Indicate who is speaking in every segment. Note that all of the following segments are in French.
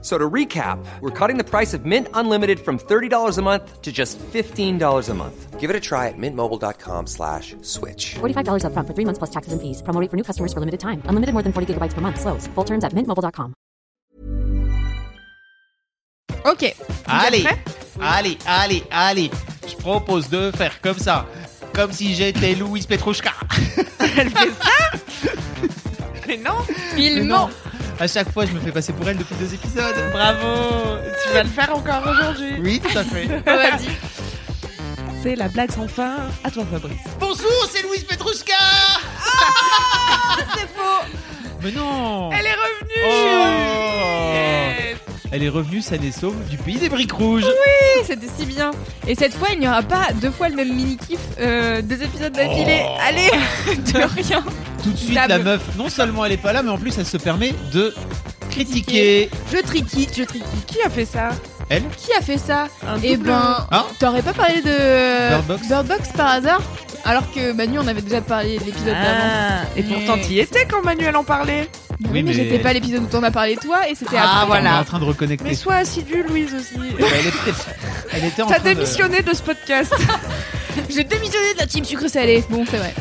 Speaker 1: So to recap, we're cutting the price of Mint Unlimited from $30 a month to just $15 a month. Give it a try at mintmobile.com slash switch.
Speaker 2: $45 upfront for three months plus taxes and fees. Promo rate for new customers for limited time. Unlimited more than 40 gigabytes per month. Slows. Full terms at mintmobile.com.
Speaker 3: Ok. Vous êtes
Speaker 4: Allez,
Speaker 3: prêts
Speaker 4: allez, allez, allez. Je propose de faire comme ça, comme si j'étais Louise Petrouchka.
Speaker 3: Elle fait ça Mais non Il ment
Speaker 4: À chaque fois, je me fais passer pour elle depuis deux épisodes.
Speaker 3: Bravo Tu vas le faire encore aujourd'hui
Speaker 4: Oui, tout à fait.
Speaker 3: Vas-y.
Speaker 5: C'est la blague sans fin. À toi, Fabrice.
Speaker 4: Bonjour, c'est Louise Petrouchka.
Speaker 3: C'est faux
Speaker 4: Mais non.
Speaker 3: Elle est revenue
Speaker 4: Oh.
Speaker 3: Yes.
Speaker 4: Elle est revenue saine et sauve du pays des briques rouges.
Speaker 3: Oui, Eh, C'était si bien Et cette fois, il n'y aura pas deux fois le même mini-kiff, euh, deux épisodes d'affilée.
Speaker 4: Oh.
Speaker 3: Allez De rien
Speaker 4: Tout de suite,
Speaker 3: La
Speaker 4: la,
Speaker 3: me-
Speaker 4: meuf, non seulement elle est pas là, mais en plus, elle se permet de critiquer.
Speaker 3: Je triquite, je triquite. Qui a fait ça
Speaker 4: Elle
Speaker 3: Qui a fait ça
Speaker 5: Un
Speaker 3: Eh ben,
Speaker 4: Hein
Speaker 3: t'aurais pas parlé de euh,
Speaker 4: Bird Box
Speaker 3: Box par hasard Alors que Manu, on avait déjà parlé de l'épisode d'avant.
Speaker 5: Ah, et pourtant, t'y étais quand Manuel en parlait.
Speaker 3: Non, mais,
Speaker 4: Oui, mais-
Speaker 3: j'étais pas l'épisode où t'en as parlé toi et c'était
Speaker 5: Ah,
Speaker 3: après.
Speaker 5: voilà.
Speaker 4: On est en train de reconnecter.
Speaker 5: Mais sois assidue, Louise aussi.
Speaker 4: Mais elle, est peut-être- elle était en
Speaker 5: T'as
Speaker 4: train de-
Speaker 5: démissionné de ce podcast
Speaker 3: J'ai démissionné de la team sucre salé. Bon, c'est vrai.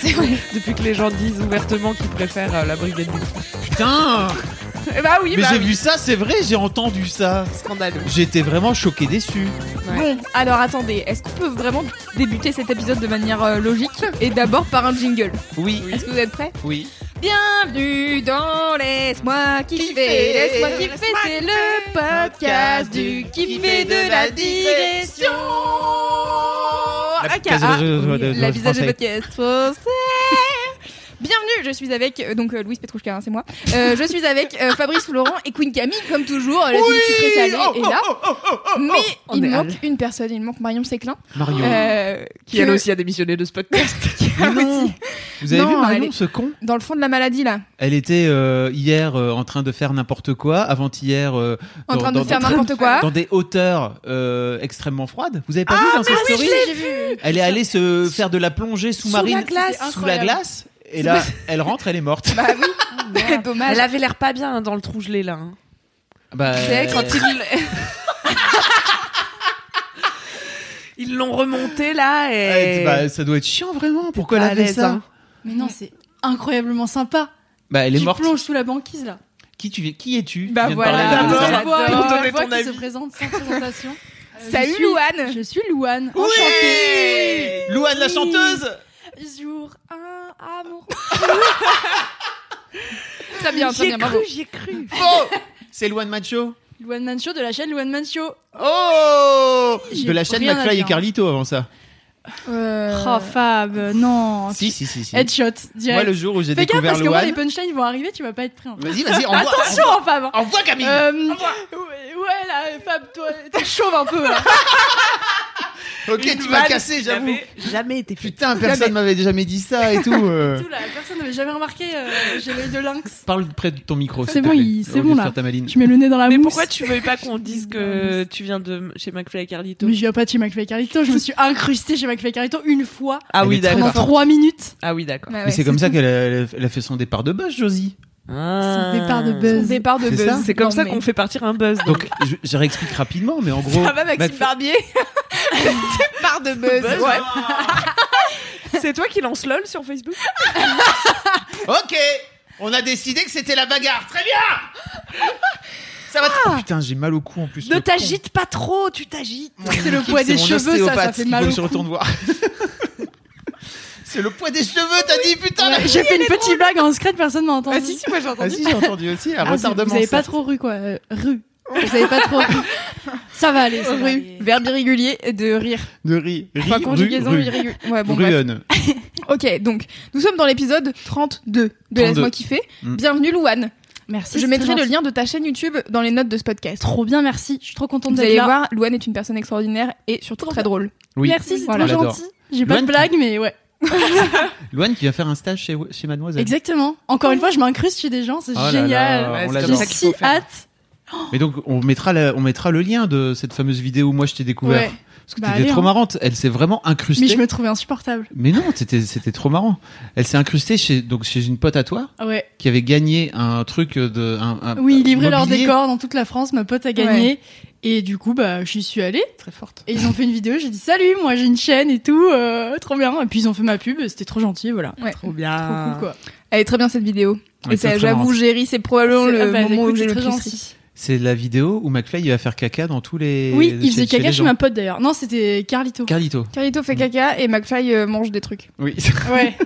Speaker 3: c'est vrai.
Speaker 5: depuis que les gens disent ouvertement qu'ils préfèrent euh, la brigade du.
Speaker 4: Putain
Speaker 5: Eh bah oui,
Speaker 4: Mais
Speaker 5: bah
Speaker 4: j'ai
Speaker 5: oui.
Speaker 4: vu ça, c'est vrai, j'ai entendu ça.
Speaker 5: Scandaleux.
Speaker 4: J'étais vraiment choqué, déçu.
Speaker 3: Bon, alors attendez, est-ce qu'on peut vraiment débuter cet épisode de manière euh, logique et d'abord par un jingle
Speaker 4: Oui,
Speaker 3: Est-ce que vous êtes prêts
Speaker 4: oui.
Speaker 3: Bienvenue dans Laisse-moi kiffer,
Speaker 4: Kiffer,
Speaker 3: laisse-moi
Speaker 4: laisse-moi
Speaker 3: kiffer, c'est le podcast du kiffer de la digression.
Speaker 4: La
Speaker 3: Oh, AKA,
Speaker 4: visage de- de-
Speaker 3: oui,
Speaker 4: de- de-
Speaker 3: la visage de
Speaker 4: français.
Speaker 3: podcast français. Bienvenue, je suis avec euh, donc euh, Louise Petrouchka, hein, c'est moi. Euh, je suis avec euh, Fabrice Florent et Queen Camille comme toujours. euh, La team sucrée salée
Speaker 4: Oh,
Speaker 3: est là, mais
Speaker 5: On
Speaker 3: il
Speaker 5: est
Speaker 3: manque
Speaker 5: hâle.
Speaker 3: une personne, il manque Marion Séclin.
Speaker 4: Marion.
Speaker 3: euh,
Speaker 5: Qui
Speaker 3: que-
Speaker 5: elle aussi a démissionné de ce podcast.
Speaker 4: Mais non. Vous avez
Speaker 3: Non,
Speaker 4: vu Marion,
Speaker 3: elle est-
Speaker 4: ce con
Speaker 3: dans le fond de la maladie là,
Speaker 4: Elle était euh, hier euh, en train de faire n'importe quoi, avant-hier euh,
Speaker 3: en
Speaker 4: Dans-
Speaker 3: train
Speaker 4: dans-
Speaker 3: de faire
Speaker 4: dans-
Speaker 3: n'importe quoi. Ah,
Speaker 4: dans des hauteurs euh, extrêmement froides. Vous avez pas vu dans cette story
Speaker 3: j'ai vu.
Speaker 4: Elle est allée se faire de la plongée sous-marine
Speaker 5: la glace.
Speaker 4: sous la
Speaker 3: Incroyable.
Speaker 4: glace, Et là, elle rentre, elle est morte.
Speaker 3: Bah oui, dommage.
Speaker 5: Elle avait l'air pas bien hein, dans le trou gelé là. hein.
Speaker 4: Bah,
Speaker 3: Tu sais, quand il-
Speaker 5: Ils l'ont remonté là et.
Speaker 4: euh, bah, ça doit être chiant vraiment. Pourquoi elle
Speaker 5: Pas
Speaker 4: a
Speaker 5: à
Speaker 4: fait
Speaker 5: l'aise,
Speaker 4: ça
Speaker 5: hein.
Speaker 6: Mais non, c'est incroyablement sympa.
Speaker 4: Bah, elle est
Speaker 6: tu
Speaker 4: morte.
Speaker 6: plonges sous la banquise là. Ah,
Speaker 4: Qui tu qui es-tu
Speaker 3: Bah
Speaker 4: Tu viens de
Speaker 3: voilà,
Speaker 4: parler de-
Speaker 3: d'abord.
Speaker 6: la voix,
Speaker 5: J'adore.
Speaker 6: la
Speaker 5: Donner
Speaker 6: voix
Speaker 5: ton
Speaker 6: qui
Speaker 5: avis.
Speaker 6: se présente sans présentation. Euh, je
Speaker 3: Salut
Speaker 6: suis-
Speaker 3: Louane
Speaker 6: Je suis Louane.
Speaker 4: Oui
Speaker 6: Enchantée.
Speaker 4: Louane la
Speaker 6: Oui.
Speaker 4: chanteuse
Speaker 6: Jour 1, amour.
Speaker 3: Très bien, très
Speaker 5: J'y ai
Speaker 3: bien, bravo.
Speaker 5: cru, j'y ai cru.
Speaker 4: Oh C'est Louane Macho
Speaker 6: Louane Mancho de la chaîne Louane Mancho.
Speaker 4: Oh
Speaker 6: J'ai
Speaker 4: De la chaîne
Speaker 6: rien à
Speaker 4: McFly et
Speaker 6: dire.
Speaker 4: Carlito avant ça.
Speaker 3: Euh,
Speaker 6: Oh Fab, euh, non.
Speaker 4: Si, si, si. si.
Speaker 6: Headshot,
Speaker 4: Moi,
Speaker 6: direct.
Speaker 4: le jour où j'ai
Speaker 6: Fais gaffe
Speaker 4: découvert
Speaker 6: parce que moi, les
Speaker 4: Louane. Ah.
Speaker 6: punchlines vont arriver, tu vas pas être prêt. en fait.
Speaker 4: Vas-y, vas-y, envoie
Speaker 6: Attention, hein, Fab. hein.
Speaker 4: Envoie Camille
Speaker 6: Euh, ouais, ouais, là, Fab, toi, t'es chauve un peu. là.
Speaker 4: Ok,
Speaker 5: Une
Speaker 4: tu m'as
Speaker 5: vanne
Speaker 4: cassé,
Speaker 5: qui
Speaker 4: j'avoue.
Speaker 5: n'avait Jamais été faite.
Speaker 4: Putain, personne m'avait jamais dit ça et tout. euh.
Speaker 6: Tout, là, Personne n'avait jamais remarqué, euh, j'ai l'œil de lynx.
Speaker 4: Parle près de ton micro.
Speaker 6: C'est
Speaker 4: s'il te
Speaker 6: bon,
Speaker 4: plaît,
Speaker 6: il- c'est
Speaker 4: au lieu
Speaker 6: bon,
Speaker 4: de
Speaker 6: là.
Speaker 4: faire ta maline.
Speaker 6: Je mets le nez dans la
Speaker 5: Mais
Speaker 6: mousse.
Speaker 5: pourquoi tu veux pas qu'on dise que tu viens de chez McFly et Carlito
Speaker 6: Mais je viens pas de chez McFly et Carlito, je me suis incrustée chez McFly et Carlito une fois
Speaker 5: Ah
Speaker 4: oui,
Speaker 5: oui,
Speaker 4: d'accord.
Speaker 6: pendant
Speaker 4: D'accord.
Speaker 5: d'accord.
Speaker 6: trois minutes.
Speaker 5: Ah oui, d'accord.
Speaker 3: bah
Speaker 4: Mais
Speaker 3: ouais,
Speaker 4: c'est comme ça qu'elle a, elle a fait son départ de buzz, Josie.
Speaker 6: Son départ de buzz.
Speaker 3: tout. Ah. Départ de
Speaker 4: C'est
Speaker 3: buzz.
Speaker 4: ça
Speaker 5: C'est comme
Speaker 3: Non,
Speaker 5: ça
Speaker 3: mais-
Speaker 5: qu'on fait partir un buzz.
Speaker 4: Donc, je, je réexplique rapidement, mais en gros.
Speaker 3: Ça va, Maxime
Speaker 4: McFly-
Speaker 3: Barbier Départ de buzz.
Speaker 5: Buzz,
Speaker 3: ouais.
Speaker 5: C'est toi qui lance LOL sur Facebook
Speaker 4: Ok, on a décidé que c'était la bagarre. Très bien. Ah. Ça va. Oh, Putain, j'ai mal au cou en plus.
Speaker 5: Ne
Speaker 4: le con.
Speaker 5: t'agite pas trop, tu t'agites.
Speaker 6: C'est le poids
Speaker 4: C'est
Speaker 6: des
Speaker 4: mon
Speaker 6: cheveux, ça, ça
Speaker 4: ostéopathe
Speaker 6: fait
Speaker 4: qu'il
Speaker 6: mal
Speaker 4: faut que
Speaker 6: au
Speaker 4: je
Speaker 6: cou.
Speaker 4: retourne voir. C'est le poids des cheveux, t'as dit putain.
Speaker 6: Ouais, J'ai fait une petite blague en secret, personne m'a entendu.
Speaker 5: Ah si, si, moi j'ai
Speaker 4: Ah
Speaker 5: entendu.
Speaker 4: si, j'ai entendu aussi. À
Speaker 6: Ah, vous
Speaker 4: retardement.
Speaker 6: vous avez pas
Speaker 4: certes.
Speaker 6: trop ru quoi, euh, ru. Vous avez pas trop ru. Ça va aller, ça va
Speaker 3: Rue.
Speaker 6: aller.
Speaker 3: Verbe irrégulier de rire.
Speaker 4: De riz. Riz,
Speaker 3: Enfin,
Speaker 4: ru-
Speaker 3: conjugaison
Speaker 4: ru-
Speaker 3: irrégulier. Ouais, bon, bref.
Speaker 4: Ruonne.
Speaker 3: Ok, donc, nous sommes dans l'épisode 32 de Laisse-moi
Speaker 4: 32.
Speaker 3: kiffer.
Speaker 4: Mm.
Speaker 3: Bienvenue, Louane.
Speaker 6: Merci.
Speaker 3: Je
Speaker 6: c'est
Speaker 3: mettrai
Speaker 6: très
Speaker 3: le
Speaker 6: gentil.
Speaker 3: lien de ta chaîne YouTube dans les notes de ce podcast.
Speaker 6: Trop bien, merci. Je suis trop contente
Speaker 3: Vous
Speaker 6: d'être
Speaker 3: allez
Speaker 6: là.
Speaker 3: voir, Louane est une personne extraordinaire et surtout
Speaker 6: Trop
Speaker 3: très
Speaker 6: bien.
Speaker 3: drôle.
Speaker 4: Oui.
Speaker 6: Merci, c'est
Speaker 3: Voilà.
Speaker 6: trop
Speaker 4: J'adore.
Speaker 6: gentil. J'ai pas de
Speaker 4: Loane qui-
Speaker 6: blague, mais ouais.
Speaker 4: Loane qui va faire un stage chez, chez Mademoiselle.
Speaker 6: Exactement. Encore une fois, je m'incruste chez des gens, c'est
Speaker 4: Oh là là,
Speaker 6: génial.
Speaker 4: on
Speaker 5: c'est
Speaker 6: J'ai
Speaker 5: comme
Speaker 4: l'adore.
Speaker 5: ça qu'il faut
Speaker 6: si
Speaker 5: faire.
Speaker 6: hâte.
Speaker 4: Mais donc, on mettra, la- on mettra le lien de cette fameuse vidéo où moi je t'ai découvert.
Speaker 6: Ouais.
Speaker 4: Parce que
Speaker 6: Bah,
Speaker 4: t'étais
Speaker 6: allez,
Speaker 4: trop
Speaker 6: hein.
Speaker 4: marrante. Elle s'est vraiment incrustée.
Speaker 6: Mais je me trouvais insupportable.
Speaker 4: Mais non, c'était c'était trop marrant. Elle s'est incrustée chez, donc, chez une pote à toi
Speaker 6: Ah Ouais.
Speaker 4: qui avait gagné un truc de. Un, un-
Speaker 6: Oui, ils livraient leurs
Speaker 4: mobilier.
Speaker 6: décors dans toute la France. Ma pote a gagné. Et du coup, bah, j'y suis allée.
Speaker 4: Très forte.
Speaker 6: Et ils ont fait une vidéo. J'ai dit salut, moi j'ai une chaîne et tout. euh, trop bien. Et puis ils ont fait ma pub. C'était trop gentil. Voilà.
Speaker 3: Ouais.
Speaker 5: Trop bien.
Speaker 6: Trop cool quoi.
Speaker 3: Elle est très bien cette vidéo.
Speaker 4: Ouais,
Speaker 3: et
Speaker 4: c'est
Speaker 3: ça,
Speaker 4: très
Speaker 3: j'avoue,
Speaker 4: marrant.
Speaker 3: Géry, c'est probablement
Speaker 6: C'est-
Speaker 3: le
Speaker 6: ah bah,
Speaker 3: moment
Speaker 6: écoute,
Speaker 3: où j'ai
Speaker 6: c'est
Speaker 3: le
Speaker 6: très
Speaker 3: plus
Speaker 6: gentil.
Speaker 3: ri.
Speaker 4: C'est la vidéo où McFly il va faire caca dans tous les.
Speaker 6: Oui,
Speaker 4: chez-
Speaker 6: ils faisaient
Speaker 4: chez
Speaker 6: caca
Speaker 4: les
Speaker 6: chez
Speaker 4: gens.
Speaker 6: ma pote d'ailleurs. Non, c'était Carlito.
Speaker 4: Carlito.
Speaker 3: Carlito fait caca et McFly euh, mange des trucs.
Speaker 4: Oui.
Speaker 6: Ouais.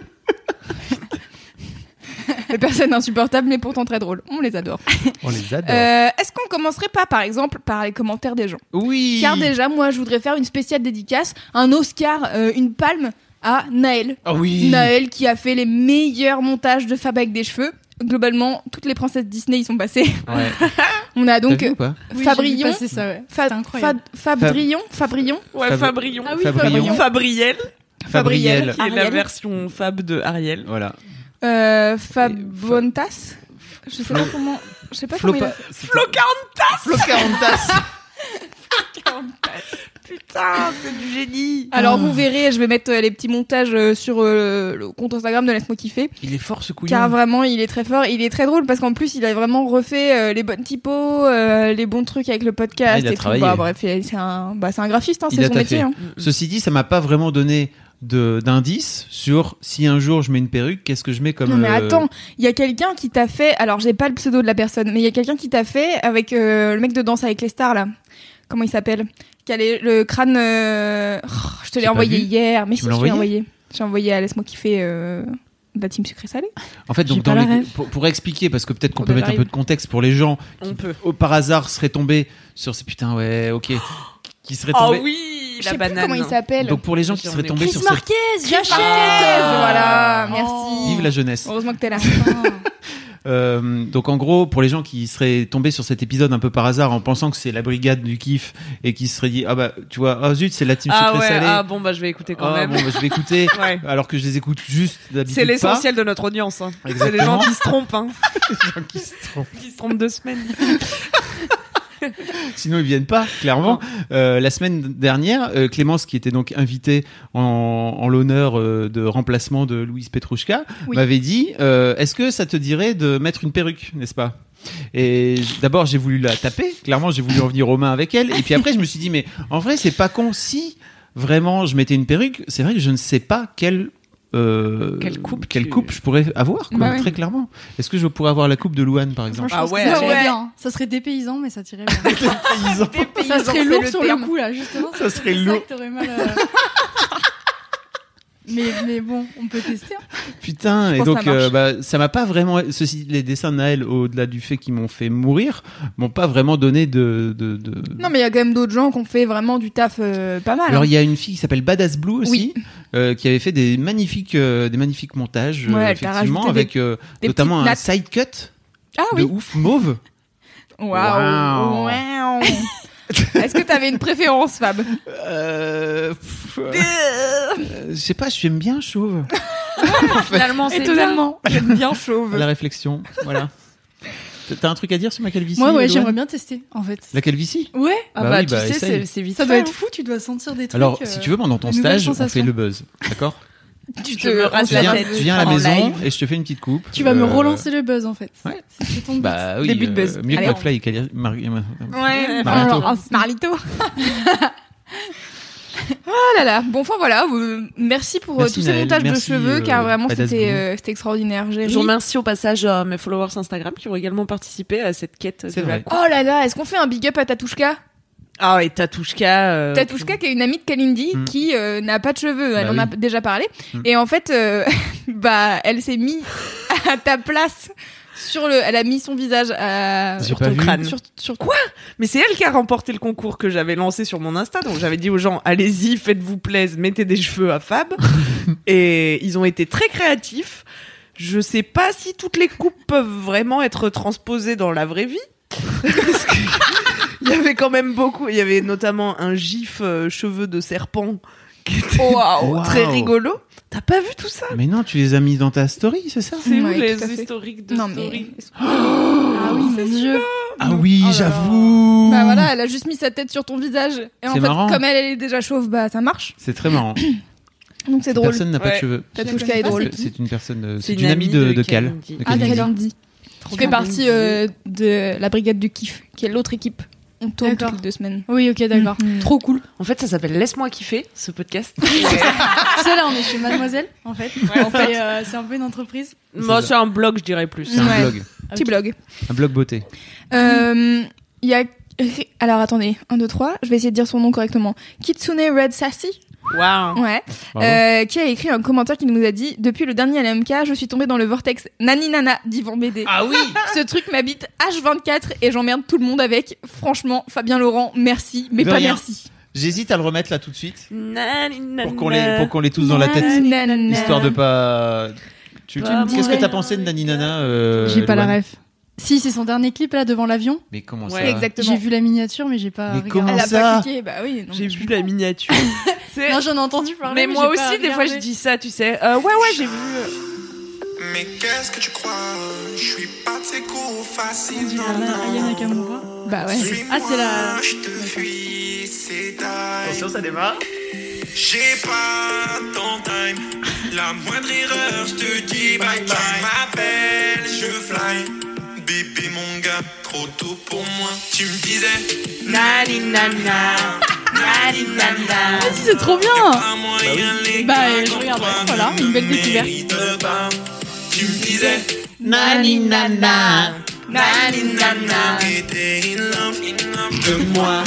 Speaker 3: Des personnes insupportables, mais pourtant très drôles. On les adore.
Speaker 4: on les adore.
Speaker 3: Euh, Est-ce qu'on commencerait pas, par exemple, par les commentaires des gens
Speaker 4: oui.
Speaker 3: Car déjà, moi, je voudrais faire une spéciale dédicace, un Oscar, euh, une palme à Naël.
Speaker 4: Ah oui.
Speaker 3: Naël qui a fait les meilleurs montages de Fab avec des cheveux. Globalement, toutes les princesses Disney y sont passées.
Speaker 4: Ouais.
Speaker 3: On a
Speaker 4: T'as
Speaker 3: donc euh,
Speaker 4: vu ou pas
Speaker 6: Oui, j'ai vu
Speaker 3: Fabrion,
Speaker 6: passer ça, ouais.
Speaker 3: Fa-
Speaker 6: C'était incroyable.
Speaker 3: Fa- Fabrion, Fabrion,
Speaker 5: Ouais,
Speaker 4: Fab-
Speaker 5: Fabrion.
Speaker 6: Ah oui,
Speaker 4: Fabrion.
Speaker 6: Fabrion.
Speaker 5: Fabriel,
Speaker 4: Fabriel.
Speaker 5: qui est la
Speaker 3: Ariel.
Speaker 5: version Fab de Ariel.
Speaker 4: Voilà.
Speaker 3: euh, Fabontas. Je sais pas comment. Je sais pas comment. il a-
Speaker 5: Flocantas
Speaker 4: Flocarantas.
Speaker 5: Putain, c'est du génie
Speaker 4: Ah.
Speaker 3: Alors vous verrez, je vais mettre euh, les petits montages euh, sur euh, le compte Instagram de Laisse-moi kiffer.
Speaker 4: Il est fort ce couillon.
Speaker 3: Car vraiment, il est très fort. Il est très drôle parce qu'en plus, il a vraiment refait euh, les bonnes typos, euh, les bons trucs avec le
Speaker 4: Ah,
Speaker 3: podcast
Speaker 4: il a
Speaker 3: et
Speaker 4: travaillé.
Speaker 3: tout. Bah, bref, il- c'est un, bah, c'est un graphiste, hein,
Speaker 4: Il
Speaker 3: c'est
Speaker 4: a
Speaker 3: son métier.
Speaker 4: taffé.
Speaker 3: hein.
Speaker 4: Ceci dit, ça m'a pas vraiment donné de- d'indice sur si un jour je mets une perruque, qu'est-ce que je mets comme.
Speaker 3: Non mais
Speaker 4: euh,
Speaker 3: attends, il y a quelqu'un qui t'a fait. Alors j'ai pas le pseudo de la personne, mais il y a quelqu'un qui t'a fait avec euh, le mec de Danse avec les stars là. Comment il s'appelle Qui a les- le crâne. euh, oh, je te
Speaker 4: J'ai
Speaker 3: l'ai
Speaker 4: pas
Speaker 3: envoyé
Speaker 4: vu.
Speaker 3: hier, mais
Speaker 4: Tu
Speaker 3: si
Speaker 4: me
Speaker 3: je
Speaker 4: l'as
Speaker 3: te l'ai
Speaker 4: envoyé
Speaker 3: envoyé. J'ai envoyé à laisse-moi kiffer euh, de la team sucré salé.
Speaker 4: En fait, donc
Speaker 6: J'ai pas
Speaker 4: dans
Speaker 6: la
Speaker 4: les-
Speaker 6: ref.
Speaker 4: pour, pour expliquer, parce que peut-être qu'on
Speaker 3: Oh,
Speaker 4: peut
Speaker 3: bah,
Speaker 4: mettre un peu
Speaker 3: j'arrive.
Speaker 4: de contexte pour les gens
Speaker 5: On peut.
Speaker 4: oh, par hasard seraient tombés sur ces putains, ouais, ok, qui seraient
Speaker 5: Oh
Speaker 4: tombés.
Speaker 5: oui,
Speaker 3: Je
Speaker 5: la
Speaker 3: sais plus
Speaker 5: banane.
Speaker 3: comment il s'appelle.
Speaker 4: Donc pour les gens qui
Speaker 5: J'en
Speaker 4: seraient
Speaker 5: ai-
Speaker 4: tombés
Speaker 6: Chris
Speaker 4: sur cette
Speaker 6: Marquez, j'achète. Ah
Speaker 3: Voilà,
Speaker 5: Ah.
Speaker 4: Oh.
Speaker 3: merci.
Speaker 4: vive la jeunesse.
Speaker 5: Oh.
Speaker 3: Heureusement que t'es là.
Speaker 4: Euh, donc en gros, pour les gens qui seraient tombés sur cet épisode un peu par hasard en pensant que c'est la brigade du kiff et qui se seraient dit ah bah tu vois ah zut c'est la team
Speaker 5: ah
Speaker 4: sucré
Speaker 5: ouais,
Speaker 4: salé.
Speaker 5: ah bon, bah je vais écouter quand
Speaker 4: Ah,
Speaker 5: même.
Speaker 4: bon, bah, je vais écouter
Speaker 5: Ouais.
Speaker 4: alors que je les écoute juste d'habitude.
Speaker 5: C'est
Speaker 4: pas.
Speaker 5: l'essentiel de notre audience. hein. C'est les
Speaker 4: Exactement.
Speaker 5: gens qui se trompent. Hein.
Speaker 4: Qui se trompent.
Speaker 5: Qui se trompent deux semaines.
Speaker 4: Sinon, ils viennent pas, clairement. Euh, la semaine dernière, euh, Clémence, qui était donc invitée en, en l'honneur euh, de remplacement de Louise Petrouchka,
Speaker 3: Oui.
Speaker 4: m'avait dit euh, Est-ce que ça te dirait de mettre une perruque, n'est-ce pas et j- d'abord j'ai voulu la taper, clairement j'ai voulu en venir aux mains avec elle, et puis après je me suis dit mais en vrai c'est pas con si vraiment je mettais une perruque, c'est vrai que je ne sais pas quelle, euh,
Speaker 5: Quelle coupe
Speaker 4: quelle
Speaker 5: tu-
Speaker 4: coupe je pourrais avoir, quoi,
Speaker 3: Bah ouais.
Speaker 4: très clairement. Est-ce que je pourrais avoir la coupe de Louane par exemple
Speaker 5: Ah ouais.
Speaker 6: Ça
Speaker 5: Ah
Speaker 6: tirait
Speaker 3: ouais.
Speaker 6: bien. Ça serait dépaysant, mais ça tirait bien.
Speaker 4: Paysan.
Speaker 6: ça
Speaker 3: Paysans,
Speaker 6: serait
Speaker 3: c'est
Speaker 6: lourd
Speaker 3: le
Speaker 6: sur
Speaker 3: terme.
Speaker 6: le coup là, justement.
Speaker 4: Ça serait
Speaker 6: C'est
Speaker 4: lourd.
Speaker 6: que t'aurais mal. euh, mais mais bon, on peut tester. hein.
Speaker 4: Putain,
Speaker 3: Je
Speaker 4: et
Speaker 3: pense
Speaker 4: donc
Speaker 3: que ça marche.
Speaker 4: euh, bah, ça m'a pas vraiment. Ceci, les dessins de Naël, au-delà du fait qu'ils m'ont fait mourir, m'ont pas vraiment donné de. de, de-
Speaker 3: Non, mais il y a quand même d'autres gens qui ont fait vraiment du taf euh, pas mal.
Speaker 4: Alors
Speaker 3: hein.
Speaker 4: il y a une fille qui s'appelle Badass Blue aussi, euh, qui avait fait des magnifiques, euh, des magnifiques montages, euh,
Speaker 3: Ouais, elle t'a
Speaker 4: effectivement,
Speaker 3: rajouté des-
Speaker 4: avec euh,
Speaker 3: des
Speaker 4: notamment
Speaker 3: petites
Speaker 4: un
Speaker 3: nattes.
Speaker 4: side cut
Speaker 3: Ah oui.
Speaker 4: de ouf mauve. Waouh.
Speaker 3: Waouh. Waouh. Est-ce que t'avais une préférence, Fab
Speaker 4: Euh, pff, euh, euh, je sais pas, je j'aime bien chauve.
Speaker 5: Finalement,
Speaker 3: Étonnamment, j'aime bien
Speaker 4: À
Speaker 3: chauve.
Speaker 4: la réflexion, voilà. T'as un truc à dire sur ma calvitie
Speaker 6: Moi, ouais,
Speaker 4: Loane
Speaker 6: j'aimerais bien tester, en fait.
Speaker 4: La calvitie
Speaker 6: Ouais.
Speaker 5: Ah
Speaker 4: Bah
Speaker 5: bah,
Speaker 4: oui,
Speaker 5: tu
Speaker 4: bah,
Speaker 5: sais,
Speaker 4: essaye.
Speaker 5: c'est c'est vite.
Speaker 6: Ça
Speaker 5: fait,
Speaker 6: doit
Speaker 5: hein.
Speaker 6: être fou. Tu dois sentir des trucs.
Speaker 4: Alors,
Speaker 6: euh,
Speaker 4: si tu veux, pendant ton
Speaker 6: des nouvelles
Speaker 4: stage, on fait
Speaker 6: sensations.
Speaker 4: le buzz, d'accord
Speaker 3: Tu
Speaker 5: Je me rase
Speaker 4: Tu
Speaker 5: la
Speaker 4: viens,
Speaker 5: tête.
Speaker 4: tu viens à la
Speaker 5: En
Speaker 4: maison
Speaker 5: live.
Speaker 4: et je te fais une petite coupe.
Speaker 6: Tu vas me
Speaker 4: Euh,
Speaker 6: relancer le buzz, en fait.
Speaker 4: ouais.
Speaker 6: C'est ton but.
Speaker 4: Bah oui.
Speaker 3: Début de
Speaker 4: euh,
Speaker 3: buzz.
Speaker 4: mieux que
Speaker 3: Allez,
Speaker 4: McFly et Cali- Mar- euh,
Speaker 5: Ouais,
Speaker 4: Marianto.
Speaker 3: Alors, Marlito. Ah là là. Bon, enfin voilà. euh, merci pour euh,
Speaker 4: Merci,
Speaker 3: tous ces
Speaker 4: Naël.
Speaker 3: montages
Speaker 4: Merci,
Speaker 3: de cheveux,
Speaker 4: euh,
Speaker 3: car vraiment
Speaker 4: Badass
Speaker 3: c'était
Speaker 4: Blue.
Speaker 3: euh, c'était extraordinaire. J'ai
Speaker 5: Je
Speaker 3: ri.
Speaker 5: remercie au passage euh, mes followers Instagram qui ont également participé à cette quête.
Speaker 4: C'est
Speaker 5: de la
Speaker 4: vrai.
Speaker 5: coupe.
Speaker 3: Oh là là, est-ce qu'on fait un big up à Tatouchka
Speaker 5: Ah ouais, Tatouchka. euh,
Speaker 3: Tatouchka qui est une amie de Kalindi
Speaker 4: Mm.
Speaker 3: qui euh, n'a pas de cheveux, elle
Speaker 4: Bah
Speaker 3: en a
Speaker 4: oui.
Speaker 3: déjà parlé.
Speaker 4: Mm.
Speaker 3: Et en fait, euh, bah, elle s'est mise à ta place sur le, elle a mis son visage à,
Speaker 4: J'ai
Speaker 5: Sur
Speaker 4: pas
Speaker 5: ton
Speaker 4: vu.
Speaker 5: crâne.
Speaker 3: sur, sur
Speaker 5: Mais c'est elle qui a remporté le concours que j'avais lancé sur mon Insta. Donc j'avais dit aux gens, allez-y, faites-vous plaisir, mettez des cheveux à Fab. et ils ont été très créatifs. Je sais pas si toutes les coupes peuvent vraiment être transposées dans la vraie vie. Parce que Il y avait quand même beaucoup. Il y avait notamment un gif euh, cheveux de serpent qui était
Speaker 3: Waouh.
Speaker 5: très
Speaker 4: Waouh.
Speaker 5: rigolo. T'as pas vu tout ça
Speaker 4: Mais non, tu les as mis dans ta story, c'est ça
Speaker 5: C'est où
Speaker 3: Ouais,
Speaker 5: les
Speaker 3: tout à fait.
Speaker 5: historiques de
Speaker 3: Non, mais.
Speaker 5: story
Speaker 6: Ah oui, mon dieu.
Speaker 4: Ah oui,
Speaker 5: Oh là là.
Speaker 4: j'avoue.
Speaker 3: Bah voilà, elle a juste mis sa tête sur ton visage. Et en
Speaker 4: C'est
Speaker 3: fait,
Speaker 4: marrant.
Speaker 3: comme elle, elle est déjà chauve, bah ça marche.
Speaker 4: C'est très marrant.
Speaker 3: Donc c'est drôle.
Speaker 4: Personne n'a pas de
Speaker 5: Ouais.
Speaker 4: cheveux.
Speaker 3: Tatouchka
Speaker 6: Je
Speaker 3: est
Speaker 6: connais pas,
Speaker 3: drôle.
Speaker 4: C'est c'est une personne, euh, c'est une, amie de, de Cal. de
Speaker 5: Kalindi.
Speaker 3: Ah,
Speaker 4: Kalindi.
Speaker 3: d'accord. Qui fait
Speaker 5: bien.
Speaker 3: partie euh, de la brigade du kiff, qui est l'autre équipe. On tourne toutes
Speaker 6: D'accord.
Speaker 3: les deux semaines.
Speaker 6: Oui, ok, d'accord. Trop cool.
Speaker 5: En fait, ça s'appelle Laisse-moi kiffer, ce podcast.
Speaker 6: C'est là, Ah, on est chez Mademoiselle, en fait.
Speaker 5: Ouais, en fait.
Speaker 6: Et, euh, c'est un peu une entreprise.
Speaker 5: Moi, c'est un blog, je dirais plus.
Speaker 4: C'est un
Speaker 3: Ouais.
Speaker 4: blog,
Speaker 3: Petit
Speaker 6: Ok.
Speaker 3: blog.
Speaker 4: un blog beauté.
Speaker 3: Euh, Il y a. Alors attendez, 1, 2, 3, je vais essayer de dire son nom correctement. Kitsune Red Sassy
Speaker 5: Waouh.
Speaker 3: Ouais.
Speaker 4: Bravo.
Speaker 3: Euh, qui a écrit un commentaire qui nous a dit Depuis le dernier LMK, je suis tombée dans le vortex Nani Nana d'Yvan BD.
Speaker 4: Ah oui
Speaker 3: Ce truc m'habite H24 et j'emmerde tout le monde avec. Franchement, Fabien Laurent, merci, mais
Speaker 4: De
Speaker 3: pas
Speaker 4: rien.
Speaker 3: merci.
Speaker 4: J'hésite à le remettre là tout de suite pour
Speaker 5: Pour
Speaker 4: qu'on les pour qu'on les tous dans la tête,
Speaker 3: Nanana.
Speaker 4: histoire de pas. Tu, tu-
Speaker 5: Pas
Speaker 4: Qu'est-ce que
Speaker 6: mauvais.
Speaker 4: t'as pensé de Nani Nana euh,
Speaker 6: J'ai pas la
Speaker 4: Loane
Speaker 6: ref. Si, c'est son dernier clip là devant l'avion.
Speaker 4: Mais comment
Speaker 5: Ouais,
Speaker 4: ça
Speaker 3: Exactement.
Speaker 6: euh, J'ai vu la miniature, mais j'ai
Speaker 3: Ah,
Speaker 6: pas.
Speaker 4: Mais
Speaker 6: regardé.
Speaker 4: comment
Speaker 3: Elle a
Speaker 4: ça
Speaker 3: pas cliqué, bah oui. non.
Speaker 5: J'ai vu la miniature. C'est-
Speaker 6: Non, j'en ai entendu parler.
Speaker 5: mais moi
Speaker 6: j'ai pas
Speaker 5: aussi, des fois, je
Speaker 6: regardé.
Speaker 5: dis ça, tu sais. Euh, ouais, ouais, j'ai vu.
Speaker 7: Mais qu'est-ce que tu crois Je suis pas de ces coups
Speaker 6: On
Speaker 7: faciles,
Speaker 6: dirait
Speaker 7: non,
Speaker 6: Aya- Aya
Speaker 7: non.
Speaker 6: Nakamura.
Speaker 3: Bah ouais.
Speaker 6: Ah, c'est la-
Speaker 7: Je te
Speaker 6: D'accord.
Speaker 7: fuis, c'est Attention, ça démarre. J'ai pas ton time. La moindre erreur, je te dis bye bye. Tu m'appelles, je fly. Bébé, mon gars, trop tôt pour moi. Tu me disais, nani nana, nani nana.
Speaker 6: Ah, si, c'est trop bien
Speaker 7: Pas moyen, les
Speaker 6: Bah,
Speaker 7: gars,
Speaker 6: euh, je
Speaker 7: comme
Speaker 6: regarde,
Speaker 7: toi,
Speaker 6: ouais, voilà,
Speaker 7: ne
Speaker 6: une belle découverte.
Speaker 7: mérites pas. Tu me disais,
Speaker 4: Nani Nana
Speaker 6: Ah.
Speaker 7: T'étais in love, in love de moi.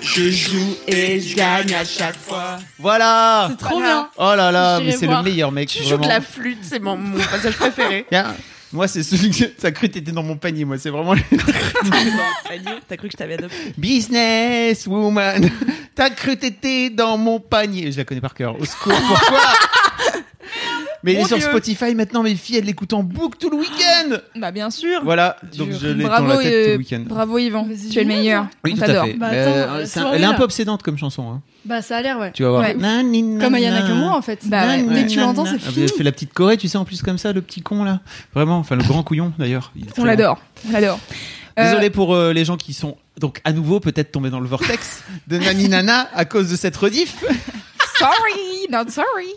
Speaker 7: Je joue et je gagne à chaque fois.
Speaker 4: Voilà
Speaker 6: C'est trop
Speaker 5: Voilà.
Speaker 4: Oh là là,
Speaker 6: J'irai
Speaker 4: mais c'est le
Speaker 6: voir.
Speaker 4: meilleur mec.
Speaker 5: Tu joues
Speaker 4: vraiment.
Speaker 5: de la flûte, c'est mon, mon passage préféré.
Speaker 4: Tiens, moi c'est celui que t'as cru t'étais dans mon panier, moi c'est vraiment le
Speaker 5: T'as cru que je t'avais adopté
Speaker 4: business woman. T'as cru t'étais dans mon panier. Je la connais par cœur. Au secours, pourquoi Mais elle est
Speaker 3: Mon
Speaker 4: sur
Speaker 3: Dieu.
Speaker 4: Spotify maintenant, mes filles, elles l'écoutent en boucle tout le week-end.
Speaker 3: Bah bien sûr.
Speaker 4: Voilà, donc
Speaker 3: Dur.
Speaker 4: je l'ai dans
Speaker 3: Bravo,
Speaker 4: la tête tout
Speaker 3: euh,
Speaker 4: le week-end.
Speaker 3: Bravo Yvan,
Speaker 6: Mais c'est
Speaker 3: tu es le
Speaker 6: génial,
Speaker 3: meilleur.
Speaker 4: Oui,
Speaker 3: On
Speaker 4: tout à
Speaker 3: t'adore.
Speaker 4: fait.
Speaker 6: Bah,
Speaker 4: Mais,
Speaker 6: attends,
Speaker 4: euh,
Speaker 6: la
Speaker 4: c'est un-
Speaker 6: soirée,
Speaker 4: elle est un
Speaker 6: là.
Speaker 4: peu obsédante comme chanson. hein.
Speaker 6: Bah, ça a l'air, ouais.
Speaker 4: Tu vas voir.
Speaker 3: Ouais.
Speaker 4: Nani, nana.
Speaker 6: Comme Aya Nakamura, en fait.
Speaker 3: Bah ouais.
Speaker 6: Dès que tu l'entends, c'est
Speaker 4: Ah,
Speaker 6: fini.
Speaker 4: Il fait la petite Corée, tu sais, en plus comme ça, le petit con là. Vraiment, enfin le grand couillon d'ailleurs. Il est très
Speaker 3: On
Speaker 4: bon.
Speaker 3: l'adore, on l'adore. Euh,
Speaker 4: Désolé pour euh, les gens qui sont donc à nouveau peut-être tombés dans le vortex de Nani Nana à cause de cette rediff.
Speaker 3: sorry, not sorry.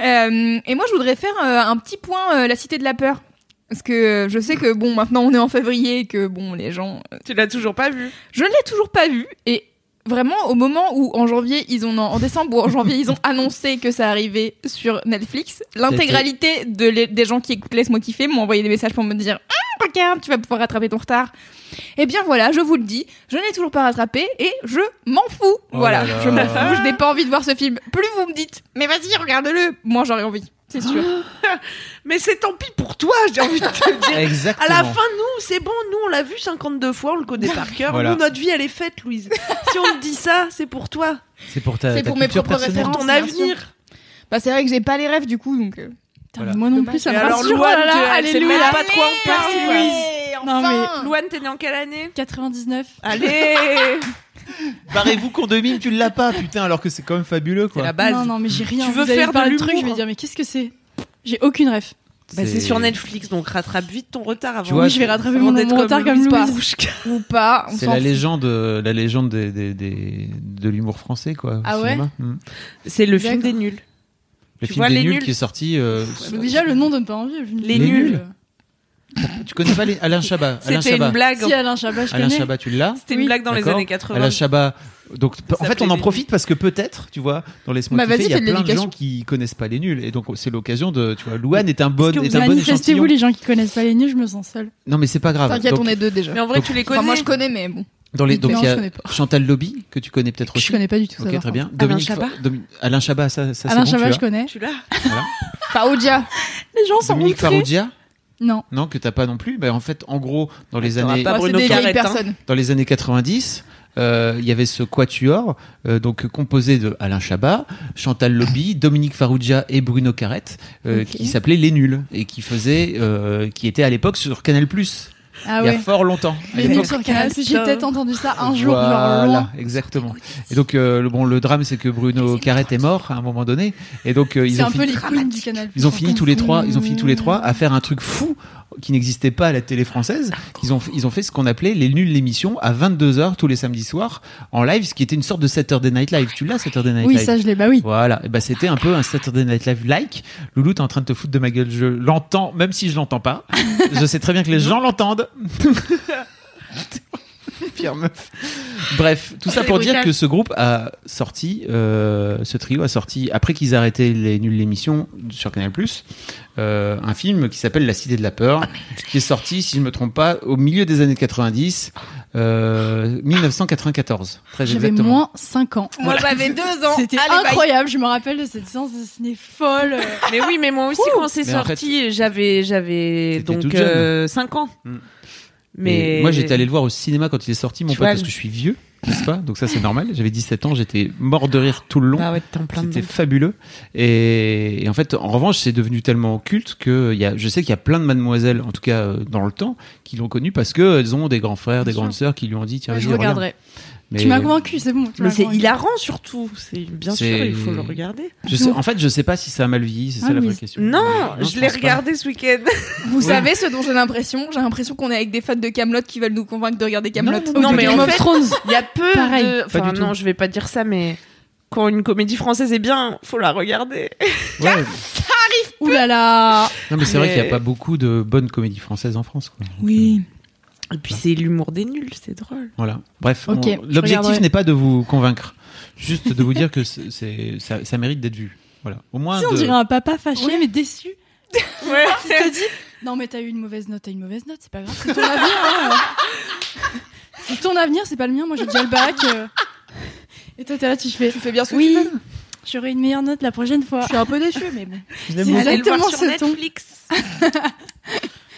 Speaker 3: Euh, et moi, je voudrais faire euh, un petit point euh, la cité de la peur. Parce que euh, je sais que bon, maintenant on est en février, et que bon, les gens. euh,
Speaker 5: Tu l'as toujours pas vu.
Speaker 3: Je ne l'ai toujours pas vu. Et vraiment, au moment où en janvier, ils ont. En décembre ou en janvier, ils ont annoncé que ça arrivait sur Netflix, l'intégralité de les- des gens qui écoutent Laisse-moi kiffer m'ont envoyé des messages pour me dire Ah, regarde, tu vas pouvoir rattraper ton retard. Eh bien voilà, je vous le dis, je n'ai toujours pas rattrapé et je m'en fous.
Speaker 4: Oh
Speaker 3: voilà,
Speaker 4: là là.
Speaker 3: je m'en fous, je n'ai pas envie de voir ce film. Plus vous me dites, mais vas-y, regarde-le, moi j'aurais envie, c'est sûr.
Speaker 5: Mais c'est tant pis pour toi, j'ai envie de te dire.
Speaker 4: Exactement.
Speaker 5: À la fin, nous, c'est bon, nous, on l'a vu 52 fois, on le connaît par cœur.
Speaker 4: Voilà.
Speaker 5: Nous, notre vie, elle est faite, Louise. si on te dit ça, c'est pour toi,
Speaker 4: c'est pour ta,
Speaker 3: C'est
Speaker 4: ta
Speaker 3: pour mes
Speaker 4: culture
Speaker 3: propres
Speaker 4: personnelle.
Speaker 3: références.
Speaker 5: ton
Speaker 3: bien
Speaker 5: avenir.
Speaker 3: Bah c'est vrai que j'ai pas les rêves du coup, donc. euh,
Speaker 6: Putain,
Speaker 4: Voilà.
Speaker 6: Moi non plus, ça
Speaker 5: Et
Speaker 6: me
Speaker 5: alors,
Speaker 6: rassure.
Speaker 5: Louane,
Speaker 6: oh là
Speaker 5: tu-
Speaker 6: là,
Speaker 5: elle sait
Speaker 6: alléluia.
Speaker 5: même pas de quoi on parle,
Speaker 3: Allez,
Speaker 6: Non,
Speaker 3: enfin.
Speaker 5: Louane, t'es née en quelle année
Speaker 6: 99.
Speaker 5: Allez
Speaker 4: Barrez-vous qu'on domine, tu l'as pas, putain, alors que c'est quand même fabuleux quoi.
Speaker 5: base.
Speaker 6: Non, non, mais j'ai rien.
Speaker 5: Tu veux
Speaker 6: Vous allez
Speaker 5: faire
Speaker 6: me parler
Speaker 5: de
Speaker 6: truc, je
Speaker 5: l'humour.
Speaker 6: vais dire, mais qu'est-ce que c'est J'ai aucune ref.
Speaker 5: Bah, c'est sur Netflix, donc rattrape vite ton retard avant.
Speaker 4: Tu vois,
Speaker 6: oui, je vais rattraper
Speaker 5: avant
Speaker 6: mon,
Speaker 5: d'être
Speaker 6: mon
Speaker 5: comme
Speaker 6: retard comme
Speaker 5: Louise
Speaker 6: Louise.
Speaker 3: Ou pas, on
Speaker 4: C'est
Speaker 3: s'en
Speaker 4: la
Speaker 3: fout.
Speaker 4: légende, euh, la légende des, des- des- de l'humour français quoi. au
Speaker 6: Ah ouais
Speaker 4: cinéma. Mm.
Speaker 5: C'est le film
Speaker 6: D'accord.
Speaker 5: des nuls.
Speaker 4: Le
Speaker 5: Tu
Speaker 4: film
Speaker 5: vois,
Speaker 4: des
Speaker 5: Les
Speaker 4: nuls
Speaker 5: Nuls.
Speaker 4: qui est sorti. euh,
Speaker 6: Bah, Déjà, le nom donne pas envie. je me dis,
Speaker 5: Les
Speaker 6: euh,
Speaker 4: nuls. Tu connais pas les- Alain Chabat Alain
Speaker 5: C'était
Speaker 4: Chabat.
Speaker 5: une blague.
Speaker 6: Si, Alain Chabat, je
Speaker 4: Alain
Speaker 6: connais.
Speaker 4: Chabat, tu l'as
Speaker 5: C'était une
Speaker 6: Oui.
Speaker 5: blague dans les
Speaker 4: D'accord.
Speaker 5: années
Speaker 4: À la
Speaker 5: 80.
Speaker 4: Chabat. Donc, p- en
Speaker 5: Ça
Speaker 4: fait, on en
Speaker 5: plaît.
Speaker 4: profite parce que peut-être, tu vois, dans les
Speaker 3: Bah,
Speaker 4: semaines
Speaker 3: vas-y,
Speaker 4: il y a
Speaker 3: fais de
Speaker 4: plein de
Speaker 3: l'éducation.
Speaker 4: gens qui connaissent pas les nuls. Et donc, c'est l'occasion de, tu vois, Louane est un bon,
Speaker 5: que
Speaker 4: est
Speaker 5: vous
Speaker 4: un bon
Speaker 6: Manifestez-vous,
Speaker 4: échantillon.
Speaker 6: les gens qui connaissent pas les nuls, je me sens seule.
Speaker 4: Non, mais c'est pas grave.
Speaker 3: T'inquiète,
Speaker 4: Donc,
Speaker 3: on est deux déjà.
Speaker 5: Mais en vrai,
Speaker 4: Donc-
Speaker 5: tu les connais.
Speaker 3: Enfin, moi je connais, mais bon.
Speaker 4: dans les, donc,
Speaker 6: Non,
Speaker 4: il y
Speaker 6: je
Speaker 4: a
Speaker 6: connais pas.
Speaker 4: Chantal Lobby, que tu connais peut-être
Speaker 6: Je
Speaker 4: aussi.
Speaker 6: connais pas du tout. ça,
Speaker 4: Ok,
Speaker 6: par
Speaker 4: très
Speaker 6: contre.
Speaker 4: bien.
Speaker 5: Alain
Speaker 4: Dominique Fa-
Speaker 5: Chabat
Speaker 4: Domi- Alain Chabat, ça, ça c'est
Speaker 6: Alain
Speaker 4: bon,
Speaker 6: Chabat, je
Speaker 4: tu
Speaker 6: connais.
Speaker 5: Tu l'as
Speaker 3: Faroudia.
Speaker 6: Les gens
Speaker 4: vois.
Speaker 6: sont
Speaker 4: Dominique
Speaker 6: outrés.
Speaker 4: Farrugia,
Speaker 6: Non.
Speaker 4: non, que t'as pas non plus. Bah, en fait, en gros, dans les
Speaker 5: t'auras
Speaker 4: années,
Speaker 5: pas
Speaker 3: Moi, c'est
Speaker 5: Bruno
Speaker 3: des vieilles
Speaker 5: Carrette, hein.
Speaker 3: personnes.
Speaker 4: dans les années 90, euh, il y avait ce quatuor euh, donc composé de Alain Chabat, Chantal Lobby, Dominique Farrugia et Bruno Carrette euh,
Speaker 3: Ok.
Speaker 4: qui s'appelait Les Nuls et qui faisait euh, qui était à l'époque sur Canal+.
Speaker 6: Ah
Speaker 4: il y a
Speaker 6: ouais.
Speaker 4: fort longtemps. À
Speaker 6: Les
Speaker 4: l'époque.
Speaker 6: nuls sur Canal+, j'ai
Speaker 5: putain.
Speaker 6: peut-être entendu ça un jour,
Speaker 4: Voilà,
Speaker 6: genre loin.
Speaker 4: exactement. Et donc euh, le bon le drame c'est que Bruno Carrette est mort à un moment donné et donc euh,
Speaker 6: C'est
Speaker 4: ils ont
Speaker 6: un peu
Speaker 4: fini,
Speaker 6: les queens du Canal+.
Speaker 4: ils ont fini tous les trois, ils ont fini tous les trois à faire un truc fou qui n'existait pas à la télé française. Ils ont ils ont fait ce qu'on appelait les nuls l'émission à 22h tous les samedis soirs en live ce qui était une sorte de Saturday Night Live. Tu l'as Saturday Night
Speaker 6: Oui,
Speaker 4: Live
Speaker 6: ça je l'ai, bah oui.
Speaker 4: voilà, et ben c'était un peu un Saturday Night Live like. Loulou, t'es en train de te foutre de ma gueule. Je l'entends, même si je l'entends pas. je sais très bien que les gens l'entendent. Pire meuf. Bref, tout ça
Speaker 3: C'est
Speaker 4: pour dire
Speaker 3: brutal.
Speaker 4: que ce groupe a sorti, euh, ce trio a sorti après qu'ils arrêtaient les nuls l'émission sur Canal euh, un film qui s'appelle La Cité de la Peur, qui est sorti, si je me trompe pas, au milieu des années 90, euh, 1994. Très
Speaker 6: J'avais
Speaker 4: exactement.
Speaker 6: moins 5 ans.
Speaker 3: Moi, j'avais deux ans.
Speaker 6: C'était
Speaker 3: Allez, bye.
Speaker 6: incroyable, je me rappelle de cette séance de ciné folle. euh,
Speaker 4: Ah,
Speaker 5: Mais oui, mais moi aussi, quand c'est
Speaker 4: Mais en
Speaker 5: sorti, j'avais, j'avais
Speaker 4: T'étais
Speaker 5: donc
Speaker 4: toute jeune.
Speaker 5: 5 ans.
Speaker 4: Mm.
Speaker 5: Mais
Speaker 4: Et moi, j'étais allé le voir au cinéma quand il est sorti, mon
Speaker 5: Tu
Speaker 4: pote,
Speaker 5: vois,
Speaker 4: parce
Speaker 5: le-
Speaker 4: que je suis vieux, n'est-ce pas Donc ça, c'est normal. J'avais 17 ans, j'étais mort de rire tout le long.
Speaker 5: Ah ouais, t'es en plein
Speaker 4: C'était
Speaker 5: dedans.
Speaker 4: fabuleux. Et, et en fait, en revanche, c'est devenu tellement culte que il y a, je sais qu'il y a plein de mademoiselles, en tout cas euh, dans le temps, qui l'ont connu parce que elles ont des grands frères, des grandes sœurs qui lui ont dit tiens,
Speaker 6: ouais,
Speaker 4: vas-y,
Speaker 6: je
Speaker 4: regarde.
Speaker 6: regarderai.
Speaker 4: Mais
Speaker 6: Tu m'as convaincu, c'est bon. tu
Speaker 5: Mais
Speaker 6: m'as
Speaker 5: c'est
Speaker 6: convaincu.
Speaker 5: hilarant surtout. C'est bien sûr,
Speaker 4: C'est-
Speaker 5: il faut le regarder.
Speaker 4: je sais- en fait, je sais pas si ça a mal vieilli, c'est ça
Speaker 6: Ah
Speaker 4: la
Speaker 6: oui.
Speaker 4: vraie question.
Speaker 5: Non, je l'ai
Speaker 4: pense pas.
Speaker 5: regardé ce week-end.
Speaker 3: Vous savez ce dont j'ai l'impression J'ai l'impression qu'on est avec des fans de Camelot qui veulent nous convaincre de regarder Camelot.
Speaker 6: Ou
Speaker 5: Non,
Speaker 6: de
Speaker 5: mais
Speaker 6: Game
Speaker 5: en
Speaker 6: of
Speaker 5: fait-
Speaker 6: Thrones.
Speaker 5: Il y a peu
Speaker 6: Pareil,
Speaker 5: de.
Speaker 4: pas
Speaker 5: Enfin,
Speaker 4: du
Speaker 5: non,
Speaker 4: tout.
Speaker 5: je vais pas dire ça, mais quand une comédie française est bien, faut la regarder.
Speaker 4: Ouais.
Speaker 6: Ouh là là.
Speaker 4: Non, mais c'est vrai
Speaker 5: Mais-
Speaker 4: qu'il y a pas beaucoup de bonnes comédies françaises en France. Quoi.
Speaker 6: Oui.
Speaker 5: Et puis c'est l'humour des nuls, c'est drôle.
Speaker 4: Voilà. Bref,
Speaker 6: Ok,
Speaker 4: on-
Speaker 6: je
Speaker 4: l'objectif
Speaker 6: regarderai.
Speaker 4: n'est pas de vous convaincre, juste de vous dire que c'est- c'est ça, ça mérite d'être vu. Voilà. Au moins.
Speaker 6: Si on
Speaker 4: de-
Speaker 6: dirait un papa fâché mais déçu.
Speaker 5: Ouais.
Speaker 6: Tu te dis non mais t'as eu une mauvaise note, t'as eu une mauvaise note, c'est pas grave, c'est ton avenir. hein. C'est ton avenir, c'est pas le mien. Moi j'ai déjà le bac. euh. Et toi t'es là, tu fais.
Speaker 3: Tu fais bien ce que
Speaker 6: Oui.
Speaker 3: tu veux.
Speaker 6: J'aurai une meilleure note la prochaine fois.
Speaker 3: suis un peu déçue, mais bon.
Speaker 6: C'est
Speaker 5: Allez le voir
Speaker 6: exactement
Speaker 5: sur
Speaker 6: ce ton.
Speaker 5: Netflix.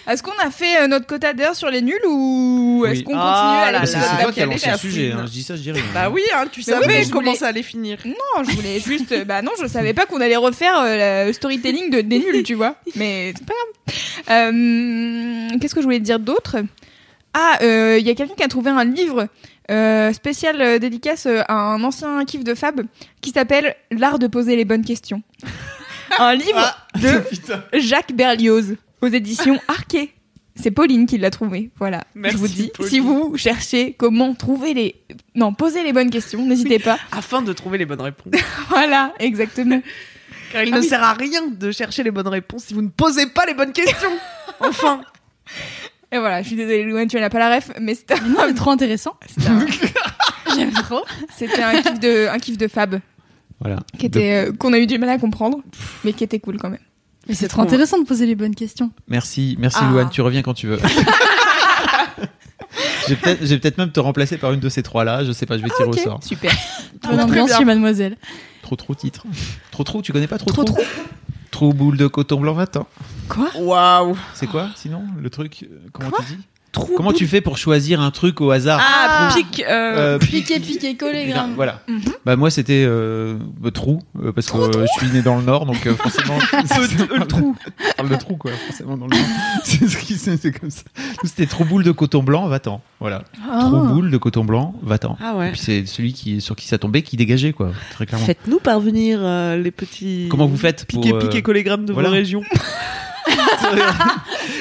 Speaker 3: Est-ce qu'on a fait euh, notre quota d'heures sur les nuls ou est-ce
Speaker 4: Oui.
Speaker 3: qu'on
Speaker 5: Oh
Speaker 3: continue
Speaker 5: là
Speaker 3: à la
Speaker 5: là,
Speaker 4: Mais c'est- c'est
Speaker 5: Ah,
Speaker 4: toi qui as
Speaker 5: quelle
Speaker 4: lancé
Speaker 5: est
Speaker 4: le
Speaker 5: la
Speaker 4: sujet.
Speaker 5: fouine.
Speaker 4: hein, Je dis ça, je dis rien.
Speaker 5: Bah oui, hein, tu
Speaker 3: Mais oui,
Speaker 5: savais
Speaker 3: mais je
Speaker 5: comment
Speaker 3: voulais-
Speaker 5: ça allait finir.
Speaker 3: Non, je voulais juste. euh, Bah non, je savais pas qu'on allait refaire euh, le storytelling de des nuls, tu vois. Mais c'est pas grave. Euh, Qu'est-ce que je voulais dire d'autre Ah, euh, il y a quelqu'un qui a trouvé un livre euh, spécial euh, dédicace euh, à un ancien kiff de Fab qui s'appelle L'art de poser les bonnes questions. un livre
Speaker 5: Ah,
Speaker 3: de Jacques Berlioz aux éditions Arquet. C'est Pauline qui l'a trouvé. Voilà.
Speaker 5: Merci,
Speaker 3: je vous dis,
Speaker 5: Pauline.
Speaker 3: si vous cherchez comment trouver les. Non, poser les bonnes questions, n'hésitez pas.
Speaker 5: Afin de trouver les bonnes réponses.
Speaker 3: Voilà, exactement.
Speaker 5: Car il ne sert à rien de chercher les bonnes réponses si vous ne posez pas les bonnes questions. Enfin.
Speaker 3: Et voilà, je suis désolée, Louane, tu n'as pas la ref, mais c'était un,
Speaker 6: Mais non, c'est trop intéressant.
Speaker 3: Ah,
Speaker 6: J'aime trop.
Speaker 3: c'était un kiff de, un kiff de Fab,
Speaker 4: Voilà.
Speaker 3: qui était, euh, qu'on a eu du mal à comprendre, mais qui était cool quand même.
Speaker 6: Mais c'est trop intéressant de poser les bonnes questions.
Speaker 4: De- Merci, merci
Speaker 3: Ah.
Speaker 4: Louane, tu reviens quand tu veux. Je vais peut-être peut même te remplacer par une de ces trois-là, je sais pas, je vais tirer
Speaker 3: Ok,
Speaker 4: au sort.
Speaker 3: super.
Speaker 6: Bonne
Speaker 3: Ah, très
Speaker 6: ambiance
Speaker 3: bien.
Speaker 6: chez Mademoiselle.
Speaker 4: Trop trop titre. Trop trop, tu connais pas trop trop Trop, boule de coton blanc 20 ans.
Speaker 5: Waouh.
Speaker 4: C'est quoi sinon le truc euh, Comment tu dis
Speaker 5: Trou.
Speaker 4: Comment tu fais pour choisir un truc au hasard
Speaker 5: Ah, pique. euh,
Speaker 4: Euh,
Speaker 6: Piqué, piqué, collé,
Speaker 4: Bien,
Speaker 6: gramme.
Speaker 4: Voilà. Bah moi c'était euh, euh, trou euh, parce que euh, je suis né dans le nord donc euh, forcément le, trou. le trou quoi forcément dans le nord. c'est ce qui c'est c'est comme ça. Nous, C'était trou boule de coton blanc va-t'en voilà.
Speaker 6: Oh. Ah,
Speaker 4: Trou boule de coton blanc va-t'en.
Speaker 5: Ah ouais.
Speaker 4: Puis c'est celui qui sur qui ça tombait qui dégageait quoi très clairement.
Speaker 5: Faites-nous parvenir euh, les petits.
Speaker 4: Comment vous faites pour
Speaker 5: Piquer,
Speaker 4: euh,
Speaker 5: piquer, collégramme de
Speaker 4: voilà.
Speaker 5: vos régions.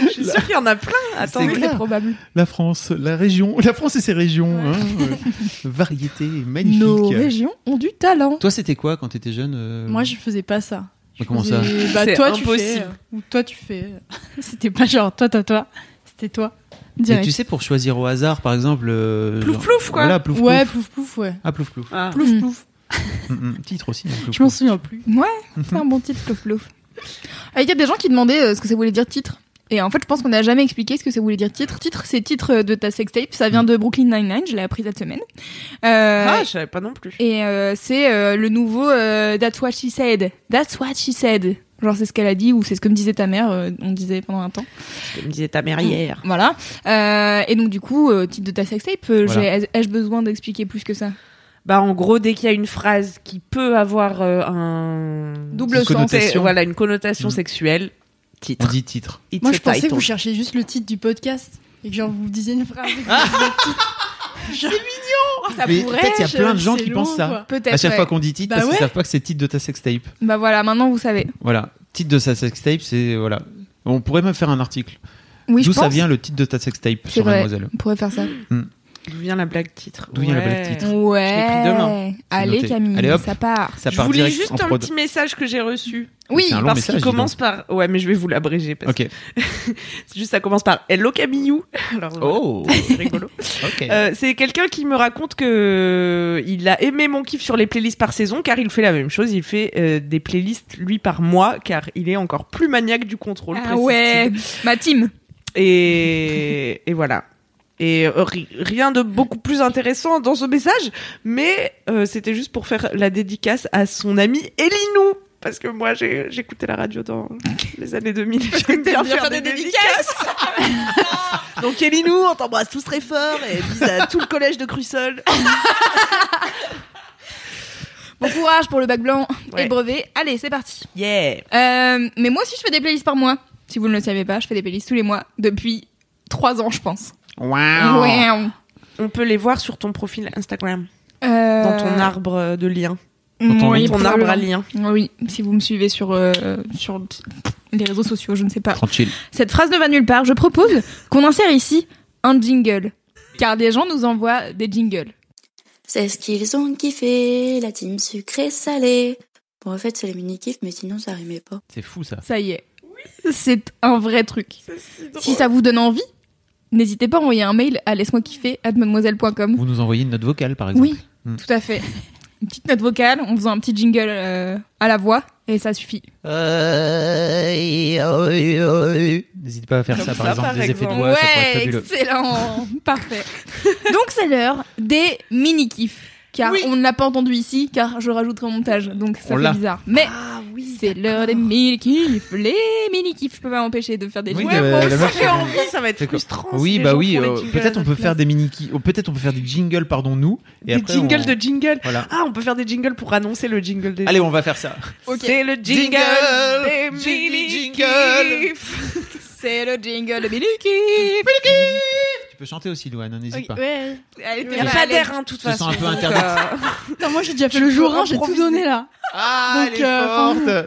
Speaker 5: Je suis sûre qu'il y en a plein. Attends,
Speaker 4: C'est
Speaker 5: mais-
Speaker 4: clair.
Speaker 3: probable.
Speaker 4: la France la région la France et ses régions hein, euh, variété magnifique.
Speaker 3: Nos régions ont du talent.
Speaker 4: Toi c'était quoi quand t'étais jeune euh,
Speaker 6: Moi, je faisais pas ça.
Speaker 4: bah, comment ça
Speaker 6: Faisais- Bah,
Speaker 5: C'est
Speaker 6: toi, tu fais.
Speaker 5: impossible.
Speaker 6: euh, Ou toi, tu fais. euh. C'était pas genre toi, toi, toi. C'était toi.
Speaker 4: Mais
Speaker 6: Direct.
Speaker 4: tu sais pour choisir au hasard par exemple euh,
Speaker 5: Plouf,
Speaker 4: genre-
Speaker 5: plouf, quoi.
Speaker 4: Voilà plouf plouf.
Speaker 6: ouais, plouf, plouf, ouais.
Speaker 4: Ah, plouf plouf.
Speaker 5: Ah.
Speaker 6: Plouf,
Speaker 3: Mm.
Speaker 6: plouf.
Speaker 4: Mm, mm. Titre aussi. hein, plouf,
Speaker 6: Je m'en
Speaker 4: plouf.
Speaker 6: souviens plus.
Speaker 3: C'est un bon titre, plouf plouf. Ah, Il y a des gens qui demandaient euh, ce que ça voulait dire titre. Et en fait, je pense qu'on n'a jamais expliqué ce que ça voulait dire titre. Titre, c'est titre de ta sextape. Ça vient de Brooklyn Nine-Nine, je l'ai appris cette semaine. Euh,
Speaker 5: Ah, je savais pas non plus.
Speaker 3: Et euh, c'est euh, le nouveau euh, That's what she said. That's what she said. Genre c'est ce qu'elle a dit ou c'est ce que me disait ta mère, euh, on disait pendant un temps.
Speaker 5: Comme disait ta mère hier.
Speaker 3: Voilà. Euh, et donc du coup, euh, titre de ta sextape, euh,
Speaker 4: Voilà.
Speaker 3: j'ai- ai- ai-je besoin d'expliquer plus que ça
Speaker 5: Bah, en gros, dès qu'il y a une phrase qui peut avoir euh, un.
Speaker 3: Double
Speaker 4: Une
Speaker 3: sens.
Speaker 4: connotation.
Speaker 5: C'est- Voilà, une connotation
Speaker 4: Mm.
Speaker 5: sexuelle.
Speaker 4: On
Speaker 5: Titre.
Speaker 4: dit titre.
Speaker 5: It's
Speaker 6: Moi,
Speaker 5: a
Speaker 6: je pensais que
Speaker 5: title.
Speaker 6: vous cherchiez juste le titre du podcast. et que genre vous me disiez une
Speaker 5: Ah,
Speaker 6: phrase.
Speaker 3: ça
Speaker 4: Mais
Speaker 3: pourrait.
Speaker 4: peut-être il y a
Speaker 6: je-
Speaker 4: plein de gens
Speaker 6: c'est
Speaker 4: qui pensent
Speaker 6: loin,
Speaker 4: ça.
Speaker 6: quoi.
Speaker 3: Peut-être.
Speaker 4: À chaque
Speaker 3: ouais.
Speaker 4: fois qu'on dit titre,
Speaker 6: Bah
Speaker 4: parce qu'ils
Speaker 6: ouais.
Speaker 4: savent pas que c'est titre de ta sextape.
Speaker 3: Bah voilà, maintenant vous savez.
Speaker 4: Voilà. Titre de sa sextape, c'est. Voilà. On pourrait même faire un article.
Speaker 3: Oui, je
Speaker 4: D'où
Speaker 3: pense.
Speaker 4: ça vient le titre de ta sextape
Speaker 3: C'est
Speaker 4: sur
Speaker 3: vrai.
Speaker 4: Mademoiselle
Speaker 3: On pourrait faire ça.
Speaker 5: D'où vient la blague titre
Speaker 4: D'où vient la
Speaker 5: Ouais.
Speaker 4: blague titre
Speaker 3: Ouais.
Speaker 5: demain.
Speaker 3: Allez
Speaker 4: noté.
Speaker 3: Camille,
Speaker 4: Allez, hop.
Speaker 3: ça part.
Speaker 4: Ça
Speaker 5: Je
Speaker 4: part
Speaker 5: voulais
Speaker 4: direct en
Speaker 5: juste un
Speaker 4: prod.
Speaker 5: petit message que j'ai reçu.
Speaker 3: Oui,
Speaker 4: C'est un long
Speaker 5: parce
Speaker 4: message,
Speaker 5: qu'il
Speaker 4: dis donc.
Speaker 5: commence par. Ouais, mais je vais vous l'abréger. Parce
Speaker 4: Ok.
Speaker 5: que juste, ça commence par Hello Camillou. Alors, voilà,
Speaker 4: Oh
Speaker 5: c'est rigolo.
Speaker 4: Ok.
Speaker 5: Euh, c'est quelqu'un qui me raconte que euh, il a aimé mon kiff sur les playlists par saison car il fait la même chose. Il fait euh, des playlists lui par mois car il est encore plus maniaque du contrôle.
Speaker 3: Ah
Speaker 5: précise-t-il.
Speaker 3: ouais, ma team.
Speaker 5: Et, et voilà. Et euh, ri- rien de beaucoup plus intéressant dans ce message, mais euh, c'était juste pour faire la dédicace à son ami Elinou. Parce que moi, j'ai- j'écoutais la radio dans les années 2000. J'aime bien faire, des, dédicaces. Donc Elinou, on t'embrasse tous très fort et bise à tout le collège de Crussol.
Speaker 3: Bon courage pour le bac blanc et
Speaker 5: Ouais.
Speaker 3: le brevet. Allez, c'est parti.
Speaker 5: Yeah.
Speaker 3: Euh, mais moi aussi, je fais des playlists par mois. Si vous ne le savez pas, je fais des playlists tous les mois depuis trois ans, je pense.
Speaker 4: Wow.
Speaker 3: Ouais.
Speaker 5: On peut les voir sur ton profil Instagram,
Speaker 3: Euh,
Speaker 5: dans ton arbre de lien,
Speaker 4: Dans ton
Speaker 3: oui,
Speaker 4: lit.
Speaker 5: ton arbre à lien.
Speaker 3: Oui, si vous me suivez sur, euh, sur les réseaux sociaux, je ne sais pas.
Speaker 4: Tranquille.
Speaker 3: Cette phrase ne va nulle part. Je propose qu'on insère ici un jingle. Car des gens nous envoient des jingles.
Speaker 8: C'est ce qu'ils ont kiffé, la team sucrée salée. Bon, en fait, c'est les mini-kiffs, mais sinon, ça rimait pas.
Speaker 4: C'est fou ça.
Speaker 3: Ça y est. C'est un vrai truc. Si ça vous donne envie, n'hésitez pas à envoyer un mail à laisse-moi kiffer at mademoiselle.com.
Speaker 4: Vous nous envoyez une note vocale par exemple.
Speaker 3: Oui, tout à fait. Une petite note vocale en faisant un petit jingle euh, à la voix et ça suffit.
Speaker 4: Euh, N'hésite pas à faire
Speaker 5: Comme
Speaker 4: ça par
Speaker 5: ça,
Speaker 4: exemple,
Speaker 5: par
Speaker 4: des effets de
Speaker 5: exemple.
Speaker 4: voix, ça pourrait être fabuleux.
Speaker 3: excellent, parfait. Donc c'est l'heure des mini kifs car
Speaker 5: Oui.
Speaker 3: on ne l'a pas entendu ici car je rajouterai au montage donc ça
Speaker 4: On
Speaker 3: fait
Speaker 4: l'a.
Speaker 3: bizarre. Mais
Speaker 5: Ah oui.
Speaker 3: c'est l'heure des mini kifs, les mini kifs. Je peux pas m'empêcher de faire des
Speaker 4: Oui,
Speaker 3: jingles.
Speaker 4: la- la meuf,
Speaker 5: J'ai
Speaker 4: elle-
Speaker 5: envie, ça va être
Speaker 4: D'accord.
Speaker 5: frustrant. si
Speaker 4: Oui,
Speaker 5: les
Speaker 4: bah
Speaker 5: gens
Speaker 4: oui,
Speaker 5: font les
Speaker 4: euh,
Speaker 5: jingles à
Speaker 4: peut-être on
Speaker 5: notre
Speaker 4: peut faire
Speaker 5: place.
Speaker 4: des mini qui- oh, peut-être on peut faire des jingles pardon nous et
Speaker 5: des
Speaker 4: après
Speaker 5: jingles
Speaker 4: on-
Speaker 5: de jingle.
Speaker 4: voilà.
Speaker 5: Ah, on peut faire des jingles pour annoncer le jingle des.
Speaker 4: Allez, on va faire ça.
Speaker 3: Ok.
Speaker 5: C'est le jingle, des
Speaker 4: Jingle,
Speaker 5: mini
Speaker 4: jingle.
Speaker 5: kiffs.
Speaker 3: C'est le jingle des mini kifs.
Speaker 4: Tu peux chanter aussi Douane, hein, n'hésite pas.
Speaker 6: ouais.
Speaker 3: Allez,
Speaker 5: Il
Speaker 3: t'es
Speaker 5: n'y a
Speaker 3: prête,
Speaker 5: pas
Speaker 3: allez.
Speaker 5: d'air, hein, de toute
Speaker 4: Je te
Speaker 5: façon.
Speaker 4: sens un peu
Speaker 5: Donc,
Speaker 4: Internet.
Speaker 5: euh,
Speaker 6: Putain, moi j'ai déjà fait
Speaker 5: Tu
Speaker 6: le
Speaker 5: peux
Speaker 6: jour 1, j'ai tout
Speaker 5: improviser.
Speaker 6: donné là.
Speaker 4: Ah,
Speaker 6: Donc, euh,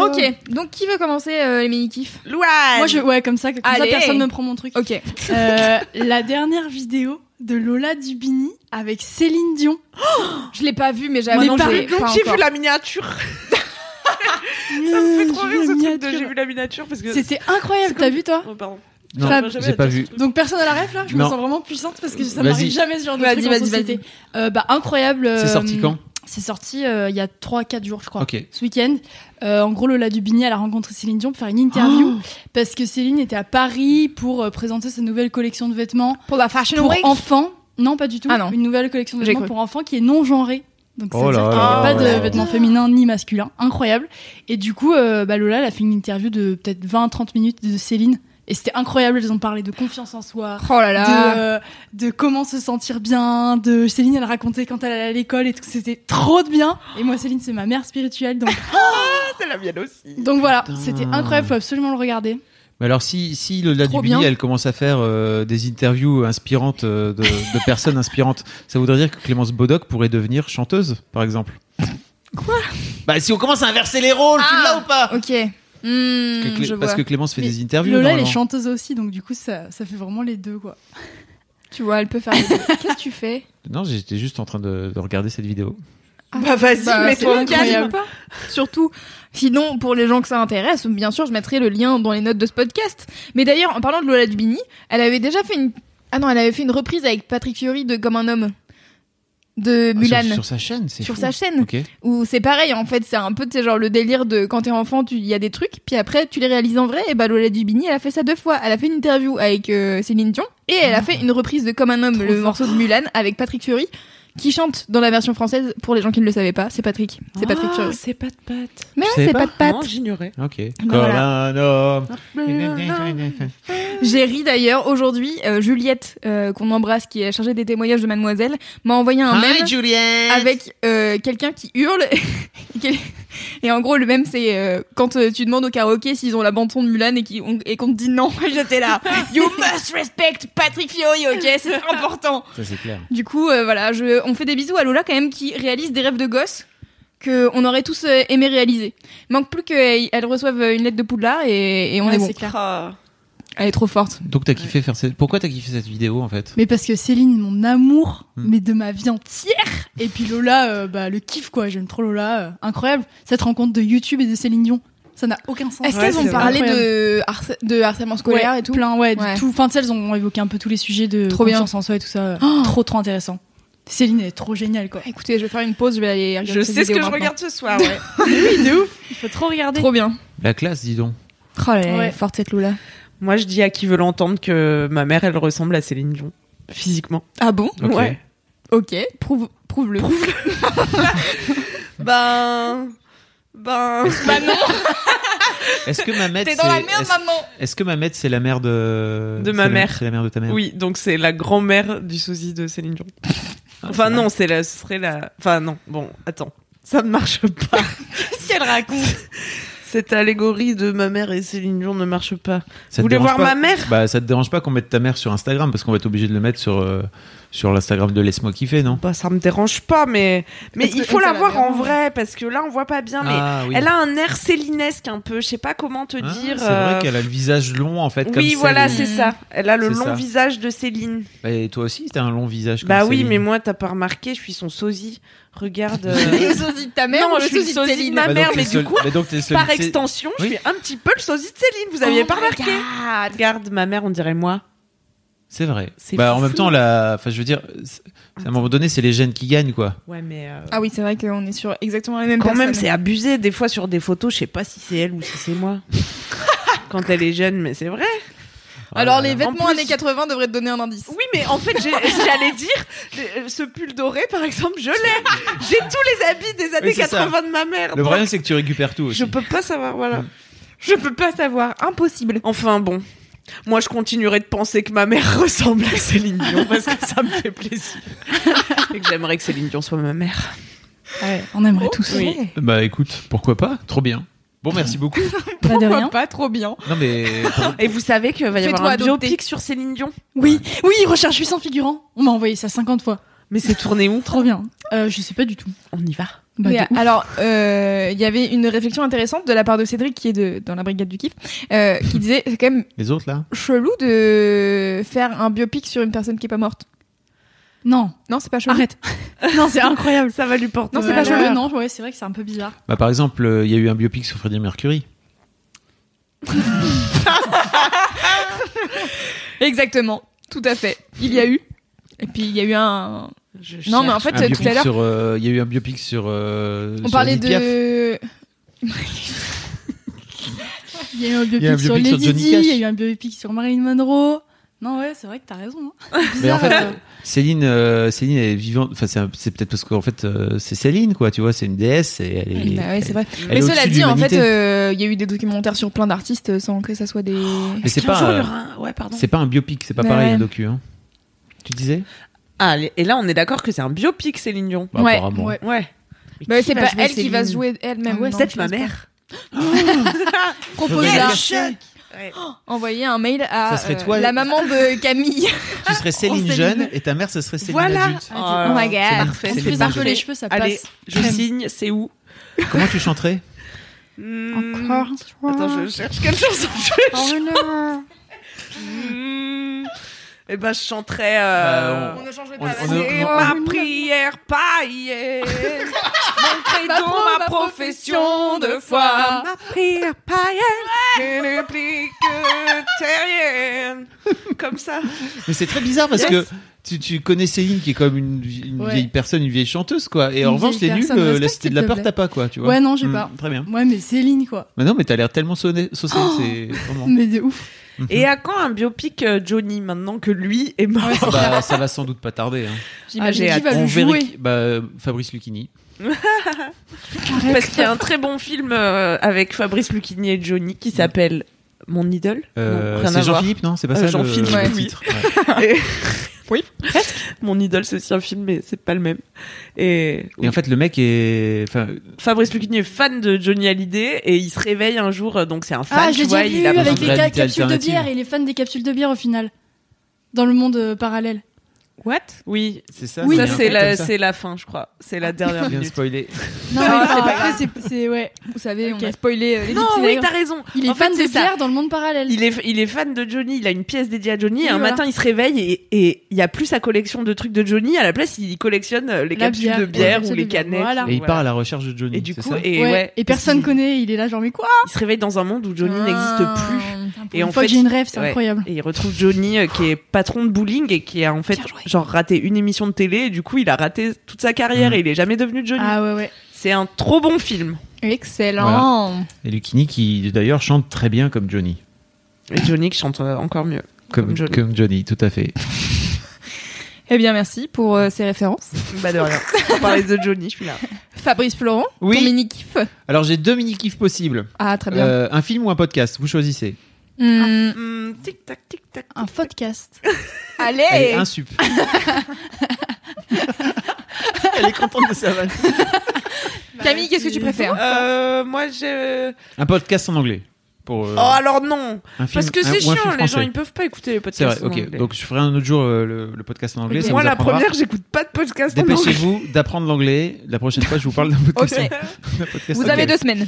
Speaker 3: Ok, donc qui veut commencer euh, les mini kifs
Speaker 5: Louane.
Speaker 6: Moi je ouais comme ça, comme ça
Speaker 3: Allez.
Speaker 6: personne ne me prend mon truc.
Speaker 3: Ok.
Speaker 6: Euh, la dernière vidéo de Lola Dubini avec Céline Dion.
Speaker 3: Je l'ai pas vu, mais
Speaker 5: Moi
Speaker 3: j'avoue.
Speaker 5: non,
Speaker 3: j'ai
Speaker 5: j'ai
Speaker 3: pas
Speaker 5: j'ai
Speaker 3: encore.
Speaker 5: vu la miniature. Ça me fait trop
Speaker 6: Euh,
Speaker 5: rire ce
Speaker 6: j'ai
Speaker 5: truc de
Speaker 6: miniature.
Speaker 5: j'ai vu la miniature parce que.
Speaker 6: C'était incroyable,
Speaker 5: C'est
Speaker 6: t'as vu toi
Speaker 5: Oh, pardon.
Speaker 4: Non,
Speaker 6: Fab.
Speaker 4: j'ai pas vu.
Speaker 6: Donc personne à la ref là, je me
Speaker 4: Non.
Speaker 6: sens vraiment puissante parce que ça
Speaker 4: Vas-y.
Speaker 6: m'arrive jamais ce genre de
Speaker 3: Vas-y,
Speaker 6: truc en
Speaker 3: vas-y,
Speaker 6: société. Euh, bah incroyable. euh,
Speaker 4: C'est sorti quand
Speaker 6: C'est sorti euh, il y a 3-4 jours je crois.
Speaker 4: Ok.
Speaker 6: Ce week-end, Euh, en gros, Lola Dubini, elle a rencontré Céline Dion pour faire une interview
Speaker 3: Ah.
Speaker 6: parce que Céline était à Paris pour euh, présenter sa nouvelle collection de vêtements
Speaker 3: Pour la Fashion
Speaker 6: pour
Speaker 3: Week.
Speaker 6: enfants. Non, pas du tout.
Speaker 3: Ah non.
Speaker 6: Une nouvelle collection de
Speaker 3: J'ai
Speaker 6: vêtements
Speaker 3: cru.
Speaker 6: pour enfants qui est non genrée. Donc, ça
Speaker 4: Oh
Speaker 6: veut
Speaker 4: là
Speaker 6: dire qu'il n'y
Speaker 4: là
Speaker 6: a pas
Speaker 4: là là.
Speaker 6: de vêtements féminins ni masculins. Incroyable. Et du coup, euh, bah, Lola, elle a fait une interview de peut-être 20-30 minutes de Céline. Et c'était incroyable. Elles ont parlé de confiance en soi,
Speaker 3: Oh là là.
Speaker 6: de, euh, de comment se sentir bien, de Céline, elle racontait quand elle allait à l'école et tout. C'était trop de bien. Et moi, Céline, c'est ma mère spirituelle. Donc,
Speaker 5: Ah, c'est la mienne aussi.
Speaker 6: donc voilà,
Speaker 4: Putain.
Speaker 6: c'était incroyable. Faut absolument le regarder.
Speaker 4: Mais alors si si Lola
Speaker 6: Trop
Speaker 4: Dubini
Speaker 6: bien.
Speaker 4: elle commence à faire euh, des interviews inspirantes euh, de, de personnes inspirantes, ça voudrait dire que Clémence Bodoc pourrait devenir chanteuse par exemple. Quoi Bah si on commence à inverser les rôles, tu
Speaker 3: Ah.
Speaker 4: l'as ou pas
Speaker 3: Ok. Hmm,
Speaker 4: Parce que Clé-
Speaker 3: je vois.
Speaker 4: Parce que Clémence fait
Speaker 6: Mais
Speaker 4: des interviews.
Speaker 6: Lola, elle est
Speaker 4: normalement.
Speaker 6: chanteuse aussi. Donc, du coup, ça, ça fait vraiment les deux, quoi.
Speaker 3: Tu vois, elle peut faire. les deux. Qu'est-ce que tu fais
Speaker 4: Non, j'étais juste en train de, de regarder cette vidéo.
Speaker 5: Bah vas-y,
Speaker 3: Bah, c'est
Speaker 5: mets-toi au
Speaker 3: nickel.
Speaker 5: calme.
Speaker 6: incroyable.
Speaker 3: Surtout, sinon, pour les gens que ça intéresse, bien sûr, je mettrai le lien dans les notes de ce podcast. Mais d'ailleurs, en parlant de Lola Dubini, elle avait déjà fait une. Ah non, elle avait fait une reprise avec Patrick Fiori de Comme un homme de
Speaker 4: Ah, sur-
Speaker 3: Mulan.
Speaker 4: Sur, sa chaîne, c'est
Speaker 3: Sur
Speaker 4: fou.
Speaker 3: sa chaîne.
Speaker 4: Ok.
Speaker 3: Où c'est pareil, en fait, c'est un peu, tu sais, genre le délire de quand t'es enfant, tu- il y a des trucs, puis après, tu les réalises en vrai, et bah Lola Dubini, elle a fait ça deux fois. Elle a fait une
Speaker 4: Ah.
Speaker 3: interview avec euh, Céline Dion, et elle a fait une reprise de Comme un homme, le morceau de Mulan, avec Patrick Fury, qui chante dans la version française, pour les gens qui ne le savaient pas, c'est Patrick. Ah, C'est Patrick Fiori.
Speaker 5: C'est pas de pâte.
Speaker 3: Mais ouais,
Speaker 4: savais
Speaker 3: c'est
Speaker 4: pas
Speaker 3: pas de patte.
Speaker 5: Non, j'ignorais.
Speaker 4: Ok. Comme
Speaker 3: voilà.
Speaker 4: un homme.
Speaker 3: J'ai ri d'ailleurs aujourd'hui. euh, Juliette, euh, qu'on embrasse, qui est chargée des témoignages de Mademoiselle, m'a envoyé un mème
Speaker 5: Juliette
Speaker 3: avec euh, quelqu'un qui hurle. et en gros, le même, c'est euh, quand euh, tu demandes au karaoké s'ils ont la bande-son de Mulan et qui- on- et qu'on te dit non, j'étais là. You must respect Patrick Fiori, ok C'est important.
Speaker 4: Ça, c'est clair.
Speaker 3: Du coup, euh, voilà, je, on fait des bisous à Lola quand même qui réalise des rêves de gosse que on aurait tous euh, aimé réaliser. Manque plus qu'elle elle reçoive euh, une lettre de Poudlard et, et on
Speaker 5: Ah,
Speaker 6: Ouais,
Speaker 3: est bon.
Speaker 6: c'est clair.
Speaker 3: Elle est trop forte.
Speaker 4: Donc, t'as kiffé faire cette. Pourquoi t'as kiffé cette vidéo en fait
Speaker 6: Mais parce que Céline, mon amour,
Speaker 4: Mm.
Speaker 6: mais de ma vie entière. Et puis Lola, euh, bah, le kiff quoi. J'aime trop Lola. euh, incroyable. Cette rencontre de YouTube et de Céline Dion. Ça n'a aucun sens.
Speaker 3: Est-ce
Speaker 5: Ouais,
Speaker 3: qu'elles ont
Speaker 5: c'est
Speaker 3: parlé
Speaker 6: incroyable.
Speaker 3: de, harce- de harcèlement scolaire
Speaker 6: Ouais,
Speaker 3: et tout
Speaker 6: Plein, ouais, de
Speaker 3: Ouais.
Speaker 6: tout. Enfin, tu sais, elles ont évoqué un peu tous les sujets de
Speaker 3: Trop bien.
Speaker 6: confiance en soi et tout ça. trop, trop intéressant. Céline, elle est trop géniale quoi.
Speaker 3: Écoutez, je vais faire une pause, je vais aller regarder
Speaker 5: Je
Speaker 3: cette
Speaker 5: sais ce
Speaker 3: vidéo
Speaker 5: que je
Speaker 3: maintenant.
Speaker 5: regarde ce soir. ouais.
Speaker 6: oui, de ouf. Il faut trop regarder.
Speaker 3: Trop bien.
Speaker 4: La classe, dis donc.
Speaker 3: Oh là là,
Speaker 6: Ouais.
Speaker 3: forte cette Lola.
Speaker 5: Moi, je dis à qui veut l'entendre que ma mère, elle ressemble à Céline Dion. Physiquement.
Speaker 3: Ah bon
Speaker 4: Ok.
Speaker 5: Ouais.
Speaker 3: Ok, prouve, prouve-le.
Speaker 5: Ben. Ben.
Speaker 3: bah non,
Speaker 4: Est-ce que Mamet,
Speaker 3: t'es dans la
Speaker 4: c'est-
Speaker 3: merde,
Speaker 4: est-ce-
Speaker 3: maman
Speaker 4: est-ce que Mamet, c'est la mère de
Speaker 5: De ma
Speaker 4: c'est la-
Speaker 5: mère.
Speaker 4: C'est la mère de ta mère.
Speaker 5: Oui, donc c'est la grand-mère du sosie de Céline Dion. Enfin, non, Ah, c'est la, ce serait la. Enfin, non, bon, attends. Ça ne marche pas. Qu'est-ce qu'elle raconte Cette allégorie de ma mère et Céline Dion ne marche pas.
Speaker 4: Ça te
Speaker 5: Vous voulez
Speaker 4: dérange
Speaker 5: voir
Speaker 4: pas
Speaker 5: ma mère
Speaker 4: Bah, ça te dérange pas qu'on mette ta mère sur Instagram parce qu'on va être obligé de le mettre sur euh, sur l'Instagram de laisse-moi kiffer, non
Speaker 5: Bah, ça me dérange pas, mais. Mais
Speaker 3: Parce que
Speaker 5: il faut
Speaker 3: elle, ça va
Speaker 5: la voir
Speaker 3: bien,
Speaker 5: en
Speaker 3: ouais.
Speaker 5: vrai, parce que là, on voit pas bien, mais.
Speaker 4: Ah oui.
Speaker 5: Elle a un air célinesque un peu, je sais pas comment te
Speaker 4: Ah,
Speaker 5: dire.
Speaker 4: C'est
Speaker 5: euh,
Speaker 4: vrai qu'elle a le visage long en fait. comme
Speaker 5: Oui,
Speaker 4: Céline.
Speaker 5: voilà,
Speaker 3: Céline.
Speaker 5: c'est ça. Elle a le
Speaker 4: C'est
Speaker 5: long
Speaker 4: ça.
Speaker 5: visage de Céline.
Speaker 4: Bah, Et toi aussi, t'as un long visage. Comme
Speaker 5: bah oui,
Speaker 4: Céline.
Speaker 5: mais moi, t'as pas remarqué, je suis son sosie. Regarde. euh,
Speaker 3: Le sosie de ta mère
Speaker 5: Non,
Speaker 3: ou le
Speaker 5: je suis le
Speaker 3: sosie de
Speaker 5: sosie de
Speaker 3: Céline
Speaker 5: ma-
Speaker 4: Bah, donc,
Speaker 5: mère,
Speaker 4: t'es
Speaker 5: mais du
Speaker 4: seul-
Speaker 5: coup,
Speaker 4: mais donc, t'es seul-
Speaker 5: Par
Speaker 4: c'est-
Speaker 5: extension,
Speaker 4: Oui.
Speaker 5: je suis un petit peu le sosie de Céline, vous aviez
Speaker 3: Oh
Speaker 5: pas
Speaker 3: my
Speaker 5: remarqué.
Speaker 3: God.
Speaker 5: Regarde, ma mère, on dirait moi.
Speaker 4: C'est vrai.
Speaker 5: C'est
Speaker 4: Bah, en
Speaker 5: fou.
Speaker 4: même temps, la... enfin, je veux dire, c'est- à un moment donné, c'est les gènes qui gagnent, quoi.
Speaker 5: Ouais, mais. euh,
Speaker 3: Ah oui, c'est vrai qu'on est sur exactement la même
Speaker 5: Quand
Speaker 3: personne.
Speaker 5: même, c'est abusé. Des fois, sur des photos, je sais pas si c'est elle ou si c'est moi. Quand elle est jeune, mais c'est vrai.
Speaker 4: Oh
Speaker 3: Alors les vêtements
Speaker 5: En plus-
Speaker 3: années 80 devraient te donner un indice.
Speaker 5: Oui, mais en fait, j'ai- j'allais dire, euh, ce pull doré, par exemple, je l'ai. J'ai tous les habits des années
Speaker 4: Oui, c'est ça.
Speaker 5: 80 de ma mère.
Speaker 4: Le
Speaker 5: donc
Speaker 4: problème, c'est que tu récupères tout aussi.
Speaker 5: je peux pas savoir, voilà. Je peux pas savoir, impossible. Enfin bon, moi je continuerai de penser que ma mère ressemble à Céline Dion parce que ça me fait plaisir. Et que j'aimerais que Céline Dion soit ma mère.
Speaker 6: Ah On aimerait
Speaker 3: Oh.
Speaker 6: tous.
Speaker 5: Oui.
Speaker 4: Bah écoute, pourquoi pas Trop bien. Bon, merci beaucoup.
Speaker 6: Pas de rien.
Speaker 3: pas trop bien.
Speaker 4: Non mais pour-
Speaker 5: Et vous savez qu'il va y
Speaker 3: Fais-toi
Speaker 5: avoir un
Speaker 3: adopter.
Speaker 5: biopic sur Céline Dion
Speaker 6: Oui, oui, recherche 800 figurants. On m'a envoyé ça 50 fois.
Speaker 5: Mais c'est tourné où
Speaker 6: Trop bien. Euh, je sais pas du tout.
Speaker 5: On y va.
Speaker 6: Bah,
Speaker 3: Oui,
Speaker 6: de ouf.
Speaker 3: alors, euh, il y avait une réflexion intéressante de la part de Cédric, qui est de, dans la brigade du kiff, euh, qui disait c'est quand même
Speaker 4: les autres là
Speaker 3: chelou de faire un biopic sur une personne qui est pas morte.
Speaker 6: Non,
Speaker 3: Non, c'est pas chelou.
Speaker 6: arrête. non, c'est incroyable.
Speaker 5: Ça va lui porter.
Speaker 3: Non, c'est pas
Speaker 6: Ouais,
Speaker 3: chelou.
Speaker 6: ouais, Euh, Non, ouais, c'est vrai que c'est un peu bizarre.
Speaker 4: Bah par exemple, euh, il y a eu un biopic sur Freddie Mercury.
Speaker 3: Exactement, tout à fait. Il y a eu. Et puis il y a eu un. Non, mais en fait,
Speaker 4: Un
Speaker 3: tout à
Speaker 4: biopic
Speaker 3: l'heure,
Speaker 4: sur euh, il y a eu un biopic sur euh,
Speaker 3: on
Speaker 4: sur
Speaker 3: parlait
Speaker 4: Edith Piaf.
Speaker 3: de.
Speaker 6: Il y a eu un
Speaker 4: y a un
Speaker 6: biopic sur
Speaker 4: biopic sur
Speaker 6: Lady
Speaker 4: Johnny
Speaker 6: Di, il y a
Speaker 4: Cash.
Speaker 6: eu un biopic sur Marilyn Monroe. Non, ouais, c'est vrai que t'as raison. hein. C'est
Speaker 4: Mais en
Speaker 6: bizarre,
Speaker 4: fait,
Speaker 6: euh.
Speaker 4: Céline, euh, Céline elle est vivante. Enfin, c'est un- c'est peut-être parce qu'en fait, euh, c'est Céline, quoi. Tu vois, c'est une déesse. Et elle est,
Speaker 3: Bah ouais, c'est vrai.
Speaker 4: elle est
Speaker 3: Mais
Speaker 4: au-dessus
Speaker 3: cela
Speaker 4: de
Speaker 3: dit, en fait,
Speaker 4: l'humanité.
Speaker 3: euh, il y a eu des documentaires sur plein d'artistes sans que ça soit des.
Speaker 4: mais c'est pas, euh,
Speaker 5: Ouais, pardon.
Speaker 4: c'est pas un biopic, c'est pas
Speaker 3: Bah
Speaker 4: pareil
Speaker 3: ouais.
Speaker 4: un docu. hein. Tu disais
Speaker 5: Ah, et là, on est d'accord que c'est un biopic, Céline Dion.
Speaker 4: Bah,
Speaker 3: Ouais,
Speaker 4: apparemment.
Speaker 6: ouais.
Speaker 5: Ouais.
Speaker 3: Bah, c'est pas elle qui va se jouer elle-même.
Speaker 6: Ah ouais,
Speaker 3: non,
Speaker 5: Peut-être
Speaker 3: je
Speaker 5: ma
Speaker 3: pense pas.
Speaker 5: mère. Oh
Speaker 3: Propose
Speaker 4: Yes,
Speaker 3: à-
Speaker 5: choc.
Speaker 3: envoyer un mail à
Speaker 4: Ça serait
Speaker 3: euh,
Speaker 4: toi.
Speaker 3: la maman de Camille.
Speaker 4: Tu serais Céline
Speaker 3: Céline.
Speaker 4: jeune et ta mère, ce serait Céline
Speaker 5: Voilà.
Speaker 4: adulte.
Speaker 3: Oh my god.
Speaker 5: parfait.
Speaker 6: On
Speaker 4: c'est
Speaker 6: frise
Speaker 4: les
Speaker 6: un peu
Speaker 4: parfaits.
Speaker 6: les cheveux, ça
Speaker 5: Allez,
Speaker 6: passe.
Speaker 5: je
Speaker 6: Crème.
Speaker 5: signe, c'est où
Speaker 4: Comment tu chanterais
Speaker 5: Hmm.
Speaker 6: Encore.
Speaker 5: Attends, je cherche quelque chose. Je-
Speaker 6: Oh non.
Speaker 5: Hmm. Eh ben, je chanterai.
Speaker 4: Bah,
Speaker 5: Euh...
Speaker 4: on-
Speaker 3: changerait
Speaker 4: on- on-
Speaker 5: C'est
Speaker 4: on-
Speaker 5: ma prière païenne, mon
Speaker 3: Ma
Speaker 5: credo,
Speaker 3: pro-
Speaker 5: ma,
Speaker 3: ma
Speaker 5: profession de foi. Ma prière païenne, je ne plie que terrienne. Comme ça.
Speaker 4: Mais c'est très bizarre parce
Speaker 5: Yes.
Speaker 4: que tu, tu connais Céline qui est comme une, vie- une
Speaker 6: Ouais.
Speaker 4: vieille personne, une vieille chanteuse quoi. Et
Speaker 6: Une
Speaker 4: en revanche,
Speaker 6: vieille
Speaker 4: les nuls,
Speaker 6: personne,
Speaker 4: euh, la
Speaker 6: respecte,
Speaker 4: cité de la
Speaker 6: s'il te
Speaker 4: peur,
Speaker 6: plaît.
Speaker 4: t'as pas quoi, tu vois.
Speaker 6: Ouais, non, j'ai
Speaker 4: Hmm,
Speaker 6: pas.
Speaker 4: Très bien.
Speaker 6: Ouais, mais Céline, quoi.
Speaker 5: Oh
Speaker 4: Mais non, mais t'as l'air tellement sonné, saucée, c'est vraiment.
Speaker 6: Mais de ouf.
Speaker 4: Mhm.
Speaker 5: Et à quand un biopic euh, Johnny maintenant que lui est mort
Speaker 4: Bah, ça va sans doute pas tarder. hein.
Speaker 5: Ah, j'ai
Speaker 6: J'imagine qui
Speaker 5: hâte.
Speaker 6: va le
Speaker 4: On
Speaker 6: jouer.
Speaker 4: vérifie. Bah, euh, Fabrice Lucchini.
Speaker 5: Parce qu'il y a un très bon film euh, avec Fabrice Lucchini et Johnny qui s'appelle Mon idole.
Speaker 4: Euh,
Speaker 5: Non, rien à
Speaker 4: c'est
Speaker 5: voir.
Speaker 4: Jean-Philippe, non C'est pas
Speaker 5: Euh,
Speaker 4: ça
Speaker 5: Jean-Philippe,
Speaker 4: le, le
Speaker 5: ouais.
Speaker 4: titre Ouais.
Speaker 5: Mon idole, c'est aussi un film, mais c'est pas le même. Et,
Speaker 4: Et en fait, le mec est. Enfin,
Speaker 5: Fabrice Lucchini est fan de Johnny Hallyday et il se réveille un jour, euh, donc c'est un fan,
Speaker 6: Ah,
Speaker 5: tu
Speaker 6: j'ai
Speaker 5: vois,
Speaker 6: déjà
Speaker 5: il
Speaker 6: vu
Speaker 5: a
Speaker 6: avec
Speaker 4: de
Speaker 6: les
Speaker 4: la
Speaker 6: gars
Speaker 4: vie
Speaker 6: capsules de
Speaker 4: alternative.
Speaker 6: bière. Il est fan des capsules de bière au final. Dans le monde euh, parallèle.
Speaker 5: What Oui,
Speaker 4: c'est ça.
Speaker 5: ça
Speaker 4: un
Speaker 5: c'est
Speaker 4: truc
Speaker 5: la,
Speaker 4: comme ça.
Speaker 5: c'est la fin, je crois. C'est
Speaker 6: Ah,
Speaker 5: la dernière
Speaker 4: Bien
Speaker 5: minute.
Speaker 4: spoilé.
Speaker 6: Non, mais
Speaker 5: Ah,
Speaker 6: par
Speaker 5: c'est pas
Speaker 6: après, c'est- c'est. Ouais.
Speaker 3: Vous savez,
Speaker 6: Ok.
Speaker 3: on a spoilé euh, les
Speaker 5: Non,
Speaker 3: petits
Speaker 5: oui,
Speaker 3: nègres.
Speaker 5: t'as raison.
Speaker 6: Il est
Speaker 5: En
Speaker 6: fan
Speaker 5: fait,
Speaker 6: de
Speaker 5: c'est ça.
Speaker 6: bière dans le monde parallèle.
Speaker 5: Il est, il est fan de Johnny, il a une pièce dédiée à Johnny, et un
Speaker 6: voilà.
Speaker 5: matin il se réveille et- et il n'y a plus sa collection de trucs de Johnny, à la place il collectionne euh, les
Speaker 6: La
Speaker 5: capsules
Speaker 6: bière,
Speaker 5: de
Speaker 6: les
Speaker 5: bière
Speaker 6: capsules
Speaker 5: ou les
Speaker 6: de bière,
Speaker 5: canettes.
Speaker 6: voilà.
Speaker 4: Et il
Speaker 5: Ah, Voilà.
Speaker 4: part à la recherche de Johnny.
Speaker 5: Et du
Speaker 4: c'est
Speaker 5: coup,
Speaker 4: ça
Speaker 5: et,
Speaker 6: Ouais.
Speaker 5: ouais,
Speaker 6: Et personne
Speaker 5: il-
Speaker 6: connaît. Il est là, genre, mais quoi
Speaker 5: Il se réveille dans un monde où Johnny n'existe plus.
Speaker 6: Pour
Speaker 5: Et
Speaker 6: une
Speaker 5: en
Speaker 6: fois
Speaker 5: fait,
Speaker 6: que j'ai une rêve, c'est
Speaker 5: ouais.
Speaker 6: incroyable.
Speaker 5: Et il retrouve Johnny euh, qui est patron de bowling et qui a en fait
Speaker 6: Bien joué.
Speaker 5: genre raté une émission de télé et du coup il a raté toute sa carrière
Speaker 4: Mhm.
Speaker 5: et il est jamais devenu Johnny.
Speaker 6: Ah ouais, ouais.
Speaker 5: C'est un trop bon film.
Speaker 3: Excellent.
Speaker 4: Et Lucchini qui d'ailleurs chante très bien comme Johnny.
Speaker 5: Et Johnny qui chante euh, encore mieux.
Speaker 4: Comme,
Speaker 5: Comme Johnny.
Speaker 4: comme Johnny, tout à fait.
Speaker 3: Eh bien, merci pour euh, ces références.
Speaker 5: Bah de rien. On parlait de Johnny, je suis là.
Speaker 3: Fabrice Florent,
Speaker 4: Oui.
Speaker 3: ton mini-kiff.
Speaker 4: Alors j'ai deux mini-kifs possibles.
Speaker 3: Ah, très bien.
Speaker 4: Euh, un film ou un podcast, vous choisissez.
Speaker 3: Hmm,
Speaker 5: Hmm, tic tac tic tac.
Speaker 6: Un podcast.
Speaker 3: Allez,
Speaker 4: Allez, un sup. Elle est contente de sa vanne.
Speaker 3: Camille, qu'est-ce que tu
Speaker 6: Bah,
Speaker 3: préfères
Speaker 5: Euh, moi j'ai.
Speaker 4: Un podcast en anglais. Pour, euh,
Speaker 5: Oh alors non.
Speaker 4: un film, Euh,
Speaker 5: Parce que
Speaker 4: un-
Speaker 5: c'est
Speaker 4: ou un
Speaker 5: chiant,
Speaker 4: film
Speaker 5: les gens
Speaker 4: français.
Speaker 5: ils peuvent pas écouter les podcasts.
Speaker 4: C'est vrai,
Speaker 5: en
Speaker 4: ok.
Speaker 5: anglais.
Speaker 4: Donc je ferai un autre jour euh, le, le podcast en anglais. ça
Speaker 5: moi
Speaker 4: vous
Speaker 5: la
Speaker 4: apprendra.
Speaker 5: première j'écoute pas de podcast en anglais.
Speaker 4: Dépêchez-vous d'apprendre l'anglais. La prochaine fois, je vous parle d'un podcast.
Speaker 3: Ok.
Speaker 4: d'un podcast
Speaker 3: Vous
Speaker 4: anglais.
Speaker 3: avez deux semaines.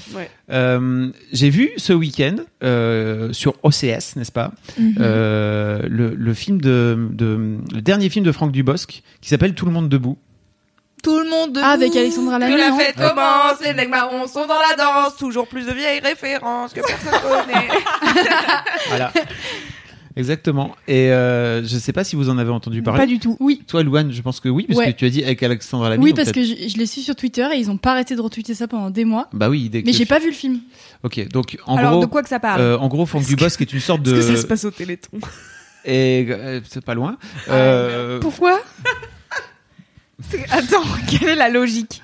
Speaker 4: Euh, J'ai vu ce week-end euh, sur OCS, n'est-ce pas, euh, le, le film de, de- le dernier film de Franck Dubosc qui s'appelle Tout le monde debout.
Speaker 3: Tout le monde debout.
Speaker 6: Ah, avec Alexandra
Speaker 5: Que
Speaker 6: Lamy.
Speaker 5: la
Speaker 6: non
Speaker 5: fête commence, les mecs marrons sont dans la danse, toujours plus de vieilles références que personne connaît.
Speaker 4: Voilà. Exactement. Et euh, je sais pas si vous en avez entendu parler.
Speaker 6: Pas du tout. Oui.
Speaker 4: Toi, Louane, je pense que oui, parce
Speaker 6: Ouais.
Speaker 4: que tu as dit avec Alexandra Lamy.
Speaker 6: Oui,
Speaker 4: donc
Speaker 6: parce
Speaker 4: peut-être-
Speaker 6: que je, je les suis sur Twitter et ils ont pas arrêté de retweeter ça pendant des mois.
Speaker 4: Bah oui, dès que-
Speaker 6: Mais j'ai pas vu le film.
Speaker 4: Ok, donc en
Speaker 3: Alors,
Speaker 4: gros,
Speaker 3: de quoi que ça parle
Speaker 4: euh, en gros, Franck Dubosc est une sorte de.
Speaker 5: Est-ce que ça se passe au Téléthon
Speaker 4: Et euh, c'est pas loin. Euh,
Speaker 3: Pourquoi C'est- Attends, quelle est la logique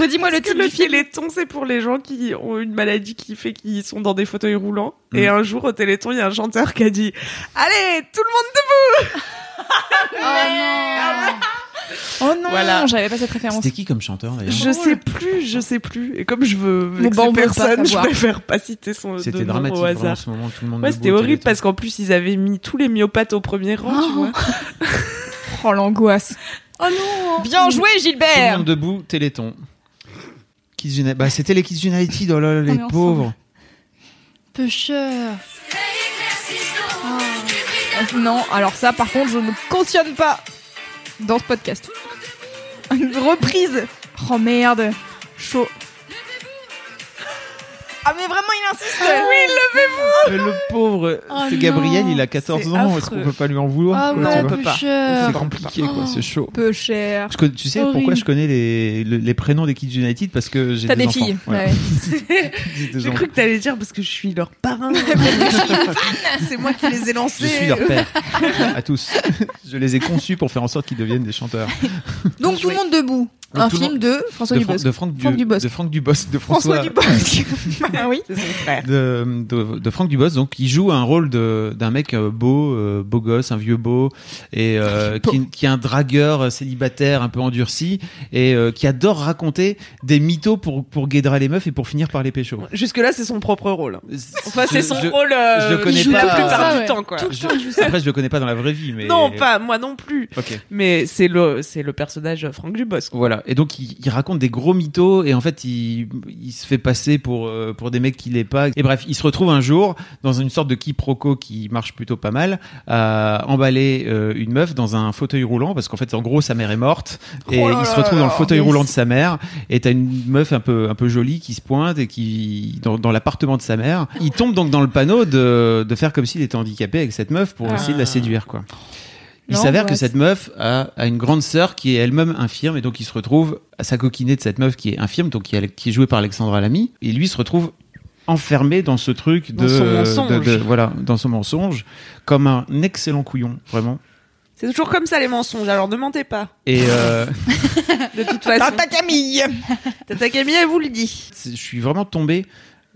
Speaker 3: Redis-moi le
Speaker 5: Est-ce que
Speaker 3: titre
Speaker 5: le
Speaker 3: du film.
Speaker 5: Téléthon, c'est pour les gens qui ont une maladie qui fait qu'ils sont dans des fauteuils roulants.
Speaker 4: Mm.
Speaker 5: Et un jour, au Téléthon, il y a un chanteur qui a dit « Allez, tout le monde
Speaker 6: Oh
Speaker 3: Ah,
Speaker 6: non
Speaker 3: Oh non,
Speaker 5: Voilà.
Speaker 3: j'avais pas cette référence.
Speaker 4: C'était qui comme chanteur
Speaker 5: debout !»
Speaker 4: d'ailleurs
Speaker 5: Je sais plus, je sais plus. Et comme je veux
Speaker 3: Bon, bah, on
Speaker 5: vexer
Speaker 3: veut pas
Speaker 5: personne, je
Speaker 3: savoir.
Speaker 5: préfère pas citer son de
Speaker 4: C'était
Speaker 5: nom
Speaker 4: dramatique
Speaker 5: au
Speaker 4: vraiment,
Speaker 5: hasard.
Speaker 4: ce moment, tout le monde.
Speaker 5: Ouais,
Speaker 4: debout
Speaker 5: c'était
Speaker 4: au
Speaker 5: horrible
Speaker 4: téléphone.
Speaker 5: parce qu'en plus, ils avaient mis tous les myopathes au premier rang, tu
Speaker 6: Oh.
Speaker 5: vois.
Speaker 3: Oh l'angoisse.
Speaker 6: Oh non
Speaker 3: Bien joué
Speaker 4: Tout le
Speaker 3: Gilbert
Speaker 4: monde debout, Téléthon. Kids United. Bah, c'était les Kids United, oh là là, les
Speaker 6: est ensemble.
Speaker 4: pauvres.
Speaker 6: Pusher.
Speaker 3: Non, alors ça par contre je ne cautionne pas dans ce podcast. Une reprise Oh merde Chaud. Ah mais vraiment il insiste
Speaker 5: Ah
Speaker 4: Mais le pauvre,
Speaker 6: Oh
Speaker 4: c'est Gabriel,
Speaker 6: non,
Speaker 4: il a 14
Speaker 5: c'est
Speaker 4: ans,
Speaker 5: affreux.
Speaker 4: est-ce qu'on peut pas lui en vouloir
Speaker 6: Ah
Speaker 4: quoi,
Speaker 5: ouais,
Speaker 4: tu
Speaker 6: ouais,
Speaker 4: vois
Speaker 5: peut pas.
Speaker 6: Pusher.
Speaker 4: C'est compliqué, quoi, c'est chaud.
Speaker 3: Peu cher.
Speaker 4: Je connais- tu sais
Speaker 6: Horrible.
Speaker 4: pourquoi je connais les, le- les prénoms des Kids United Parce que j'ai
Speaker 3: T'as
Speaker 4: des,
Speaker 3: des
Speaker 4: enfants.
Speaker 3: filles.
Speaker 4: Voilà.
Speaker 3: ouais.
Speaker 4: J'ai des
Speaker 5: J'ai
Speaker 4: enfants.
Speaker 5: cru que t'allais dire parce que je suis leur parrain. c'est moi qui les ai lancés.
Speaker 4: Je suis leur père, à tous. Je les ai conçus pour faire en sorte qu'ils deviennent des chanteurs.
Speaker 3: Donc tout le monde debout.
Speaker 4: Donc,
Speaker 3: un
Speaker 4: tout le
Speaker 3: film de François
Speaker 4: de, Fran-
Speaker 3: Dubosc.
Speaker 4: de Franck,
Speaker 3: Franck
Speaker 4: du,
Speaker 3: Dubosc.
Speaker 4: de Franck Dubosc, de
Speaker 3: François
Speaker 4: François,
Speaker 3: Dubosc. ah oui.
Speaker 5: C'est son frère.
Speaker 4: de, de, de Franck Dubos, donc il joue un rôle de- d'un mec euh, beau, euh, beau gosse, un vieux beau, et euh, qui, qui est un dragueur euh, célibataire un peu endurci, et euh, qui adore raconter des mythos pour, pour guédrer les meufs et pour finir par les pécho.
Speaker 5: Jusque-là, c'est son propre rôle. Enfin, c'est
Speaker 4: Je-
Speaker 5: son
Speaker 4: je-
Speaker 5: rôle. euh,
Speaker 4: je le connais
Speaker 5: il joue
Speaker 4: pas.
Speaker 5: La plupart
Speaker 6: Ça,
Speaker 5: du
Speaker 6: ouais.
Speaker 5: temps, quoi.
Speaker 6: Tout le
Speaker 4: Je-
Speaker 6: temps, il joue ça.
Speaker 4: Après, je le connais pas dans la vraie vie, mais.
Speaker 5: Non, pas moi non plus.
Speaker 4: Ok.
Speaker 5: Mais c'est le, c'est le personnage euh, Franck Dubosc.
Speaker 4: Voilà. Et donc, il, il raconte des gros mythos et en fait, il, il se fait passer pour, euh, pour des mecs qu'il n'est pas. Et bref, il se retrouve un jour dans une sorte de quiproquo qui marche plutôt pas mal à emballer euh, une meuf dans un fauteuil roulant parce qu'en fait, en gros, sa mère est morte et
Speaker 3: Oh là
Speaker 4: il se
Speaker 3: là
Speaker 4: retrouve
Speaker 3: là
Speaker 4: dans le
Speaker 3: là.
Speaker 4: fauteuil
Speaker 3: Yes.
Speaker 4: roulant de sa mère et t'as une meuf un peu, un peu jolie qui se pointe et qui, dans, dans l'appartement de sa mère, il tombe donc dans le panneau de, de faire comme s'il était handicapé avec cette meuf
Speaker 3: Ah.
Speaker 4: pour essayer de la séduire, quoi. Il
Speaker 3: Non,
Speaker 4: s'avère que
Speaker 3: ouais.
Speaker 4: cette meuf a, a une grande sœur qui est elle-même infirme et donc il se retrouve à s'acoquiner de cette meuf qui est infirme, donc qui, est- qui est jouée par Alexandra Lamy. Et lui se retrouve enfermé dans ce truc de,
Speaker 5: Dans son mensonge.
Speaker 4: de- de- voilà dans son mensonge comme un excellent couillon vraiment
Speaker 5: C'est toujours comme ça les mensonges, alors ne mentez pas.
Speaker 4: et euh,
Speaker 5: De toute façon. Tata Camille Tata Camille, elle vous le dit.
Speaker 4: c'est- je suis vraiment tombé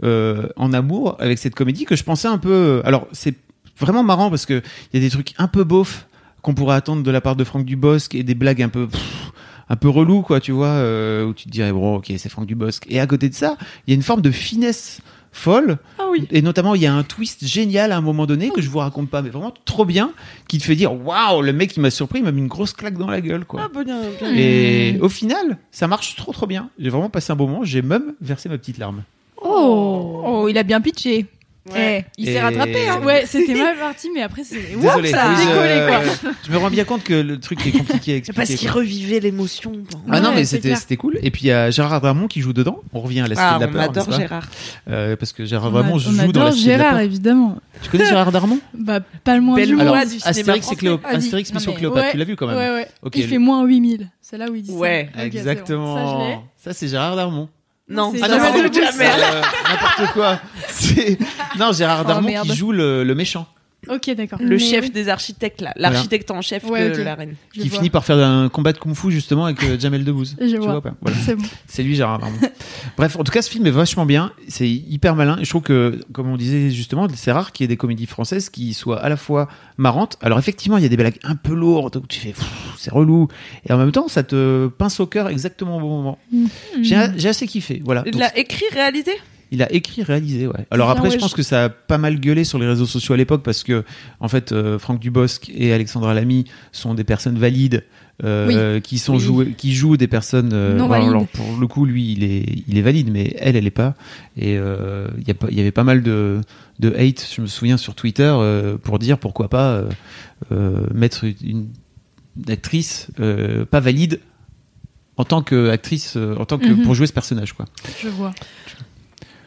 Speaker 4: euh, en amour avec cette comédie que je pensais un peu alors c'est vraiment marrant parce que il y a des trucs un peu beaufs qu'on pourrait attendre de la part de Franck Dubosc et des blagues un peu pff, un peu relou quoi tu vois euh, où tu te dirais bon ok c'est Franck Dubosc et à côté de ça il y a une forme de finesse folle
Speaker 5: Ah oui.
Speaker 4: Et notamment, il y a un twist génial à un moment donné que je vous raconte pas, mais vraiment trop bien, qui te fait dire waouh, le mec il m'a surpris, il m'a mis une grosse claque dans la gueule
Speaker 5: Ah,
Speaker 4: quoi.
Speaker 5: bon,
Speaker 6: euh,
Speaker 5: bien, bien.
Speaker 6: Hmm.
Speaker 4: Et au final, ça marche trop trop bien. J'ai vraiment passé un bon moment, j'ai même versé ma petite larme.
Speaker 3: Oh. il a bien pitché.
Speaker 5: Ouais.
Speaker 3: Eh, il
Speaker 4: Et-
Speaker 3: s'est rattrapé. Hein.
Speaker 6: Ouais, c'était mal parti, mais après, c'est. Ouah,
Speaker 4: Désolé,
Speaker 6: ça a
Speaker 4: oui,
Speaker 6: décollé, quoi.
Speaker 4: euh, je me rends bien compte que le truc est compliqué à
Speaker 5: C'est parce
Speaker 4: expliquer.
Speaker 5: qu'il
Speaker 4: quoi.
Speaker 5: revivait l'émotion.
Speaker 4: Ah non,
Speaker 6: Ouais,
Speaker 4: mais
Speaker 6: c'est
Speaker 4: c'était
Speaker 6: clair.
Speaker 4: c'était cool. Et puis il y a Gérard Darmon qui joue dedans. On revient à la Cité
Speaker 5: Ah,
Speaker 4: de la
Speaker 5: on
Speaker 4: peur.
Speaker 5: adore
Speaker 4: n'est-ce pas
Speaker 5: Gérard.
Speaker 4: Euh, parce que Gérard
Speaker 6: On a-
Speaker 4: Darmon joue
Speaker 6: on
Speaker 4: dans
Speaker 6: adore
Speaker 4: la Cité de la
Speaker 6: Gérard,
Speaker 4: peur.
Speaker 6: évidemment.
Speaker 4: Tu connais Gérard Darmon
Speaker 6: Bah, pas le moins
Speaker 5: Belle
Speaker 6: du
Speaker 5: loi
Speaker 6: monde. Ah,
Speaker 5: du cinéma
Speaker 4: Astérix, et
Speaker 5: français.
Speaker 4: Cléopâtre.
Speaker 3: Vas-y.
Speaker 4: Astérix Mission
Speaker 3: Non, mais-
Speaker 4: Cléopâtre,
Speaker 6: Ouais.
Speaker 4: tu l'as vu quand même.
Speaker 6: Ouais, ouais.
Speaker 4: Ok,
Speaker 6: Il fait moins 8000. C'est là où il dit ça.
Speaker 5: Ouais.
Speaker 6: Ok, c'est bon. Ça, je l'ai.
Speaker 4: Exactement. Ça, c'est Gérard Darmon.
Speaker 5: Non,
Speaker 6: C'est
Speaker 5: ah,
Speaker 6: Jamel
Speaker 5: non,
Speaker 6: Debbouze.
Speaker 5: Jamel.
Speaker 4: Euh, N'importe quoi. C'est- Non, Gérard
Speaker 3: Oh,
Speaker 4: Darmon
Speaker 3: merde.
Speaker 4: qui joue le, le méchant,
Speaker 6: Ok, d'accord.
Speaker 5: Le
Speaker 6: Mais
Speaker 5: chef
Speaker 6: oui,
Speaker 5: des architectes, là. L'architecte en chef
Speaker 6: Ouais,
Speaker 5: de
Speaker 6: ok.
Speaker 5: la reine.
Speaker 6: je
Speaker 4: qui
Speaker 6: vois.
Speaker 4: finit par faire un combat de kung-fu justement avec euh, Jamel Debbouze.
Speaker 6: Je
Speaker 4: Tu
Speaker 6: vois.
Speaker 4: vois pas Voilà.
Speaker 6: C'est bon.
Speaker 4: C'est lui, Gérard Darmon. Bref, en tout cas, ce film est vachement bien. C'est hyper malin. Et je trouve que, comme on disait justement, c'est rare qu'il y ait des comédies françaises qui soient à la fois marrantes. Alors, effectivement, il y a des blagues un peu lourdes où tu fais Pff, c'est relou. Et en même temps, ça te pince au cœur exactement au bon moment.
Speaker 6: Mm.
Speaker 4: J'ai j'ai assez kiffé. Voilà.
Speaker 5: Il
Speaker 4: Donc,
Speaker 5: l'a écrit, réalisé
Speaker 4: Il a écrit, réalisé, ouais. Alors
Speaker 6: Ah
Speaker 4: après,
Speaker 6: ouais,
Speaker 4: je pense que ça a pas mal gueulé sur les réseaux sociaux à l'époque parce que, en fait, euh, Franck Dubosc et Alexandra Lamy sont des personnes valides euh, qui sont
Speaker 3: Oui.
Speaker 4: jouées- qui jouent des personnes. euh,
Speaker 3: Non valides.
Speaker 4: alors, pour le coup, lui, il est, il est valide, mais elle, elle est pas. Et euh, il y a pas- il y avait pas mal de, de hate, je me souviens sur Twitter, euh, pour dire pourquoi pas euh, euh, mettre une, une actrice euh, pas valide en tant qu'actrice, euh, en tant que
Speaker 3: Mhm.
Speaker 4: pour jouer ce personnage, quoi.
Speaker 6: Je vois.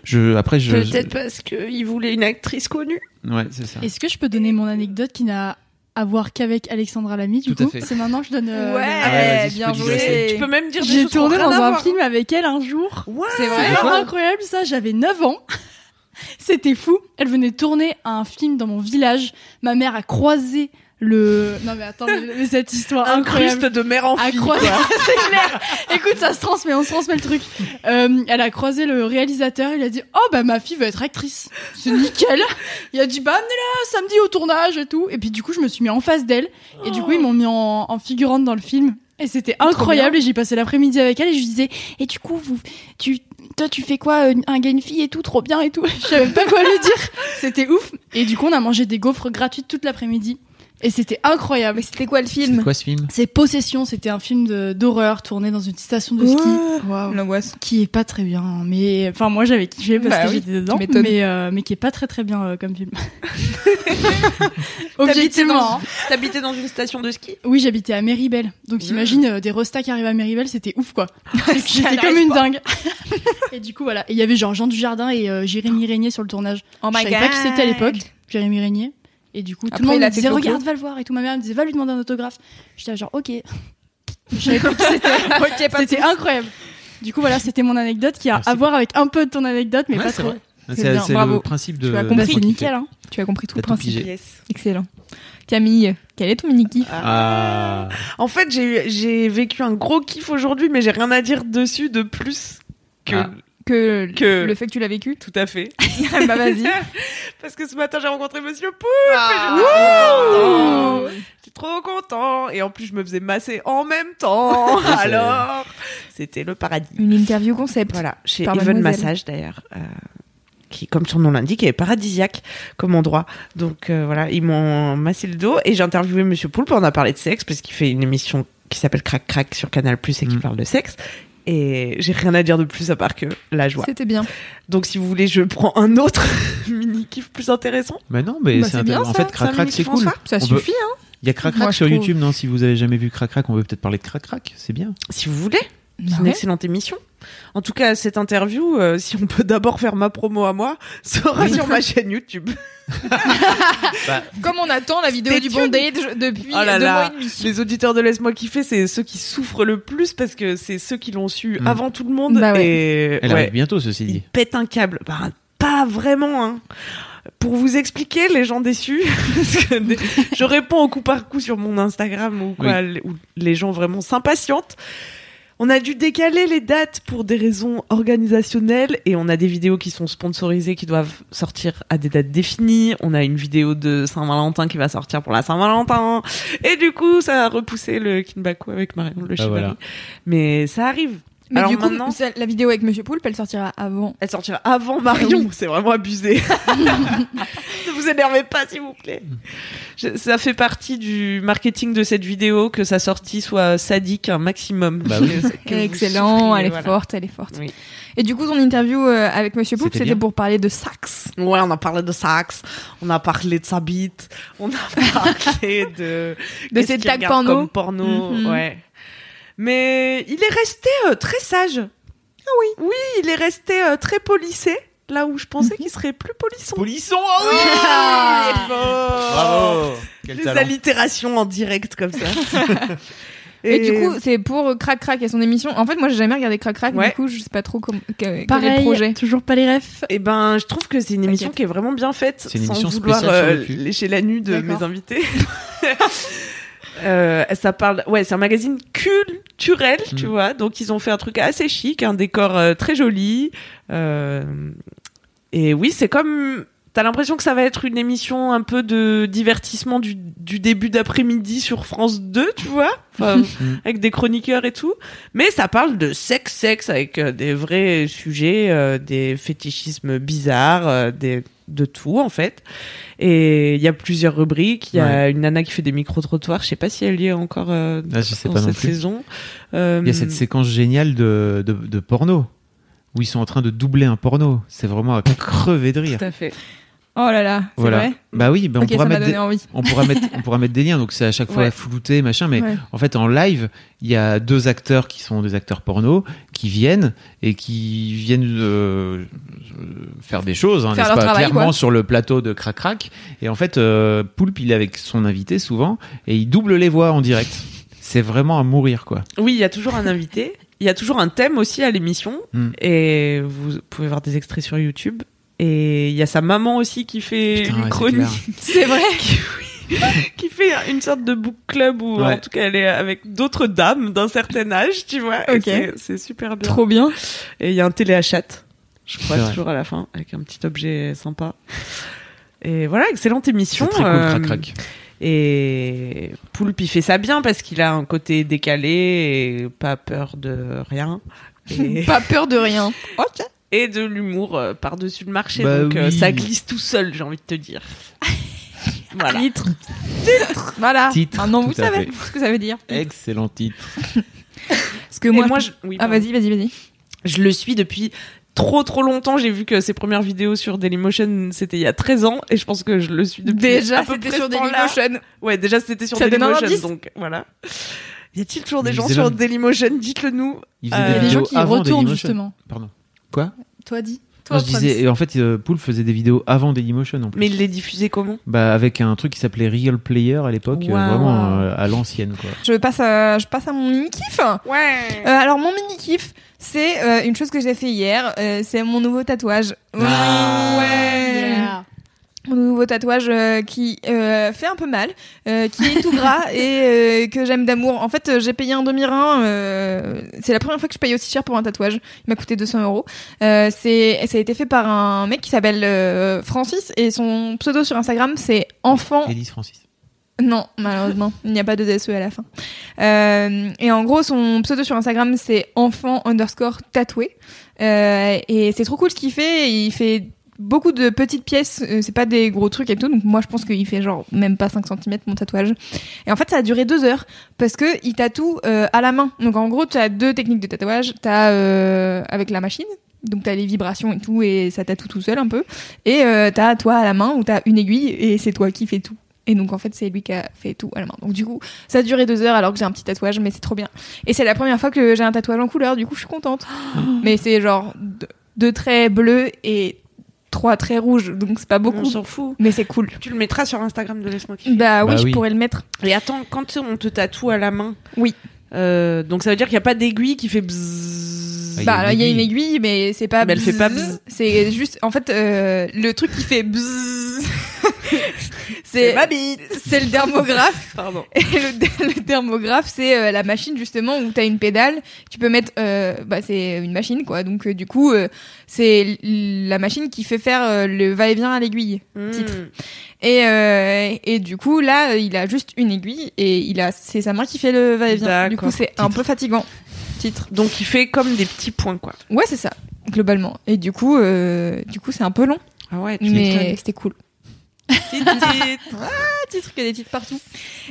Speaker 4: Je, après, je, je-
Speaker 5: Peut-être parce qu'il voulait une actrice connue.
Speaker 4: Ouais, c'est ça.
Speaker 6: Est-ce que je peux donner mon anecdote qui n'a à voir qu'avec Alexandra Lamy du
Speaker 4: Tout à
Speaker 6: coup
Speaker 4: fait.
Speaker 6: C'est maintenant que je donne. euh,
Speaker 3: Ouais,
Speaker 4: Ah ouais, vas-y, tu
Speaker 3: bien
Speaker 4: peux
Speaker 3: joué.
Speaker 4: digresser.
Speaker 5: Tu peux même
Speaker 6: le-
Speaker 5: dire des
Speaker 6: J'ai
Speaker 5: choses qui ont
Speaker 6: tourné
Speaker 5: rien
Speaker 6: dans
Speaker 5: à
Speaker 6: un
Speaker 5: voir. hein.
Speaker 6: film avec elle un jour.
Speaker 5: Ouais.
Speaker 3: C'est vrai.
Speaker 6: C'était incroyable ça, j'avais 9 ans. C'était fou. Elle venait tourner un film dans mon village. Ma mère a croisé le. Non mais attends, mais, mais cette histoire
Speaker 5: Un
Speaker 6: incroyable. Ah.
Speaker 5: cruste de mère en
Speaker 6: a
Speaker 5: fille.
Speaker 6: croisé- c'est clair. Écoute, ça se transmet, on se transmet le truc. Euh, elle a croisé le réalisateur, il a dit Oh bah ma fille veut être actrice. C'est nickel. Il a dit Bah amenez-la samedi au tournage et tout. Et puis du coup, je me suis mis en face d'elle. Et du coup, ils m'ont mis en, en figurante dans le film. Et c'était incroyable. Et j'ai passé l'après-midi avec elle et je lui disais Et du coup, vous, tu, toi, tu fais quoi euh, Un gars, une fille et tout, trop bien et tout. Je savais pas quoi lui dire. C'était ouf. Et du coup, on a mangé des gaufres gratuites toute l'après-midi. Et c'était incroyable.
Speaker 3: Mais c'était quoi le
Speaker 4: C'est
Speaker 3: film
Speaker 4: quoi ce film
Speaker 6: C'est Possession, c'était un film de- d'horreur tourné dans une station de ski. Waouh.
Speaker 3: L'angoisse.
Speaker 6: Qui est pas très bien, mais enfin moi j'avais kiffé parce
Speaker 3: Bah
Speaker 6: que
Speaker 3: oui,
Speaker 6: j'étais dedans,
Speaker 3: m'étonnes.
Speaker 6: mais euh, mais qui est pas très très bien euh, comme film.
Speaker 5: T'habitais
Speaker 6: Objectivement.
Speaker 3: hein.
Speaker 5: dans, t'habitais dans une station de ski
Speaker 6: Oui, j'habitais à Méribel, donc
Speaker 3: Mmh.
Speaker 6: t'imagines euh, des restas qui arrivent à Méribel, c'était ouf quoi. j'étais comme une dingue. et du coup voilà, et il y avait genre Jean du Jardin et euh, Jérémy Régnier sur le tournage.
Speaker 3: Oh
Speaker 6: Je
Speaker 3: my
Speaker 6: savais
Speaker 3: god.
Speaker 6: pas qui c'était à l'époque, Jérémy Régnier. Et du coup, tout
Speaker 3: Après,
Speaker 6: le monde
Speaker 3: il a
Speaker 6: me
Speaker 3: fait
Speaker 6: disait
Speaker 3: Coco.
Speaker 6: regarde, va le voir et tout. Ma mère me disait va lui demander un autographe. J'étais là, genre ok. Je savais pas qui c'était.
Speaker 3: Ok, pas
Speaker 6: C'était incroyable. Du coup, voilà, c'était mon anecdote qui a
Speaker 4: Merci.
Speaker 6: à voir avec un peu de ton anecdote, mais
Speaker 4: Ouais,
Speaker 6: pas
Speaker 4: c'est
Speaker 6: trop.
Speaker 4: vrai.
Speaker 3: C'est
Speaker 4: C'est
Speaker 3: bien,
Speaker 4: c'est le
Speaker 3: bravo.
Speaker 4: principe de.
Speaker 3: Tu as
Speaker 4: de
Speaker 3: compris.
Speaker 6: Bah,
Speaker 4: Franck
Speaker 6: c'est
Speaker 4: Kiffé.
Speaker 6: nickel, hein.
Speaker 3: Tu as compris tout
Speaker 4: T'as
Speaker 3: le
Speaker 4: tout
Speaker 3: principe.
Speaker 4: pigé.
Speaker 5: Yes.
Speaker 3: Excellent. Camille, quel est ton mini kiff
Speaker 4: Ah.
Speaker 5: En fait, j'ai eu- j'ai vécu un gros kiff aujourd'hui, mais j'ai rien à dire dessus de plus que,
Speaker 4: Ah.
Speaker 3: que,
Speaker 5: Que-
Speaker 3: le fait que tu l'as vécu
Speaker 5: tout à fait.
Speaker 3: Bah vas-y. Ah.
Speaker 5: Parce que ce matin, j'ai rencontré Monsieur Poulpe.
Speaker 3: Ouh.
Speaker 5: et J'étais trop content. J'étais trop content. Et en plus, je me faisais masser en même temps. Alors, c'était le paradis.
Speaker 3: Une interview concept.
Speaker 5: Voilà, chez
Speaker 3: Par
Speaker 5: Even
Speaker 3: mademoiselle.
Speaker 5: Massage d'ailleurs. euh, qui, comme son nom l'indique, est paradisiaque comme endroit. Donc euh, voilà, ils m'ont massé le dos et j'ai interviewé Monsieur Poulpe. On a parlé de sexe parce qu'il fait une émission qui s'appelle Crac Crac sur Canal Plus et qui
Speaker 4: Mm.
Speaker 5: parle de sexe. Et j'ai rien à dire de plus à part que la joie.
Speaker 3: C'était bien.
Speaker 5: Donc si vous voulez, je prends un autre mini kiff plus intéressant.
Speaker 4: Mais non, mais
Speaker 3: Bah,
Speaker 4: c'est
Speaker 3: c'est bien,
Speaker 4: intéressant. En
Speaker 5: ça,
Speaker 4: fait, Crac
Speaker 5: ça,
Speaker 4: Crac,
Speaker 5: Mimi
Speaker 4: c'est cool.
Speaker 5: François.
Speaker 3: Ça
Speaker 4: On
Speaker 3: suffit, hein
Speaker 4: Il y a Crac
Speaker 3: Moi,
Speaker 4: Crac
Speaker 3: je
Speaker 4: sur
Speaker 3: trouve.
Speaker 4: YouTube, non Si vous avez jamais vu Crac Crac, on peut peut-être parler de Crac Crac. C'est bien.
Speaker 5: Si vous voulez, c'est une
Speaker 3: Bah Ouais.
Speaker 5: excellente émission. En tout cas, cette interview, euh, si on peut d'abord faire ma promo à moi, sera sur ma chaîne YouTube.
Speaker 3: Comme on attend la vidéo
Speaker 5: Stay
Speaker 3: du
Speaker 5: tuned.
Speaker 3: bondage depuis
Speaker 5: Oh là
Speaker 3: deux
Speaker 5: là.
Speaker 3: mois et demi.
Speaker 5: Les auditeurs de Laisse-moi kiffer, c'est ceux qui souffrent le plus parce que c'est ceux qui l'ont su
Speaker 4: Mm.
Speaker 5: avant tout le monde.
Speaker 3: Bah ouais.
Speaker 5: Et
Speaker 4: Elle
Speaker 5: ouais,
Speaker 4: arrive bientôt, ceci
Speaker 5: ils
Speaker 4: dit.
Speaker 5: pètent un câble. Bah, pas Ah, vraiment, hein. Pour vous expliquer, les gens déçus, parce que des- je réponds au coup par coup sur mon Instagram ou quoi, où les gens vraiment s'impatientent. On a dû décaler les dates pour des raisons organisationnelles et on a des vidéos qui sont sponsorisées qui doivent sortir à des dates définies. On a une vidéo de Saint-Valentin qui va sortir pour la Saint-Valentin. Et du coup, ça a repoussé le Kinbaku avec Marion Le
Speaker 4: Ah,
Speaker 5: Chibari.
Speaker 4: voilà.
Speaker 5: Mais ça arrive.
Speaker 3: Mais
Speaker 5: Alors
Speaker 3: du coup,
Speaker 5: maintenant-
Speaker 3: celle- la vidéo avec Monsieur Poulpe, elle sortira avant.
Speaker 5: Elle sortira avant Marion. C'est vraiment abusé. ne vous énervez pas, s'il vous plaît. Je- ça fait partie du marketing de cette vidéo que sa sortie soit sadique un maximum.
Speaker 4: Bah oui.
Speaker 5: Que- que vous
Speaker 3: Excellent,
Speaker 5: souffriez,
Speaker 3: elle est
Speaker 5: voilà.
Speaker 3: forte, elle est forte.
Speaker 5: Oui.
Speaker 3: Et du coup, ton interview euh, avec Monsieur Poulpe,
Speaker 4: C'était
Speaker 3: c'était
Speaker 4: bien.
Speaker 3: pour parler de sax.
Speaker 5: Ouais, on a parlé de sa axe, on a parlé de sa bite, on a parlé de
Speaker 3: De
Speaker 5: qu'est-ce
Speaker 3: ses
Speaker 5: qu'il
Speaker 3: tags
Speaker 5: regarde
Speaker 3: porno.
Speaker 5: comme porno,
Speaker 3: Mhm.
Speaker 5: ouais. Mais il est resté euh, très sage. Ah oui. Oui, il est resté euh, très polissé, là où je
Speaker 3: Mm-hmm.
Speaker 5: pensais qu'il serait plus polisson. Ah
Speaker 4: Polisson, oh oui Bravo Oh, Quel
Speaker 5: Les
Speaker 4: talent.
Speaker 5: allitérations en direct comme ça.
Speaker 3: Et, du coup, c'est pour euh, Crac Crac et son émission. En fait, moi, j'ai jamais regardé Crac Crac,
Speaker 5: Ouais.
Speaker 3: du coup, je sais pas trop comment, que- quel est le
Speaker 6: Pareil,
Speaker 3: projet.
Speaker 6: toujours pas les refs.
Speaker 5: eh ben, je trouve que c'est une émission
Speaker 3: T'inquiète.
Speaker 5: qui est vraiment bien faite,
Speaker 4: C'est une
Speaker 5: sans
Speaker 4: émission
Speaker 5: vouloir
Speaker 4: spéciale sur le
Speaker 5: euh,
Speaker 4: cul.
Speaker 5: lécher la nuit de
Speaker 3: D'accord.
Speaker 5: mes invités. Euh, ça parle, ouais, c'est un magazine culturel, tu
Speaker 4: Mm.
Speaker 5: vois. Donc ils ont fait un truc assez chic, un décor euh, très joli. Euh, et oui, c'est comme, t'as l'impression que ça va être une émission un peu de divertissement du, du début d'après-midi sur France 2, tu vois, Enfin,
Speaker 4: Mm.
Speaker 5: avec des chroniqueurs et tout. Mais ça parle de sexe, sexe avec euh, des vrais sujets, euh, des fétichismes bizarres, euh, des de tout en fait. Et il y a plusieurs rubriques. Il y a une nana qui fait des micro trottoirs. Je sais pas si elle y est encore euh,
Speaker 4: Ah, je sais
Speaker 5: dans
Speaker 4: pas non
Speaker 5: cette
Speaker 4: plus.
Speaker 5: saison. Euh,
Speaker 4: Il y a cette séquence géniale de, de, de porno où ils sont en train de doubler un porno. C'est vraiment à crever de rire.
Speaker 5: Tout à fait.
Speaker 3: Oh là là, c'est
Speaker 4: Voilà.
Speaker 3: vrai.
Speaker 4: Bah oui, bah
Speaker 3: ok,
Speaker 4: on pourra
Speaker 3: ça m'a
Speaker 4: mettre
Speaker 3: donné
Speaker 4: des-
Speaker 3: envie.
Speaker 4: on pourra mettre on pourra mettre des liens donc c'est à chaque fois
Speaker 3: Ouais.
Speaker 4: flouté machin mais
Speaker 3: Ouais.
Speaker 4: en fait en live il y a deux acteurs qui sont des acteurs porno qui viennent et qui viennent euh, euh, faire des choses hein,
Speaker 3: Faire
Speaker 4: n'est-ce
Speaker 3: leur
Speaker 4: pas
Speaker 3: travail,
Speaker 4: clairement
Speaker 3: quoi.
Speaker 4: sur le plateau de crac crac et en fait euh, Poulpe il est avec son invité souvent et il double les voix en direct c'est vraiment à mourir quoi
Speaker 5: Oui, il y a toujours un invité. Il y a toujours un thème aussi à l'émission.
Speaker 4: Mm.
Speaker 5: Et vous pouvez voir des extraits sur YouTube. Et il y a sa maman aussi qui fait
Speaker 4: Putain, ouais,
Speaker 5: une
Speaker 4: c'est
Speaker 5: chronique.
Speaker 4: clair.
Speaker 3: C'est vrai.
Speaker 5: qui fait une sorte de book club où
Speaker 4: Ouais.
Speaker 5: en tout cas elle est avec d'autres dames d'un certain âge, tu vois. Et
Speaker 3: Ok.
Speaker 5: c'est- C'est super bien.
Speaker 3: Trop bien.
Speaker 5: Et il y a un téléachat, je crois,
Speaker 4: C'est vrai.
Speaker 5: toujours à la fin, avec un petit objet sympa. Et voilà, excellente émission.
Speaker 4: c'est très cool
Speaker 5: euh,
Speaker 4: crac crac
Speaker 5: Et Poulpe, il fait ça bien parce qu'il a un côté décalé et pas peur de rien. Et,
Speaker 3: Pas peur de rien.
Speaker 4: Euh,
Speaker 5: et de l'humour euh, par-dessus le marché.
Speaker 4: Bah
Speaker 5: donc euh,
Speaker 4: oui.
Speaker 5: ça glisse tout seul, j'ai envie de te dire. voilà.
Speaker 3: Titre. Titre. Voilà.
Speaker 4: Titre,
Speaker 3: Maintenant, vous
Speaker 4: tout à
Speaker 3: savez
Speaker 4: fait.
Speaker 3: ce que ça veut dire.
Speaker 4: excellent titre
Speaker 3: Parce que
Speaker 5: Et
Speaker 3: moi, je-
Speaker 5: je- oui,
Speaker 3: Ah,
Speaker 5: pardon.
Speaker 3: vas-y, vas-y, vas-y.
Speaker 5: Je le suis depuis trop trop longtemps. J'ai vu que ses premières vidéos sur Dailymotion, c'était il y a 13 ans et je pense que je le suis depuis à
Speaker 3: Déjà,
Speaker 5: peu
Speaker 3: c'était
Speaker 5: près
Speaker 3: sur
Speaker 5: ce temps-là.
Speaker 3: Dailymotion.
Speaker 5: Ouais, déjà c'était sur
Speaker 3: Ça donne un indice.
Speaker 5: Dailymotion donc voilà. Y a-t-il toujours des gens
Speaker 4: Lisez-le.
Speaker 5: sur Dailymotion Dites-le nous.
Speaker 4: il
Speaker 5: Euh,
Speaker 4: faisait
Speaker 6: Il y
Speaker 4: des
Speaker 6: a des gens
Speaker 4: vidéos
Speaker 6: qui
Speaker 4: avant
Speaker 6: retournent
Speaker 4: Dailymotion.
Speaker 6: justement.
Speaker 4: pardon quoi
Speaker 6: Toi dis. Toi,
Speaker 4: Non, je disais et en fait euh, Poulpe faisait des vidéos avant Dailymotion en plus
Speaker 5: Mais il les diffusait comment
Speaker 4: Bah, avec un truc qui s'appelait Real Player à l'époque, euh,
Speaker 5: Waouh.
Speaker 4: vraiment euh, à l'ancienne quoi.
Speaker 3: Je passe à, je passe à mon mini-kiff.
Speaker 5: Ouais.
Speaker 3: Euh, alors, mon mini-kiff, c'est euh, une chose que j'ai fait hier. euh, c'est mon nouveau tatouage.
Speaker 4: Ah.
Speaker 3: Ouais. Mon nouveau tatouage euh, qui euh, fait un peu mal, euh, qui est tout gras et euh, que j'aime d'amour. En fait, euh, j'ai payé un demi-rein. euh, c'est la première fois que je paye aussi cher pour un tatouage. Il m'a coûté 200 euros. Euh, c'est- Ça a été fait par un mec qui s'appelle euh, Francis et son pseudo sur Instagram, c'est Enfant
Speaker 4: Élise Francis.
Speaker 3: non, malheureusement, il n'y a pas de DSE à la fin. Euh, et en gros, son pseudo sur Instagram, c'est enfant underscore tatoué. Euh, et c'est trop cool ce qu'il fait. Il fait beaucoup de petites pièces, euh, c'est pas des gros trucs et tout. Donc moi, je pense qu'il fait genre même pas 5 cm mon tatouage. Et en fait, ça a duré deux heures parce que il tatoue euh, à la main. Donc en gros, tu as deux techniques de tatouage. Tu as avec la machine. Donc t'as les vibrations et tout et ça tatoue tout seul un peu et euh, t'as toi à la main où t'as une aiguille et c'est toi qui fais tout et donc en fait c'est lui qui a fait tout à la main. Donc du coup ça a duré deux heures alors que j'ai un petit tatouage mais c'est trop bien. Et c'est la première fois que j'ai un tatouage en couleur du coup je suis contente. mais c'est genre deux, deux traits bleus et trois traits rouges donc c'est pas
Speaker 5: On
Speaker 3: beaucoup
Speaker 5: s'en fout.
Speaker 3: mais c'est cool.
Speaker 5: Tu le mettras sur Instagram de Laisse-moi kiffer.
Speaker 3: Bah, oui,
Speaker 4: Bah oui.
Speaker 3: je pourrais le mettre.
Speaker 5: Et attends, quand on te tatoue à la main.
Speaker 3: Oui.
Speaker 5: euh, donc ça veut dire qu'il n'y a pas d'aiguille qui fait bzzz.
Speaker 4: y a
Speaker 3: Bah, alors, il y a une
Speaker 4: aiguille.
Speaker 3: aiguille, mais c'est pas.
Speaker 5: Mais elle fait pas
Speaker 3: bzzz.
Speaker 5: bzzz.
Speaker 3: C'est juste, en fait, euh, le truc qui fait bzzz,
Speaker 5: C'est
Speaker 3: c'est
Speaker 5: ma bite.
Speaker 3: c'est le dermographe.
Speaker 5: Pardon.
Speaker 3: Et le, der- le dermographe, c'est euh, la machine justement où t'as une pédale. Tu peux mettre, euh, bah, c'est une machine quoi. Donc euh, du coup, euh, c'est l- la machine qui fait faire euh, le va-et-vient à l'aiguille.
Speaker 5: Hmm.
Speaker 3: Titre. Et euh, et du coup là, euh, il a juste une aiguille et il a c'est sa main qui fait le va-et-vient. Du
Speaker 5: D'accord.
Speaker 3: coup, c'est un peu fatigant.
Speaker 5: Titre. Donc il fait comme des petits points quoi.
Speaker 3: Ouais, c'est ça globalement. Et du coup, euh, du coup, c'est un peu long,
Speaker 5: Ah ouais.
Speaker 3: mais c'était cool. Ah,
Speaker 5: Titre.
Speaker 3: titres, que des titres partout.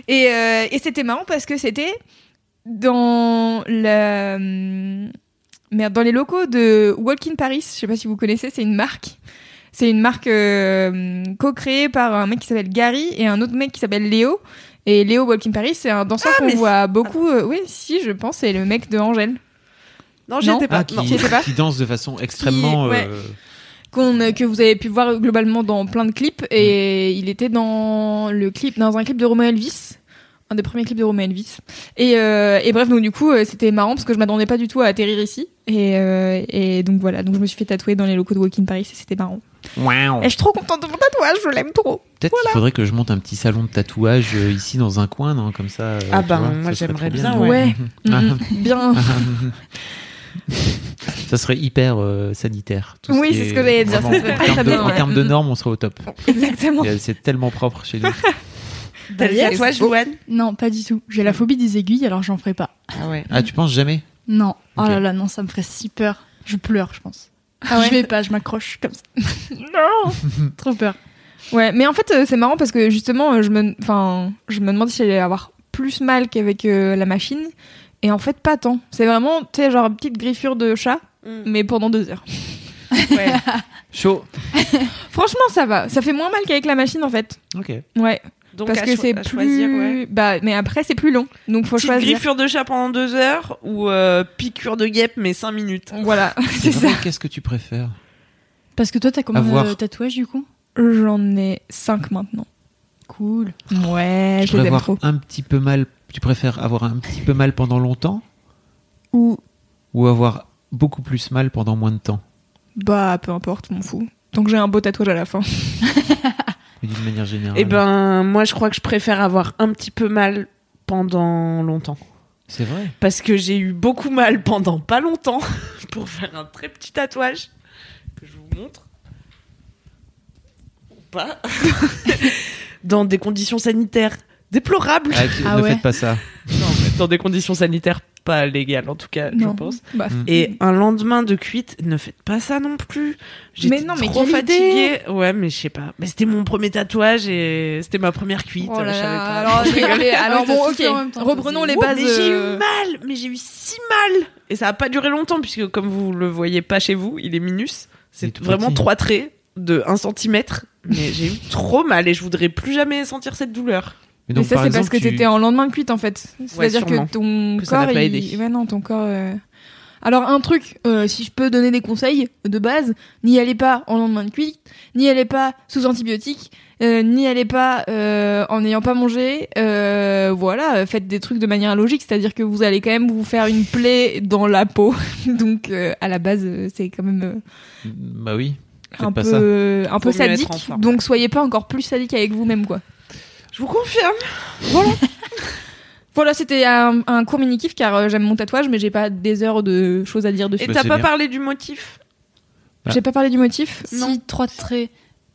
Speaker 3: Et, euh, et c'était marrant parce que c'était dans la. hum, Merde, dans les locaux de Walk in Paris, je sais pas si vous connaissez, c'est une marque. C'est une marque euh, hum, co-créée par un mec qui s'appelle Gary et un autre mec qui s'appelle Léo. Et Léo Walk in Paris, c'est un danseur
Speaker 5: mais
Speaker 3: qu'on voit beaucoup. euh, oui, si, je pense, c'est le mec de Angèle.
Speaker 5: Non, j'étais
Speaker 3: Non.
Speaker 5: pas.
Speaker 4: Ah, qui,
Speaker 5: non.
Speaker 3: je sais pas.
Speaker 4: qui danse de façon extrêmement.
Speaker 3: ouais.
Speaker 4: euh,
Speaker 3: qu'on euh, que vous avez pu voir globalement dans plein de clips et il était dans le clip dans un clip de Romain Elvis un des premiers clips de Romain Elvis et, euh, et bref donc du coup euh, c'était marrant parce que je m'attendais pas du tout à atterrir ici et, euh, et donc voilà donc je me suis fait tatouer dans les locaux de Walking Paris et c'était marrant et je suis trop contente de mon tatouage je l'aime trop
Speaker 4: Peut-être qu'il faudrait que je monte un petit salon de tatouage euh, ici dans un coin, non Comme ça. euh,
Speaker 5: Ah
Speaker 4: tu
Speaker 3: ben,
Speaker 5: bah,
Speaker 4: vois,
Speaker 5: moi,
Speaker 4: ça serait
Speaker 5: j'aimerais
Speaker 4: trop
Speaker 5: bien,
Speaker 3: ouais,
Speaker 4: Ah.
Speaker 3: Mm, bien
Speaker 4: Ça serait hyper euh, sanitaire. tout
Speaker 3: Oui,
Speaker 4: qui
Speaker 3: c'est
Speaker 4: est
Speaker 3: ce que j'allais dire, ça
Speaker 4: vraiment-
Speaker 3: serait très,
Speaker 4: en
Speaker 3: très
Speaker 4: termes de-
Speaker 3: bien,
Speaker 4: En
Speaker 3: ouais.
Speaker 4: termes de
Speaker 3: Mm.
Speaker 4: normes, on serait au top.
Speaker 3: exactement
Speaker 4: Et, euh, C'est tellement propre chez nous.
Speaker 5: T'as
Speaker 6: Yes.
Speaker 5: dit toi, Joanne
Speaker 6: Non, pas du tout. J'ai la phobie des aiguilles, alors j'en ferai pas.
Speaker 5: Ah ouais.
Speaker 4: Ah, tu penses jamais
Speaker 6: Non. Oh
Speaker 4: Ok.
Speaker 6: là là, non, ça me ferait si peur. Je pleure, je pense. Je vais pas, je m'accroche comme ça. Ah non Trop peur.
Speaker 3: Ouais, mais en fait, euh, c'est marrant parce que justement, euh, je me, enfin, je me demande si j'allais avoir plus mal qu'avec euh, la machine. Et en fait, pas tant. C'est vraiment, tu sais, genre une petite griffure de chat,
Speaker 5: Mm.
Speaker 3: mais pendant deux heures.
Speaker 5: Ouais.
Speaker 4: Chaud.
Speaker 3: Franchement, ça va. Ça fait moins mal qu'avec la machine, en fait.
Speaker 4: Ok.
Speaker 3: Ouais,
Speaker 5: Donc
Speaker 3: parce
Speaker 5: à
Speaker 3: que
Speaker 5: cho-
Speaker 3: c'est
Speaker 5: à
Speaker 3: plus.
Speaker 5: choisir, ouais.
Speaker 3: Bah, mais après, c'est plus long. Donc, faut
Speaker 5: Petite
Speaker 3: choisir.
Speaker 5: griffure de chat pendant deux heures ou euh, piqûre de guêpe mais cinq minutes.
Speaker 3: Voilà, c'est ça.
Speaker 4: Vraiment, Qu'est-ce que tu préfères
Speaker 6: Parce que toi, t'as combien
Speaker 4: voir.
Speaker 6: de tatouages euh, du coup
Speaker 3: J'en ai cinq maintenant.
Speaker 6: Cool.
Speaker 3: Ouais, je
Speaker 4: Tu
Speaker 3: les aime
Speaker 4: préfères
Speaker 3: trop.
Speaker 4: un petit peu mal. Tu préfères avoir un petit peu mal pendant longtemps
Speaker 3: Ou,
Speaker 4: ou avoir beaucoup plus mal pendant moins de temps
Speaker 3: bah, peu importe, m'en fous. Tant que j'ai un beau tatouage à la fin.
Speaker 4: Mais D'une manière générale.
Speaker 5: Eh ben, moi, je crois que je préfère avoir un petit peu mal pendant longtemps.
Speaker 4: C'est vrai.
Speaker 5: Parce que j'ai eu beaucoup mal pendant pas longtemps pour faire un très petit tatouage que je vous montre. Ou pas. dans des conditions sanitaires déplorables.
Speaker 4: Ah, tu-
Speaker 6: Ah
Speaker 4: ne
Speaker 6: ouais.
Speaker 4: faites pas ça.
Speaker 5: Non, en fait, dans des conditions sanitaires pas légales, en tout cas, je
Speaker 3: Non.
Speaker 5: pense.
Speaker 3: Bah,
Speaker 4: Mm.
Speaker 5: Et un lendemain de cuite, ne faites pas ça non plus. J'étais
Speaker 3: Mais non, mais
Speaker 5: trop
Speaker 3: quelle
Speaker 5: fatiguée. Ouais, mais je sais pas. Mais c'était mon premier tatouage et c'était ma première cuite.
Speaker 3: Oh là
Speaker 5: je savais
Speaker 3: là,
Speaker 5: pas.
Speaker 3: alors,
Speaker 5: Je rigole.
Speaker 3: allez, alors
Speaker 6: Ah oui, t'as
Speaker 3: bon,
Speaker 6: tout
Speaker 3: ok,
Speaker 6: fait en même temps,
Speaker 3: reprenons
Speaker 6: t'as
Speaker 3: les
Speaker 6: fait-
Speaker 3: bases.
Speaker 5: mais j'ai
Speaker 3: euh,
Speaker 5: eu mal, mais j'ai eu si mal. Et ça a pas duré longtemps puisque comme vous le voyez pas chez vous, il est
Speaker 4: Il
Speaker 5: minus.
Speaker 4: est
Speaker 5: C'est
Speaker 4: tout
Speaker 5: vraiment
Speaker 4: petit.
Speaker 5: trois traits de 1 cm. Mais j'ai eu trop mal et je voudrais plus jamais sentir cette douleur.
Speaker 4: donc,
Speaker 3: mais ça,
Speaker 4: par
Speaker 3: c'est parce
Speaker 4: exemple,
Speaker 3: que
Speaker 4: tu-
Speaker 3: t'étais en lendemain de cuite, en fait. C'est-à-dire
Speaker 5: sûrement.
Speaker 3: que ton
Speaker 5: Que ça n'a
Speaker 3: corps.
Speaker 5: pas
Speaker 3: il-
Speaker 5: aidé.
Speaker 3: Ouais, non, ton corps. euh. Alors, un truc, euh, si je peux donner des conseils de base, n'y allez pas en lendemain de cuite, n'y allez pas sous antibiotiques, euh, n'y allez pas euh, en n'ayant pas mangé. euh, voilà, euh, faites des trucs de manière logique, c'est-à-dire que vous allez quand même vous faire une plaie dans la peau. Donc, euh, à la base, euh, c'est quand même. euh,
Speaker 4: Bah oui. Faites
Speaker 3: un
Speaker 4: pas ça.
Speaker 3: peu, euh, un peu
Speaker 5: Faut mieux être
Speaker 3: sadique.
Speaker 5: en forme.
Speaker 3: Donc soyez pas encore plus sadique avec vous-même, quoi.
Speaker 5: Je vous confirme.
Speaker 4: Bah,
Speaker 3: Voilà, c'était un, un court mini kiff car euh, j'aime mon tatouage, mais j'ai pas des heures de choses à dire
Speaker 5: Et
Speaker 3: dessus.
Speaker 4: Bah,
Speaker 5: t'as
Speaker 4: c'est
Speaker 5: pas
Speaker 4: bien.
Speaker 5: parlé du motif.
Speaker 4: Ah.
Speaker 3: J'ai pas parlé du motif.
Speaker 6: Si, trois traits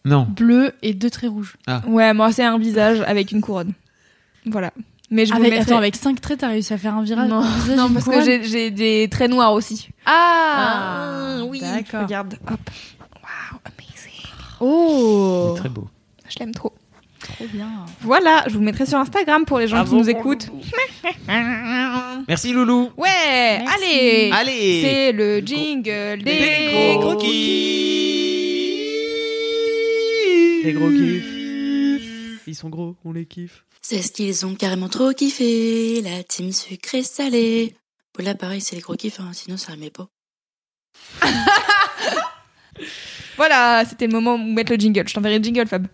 Speaker 4: Non.
Speaker 6: bleus et deux traits rouges.
Speaker 3: Ouais, moi c'est un visage avec une couronne. Voilà. Mais je vous
Speaker 6: Avec,
Speaker 3: mettrai-
Speaker 6: Attends, avec cinq traits, t'as réussi à faire un virage
Speaker 3: Non,
Speaker 6: un visage,
Speaker 3: non
Speaker 6: une
Speaker 3: parce que
Speaker 6: couronne
Speaker 3: j'ai- j'ai des traits noirs aussi.
Speaker 6: Ah,
Speaker 3: oui.
Speaker 6: D'accord.
Speaker 3: Regarde, hop. Wow, amazing.
Speaker 4: Il
Speaker 6: Oh
Speaker 4: est très beau.
Speaker 3: Je l'aime trop.
Speaker 6: Trop bien.
Speaker 3: Voilà, je vous mettrai sur Instagram pour les gens qui
Speaker 5: Bravo,
Speaker 3: nous
Speaker 5: mon
Speaker 3: écoutent.
Speaker 5: loulou.
Speaker 4: Merci Loulou.
Speaker 3: Ouais, allez.
Speaker 4: Allez.
Speaker 3: C'est le jingle des, gros kiffs.
Speaker 5: Les gros kiffs. Ils sont gros, on les kiffe.
Speaker 8: C'est ce qu'ils ont carrément trop kiffé, la team sucrée salée. Bon, là, pareil, c'est les gros kiffs, hein, sinon ça remet pas.
Speaker 3: Voilà, c'était le moment où mettre le jingle. Je t'enverrai le jingle, Fab.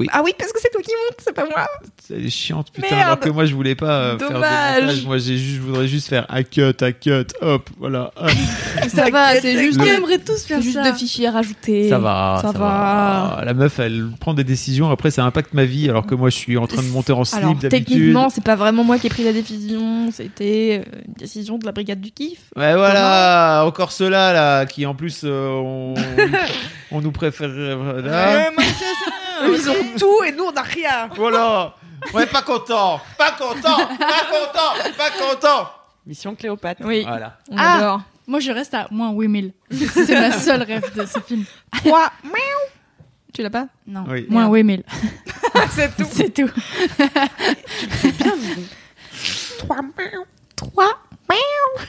Speaker 4: Oui.
Speaker 3: Ah oui, parce que c'est toi qui monte, c'est pas moi.
Speaker 4: Elle est chiante, putain,
Speaker 3: Merde.
Speaker 4: alors que moi je voulais pas euh, faire
Speaker 3: Dommage.
Speaker 4: de montage. Moi j'ai juste, je voudrais juste faire un cut, un cut, hop, voilà. hop.
Speaker 3: Ça va, c'est juste,
Speaker 6: On aimerait tous faire
Speaker 3: c'est juste
Speaker 6: ça.
Speaker 3: deux fichiers à rajouter.
Speaker 4: Ça va, ça,
Speaker 3: ça
Speaker 4: va.
Speaker 3: va.
Speaker 4: La meuf, elle prend des décisions, après ça impacte ma vie, alors que moi je suis en train de monter en slip
Speaker 3: Alors,
Speaker 4: d'habitude.
Speaker 3: techniquement, c'est pas vraiment moi qui ai pris la décision, c'était euh, une décision de la brigade du kiff.
Speaker 4: Ouais, voilà, encore ceux-là, là, qui en plus, euh, on, on nous préfère. euh, hein. Voilà.
Speaker 5: Eux, Ils ont tout et nous, on n'a rien.
Speaker 4: Voilà. Ouais, pas content, pas content, pas content, pas content.
Speaker 5: Mission Cléopâtre.
Speaker 3: Oui,
Speaker 4: Voilà.
Speaker 3: on
Speaker 6: Ah.
Speaker 3: adore.
Speaker 6: Moi, je reste à moins 8000. C'est ma seule rêve de ce film.
Speaker 3: Quoi Tu l'as pas
Speaker 6: Non,
Speaker 4: Oui.
Speaker 6: moins 8000.
Speaker 5: C'est tout.
Speaker 6: C'est tout.
Speaker 5: Trois
Speaker 3: 3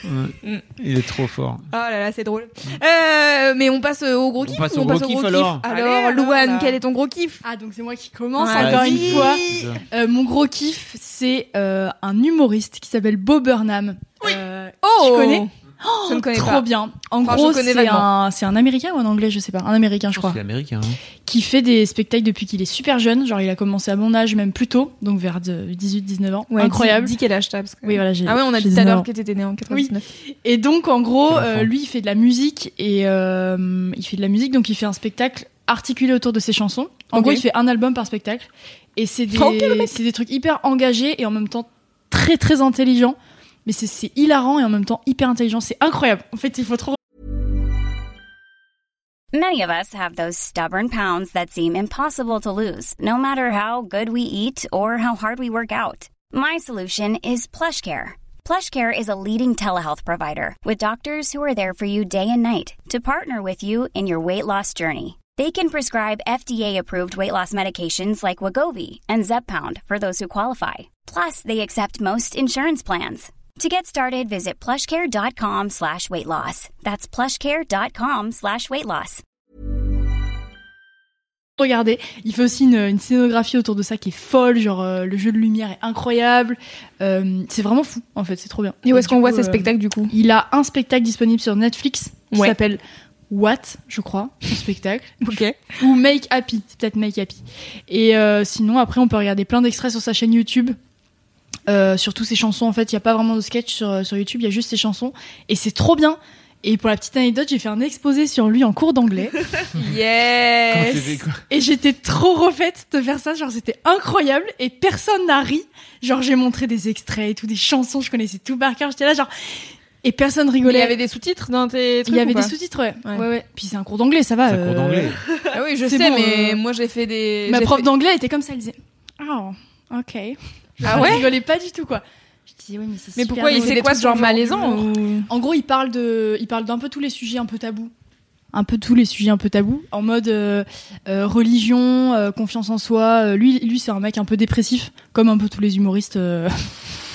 Speaker 4: Il est trop fort.
Speaker 3: Oh là là, c'est drôle. Euh, mais on passe au gros
Speaker 4: On
Speaker 3: kiff
Speaker 4: passe
Speaker 3: ou
Speaker 4: au
Speaker 3: on
Speaker 4: gros
Speaker 3: passe au
Speaker 4: kiff,
Speaker 3: gros
Speaker 4: alors
Speaker 3: kiff Alors,
Speaker 5: Allez, alors,
Speaker 3: Louane,
Speaker 5: là.
Speaker 3: quel est ton gros kiff
Speaker 6: Ah, donc c'est moi qui commence
Speaker 3: Ouais.
Speaker 6: encore une
Speaker 4: Vas-y.
Speaker 6: fois. Euh, mon gros kiff, c'est euh, un humoriste qui s'appelle Bob Burnham. Euh,
Speaker 3: Oh
Speaker 6: Tu connais
Speaker 3: Je ne connais
Speaker 6: Trop
Speaker 3: pas.
Speaker 6: bien. En
Speaker 3: Enfin, je
Speaker 6: gros,
Speaker 3: connais
Speaker 6: c'est
Speaker 3: vaguement.
Speaker 6: un, c'est un américain ou un anglais, je sais pas. Un américain, je crois.
Speaker 4: C'est américain. hein.
Speaker 6: Qui fait des spectacles depuis qu'il est super jeune. Genre, il a commené à mon âge, même plus tôt. Donc vers 18-19 ans.
Speaker 3: Ouais,
Speaker 6: Incroyable.
Speaker 3: Dis, dis quel âge t'as. parce que-
Speaker 6: Oui, voilà, j'ai-
Speaker 3: Ah ouais, on a
Speaker 6: j'ai
Speaker 3: dit tout à
Speaker 6: 19 ans.
Speaker 3: l'heure que t'étais né en 99.
Speaker 6: Et donc, en gros,
Speaker 4: Quel enfant.
Speaker 6: euh, lui, il fait de la musique et euh, il fait de la musique, donc il fait un spectacle articulé autour de ses chansons. En
Speaker 3: Ok.
Speaker 6: gros, il fait un album par spectacle. Et c'est des,
Speaker 3: Tranquille, le mec.
Speaker 6: c'est des trucs hyper engagés et en même temps très très intelligents. Mais c'est- c'est hilarant et en même temps hyper intelligent. C'est incroyable. En fait, il faut trop
Speaker 9: Many of us have those stubborn pounds that seem impossible to lose, no matter how good we eat or how hard we work out. My solution is PlushCare. PlushCare is a leading telehealth provider with doctors who are there for you day and night to partner with you in your weight loss journey. They can prescribe FDA-approved weight loss medications like Wagovi and Zepbound for those who qualify. Plus, they accept most insurance plans. To get started, visit plushcare.com slash weight loss. That's plushcare.com slash weight loss.
Speaker 6: regarder. Il fait aussi une, une scénographie autour de ça qui est folle. Genre, euh, le jeu de lumière est incroyable. Euh, c'est vraiment fou, en fait. C'est trop bien.
Speaker 3: Et où est-ce
Speaker 6: Du
Speaker 3: qu'on
Speaker 6: coup,
Speaker 3: voit ces
Speaker 6: euh,
Speaker 3: spectacles du coup
Speaker 6: Il a un spectacle disponible sur Netflix qui
Speaker 3: Ouais.
Speaker 6: s'appelle What, je crois, son spectacle.
Speaker 3: Ok.
Speaker 6: ou Make Happy, c'est peut-être Make Happy. Et euh, sinon, après, on peut regarder plein d'extraits sur sa chaîne YouTube. Euh, sur toutes ses chansons, en fait, il n'y a pas vraiment de sketch sur, sur YouTube, il y a juste ses chansons. Et c'est trop bien. Et pour la petite anecdote, j'ai fait un exposé sur lui en cours d'anglais.
Speaker 3: Yes
Speaker 6: et j'étais trop refaite de faire ça. Genre, c'était incroyable. Et personne n'a ri. Genre, j'ai montré des extraits et tout, des chansons, je connaissais tout par cœur. J'étais là, genre. Et personne
Speaker 3: Il y
Speaker 6: rigolait.
Speaker 3: avait des sous-titres dans tes
Speaker 6: Il
Speaker 3: trucs
Speaker 6: y avait
Speaker 3: ou pas
Speaker 6: des sous-titres, ouais.
Speaker 3: Ouais.
Speaker 6: ouais. ouais. Puis c'est un cours d'anglais, ça va.
Speaker 4: C'est un cours
Speaker 6: euh,
Speaker 4: d'anglais.
Speaker 3: Ah oui, je
Speaker 6: C'est
Speaker 3: sais,
Speaker 6: bon,
Speaker 3: mais
Speaker 6: euh,
Speaker 3: moi j'ai fait des...
Speaker 6: Ma
Speaker 3: j'ai
Speaker 6: prof
Speaker 3: fait-
Speaker 6: d'anglais était comme ça, elle disait Oh, ok.
Speaker 3: Ah
Speaker 6: Je
Speaker 3: ouais
Speaker 6: rigolais pas du tout, quoi. Je disais Ouais, mais c'est
Speaker 3: Mais
Speaker 6: super
Speaker 3: pourquoi il
Speaker 6: drôle.
Speaker 3: fait quoi ce genre
Speaker 6: euh,
Speaker 3: malaisant ou...
Speaker 6: En gros, il parle de, il parle d'un peu tous les sujets un peu tabous. Un peu tous les sujets un peu tabous. En mode euh, euh, religion, euh, confiance en soi. Euh, lui, lui c'est un mec un peu dépressif, comme un peu tous les humoristes. euh,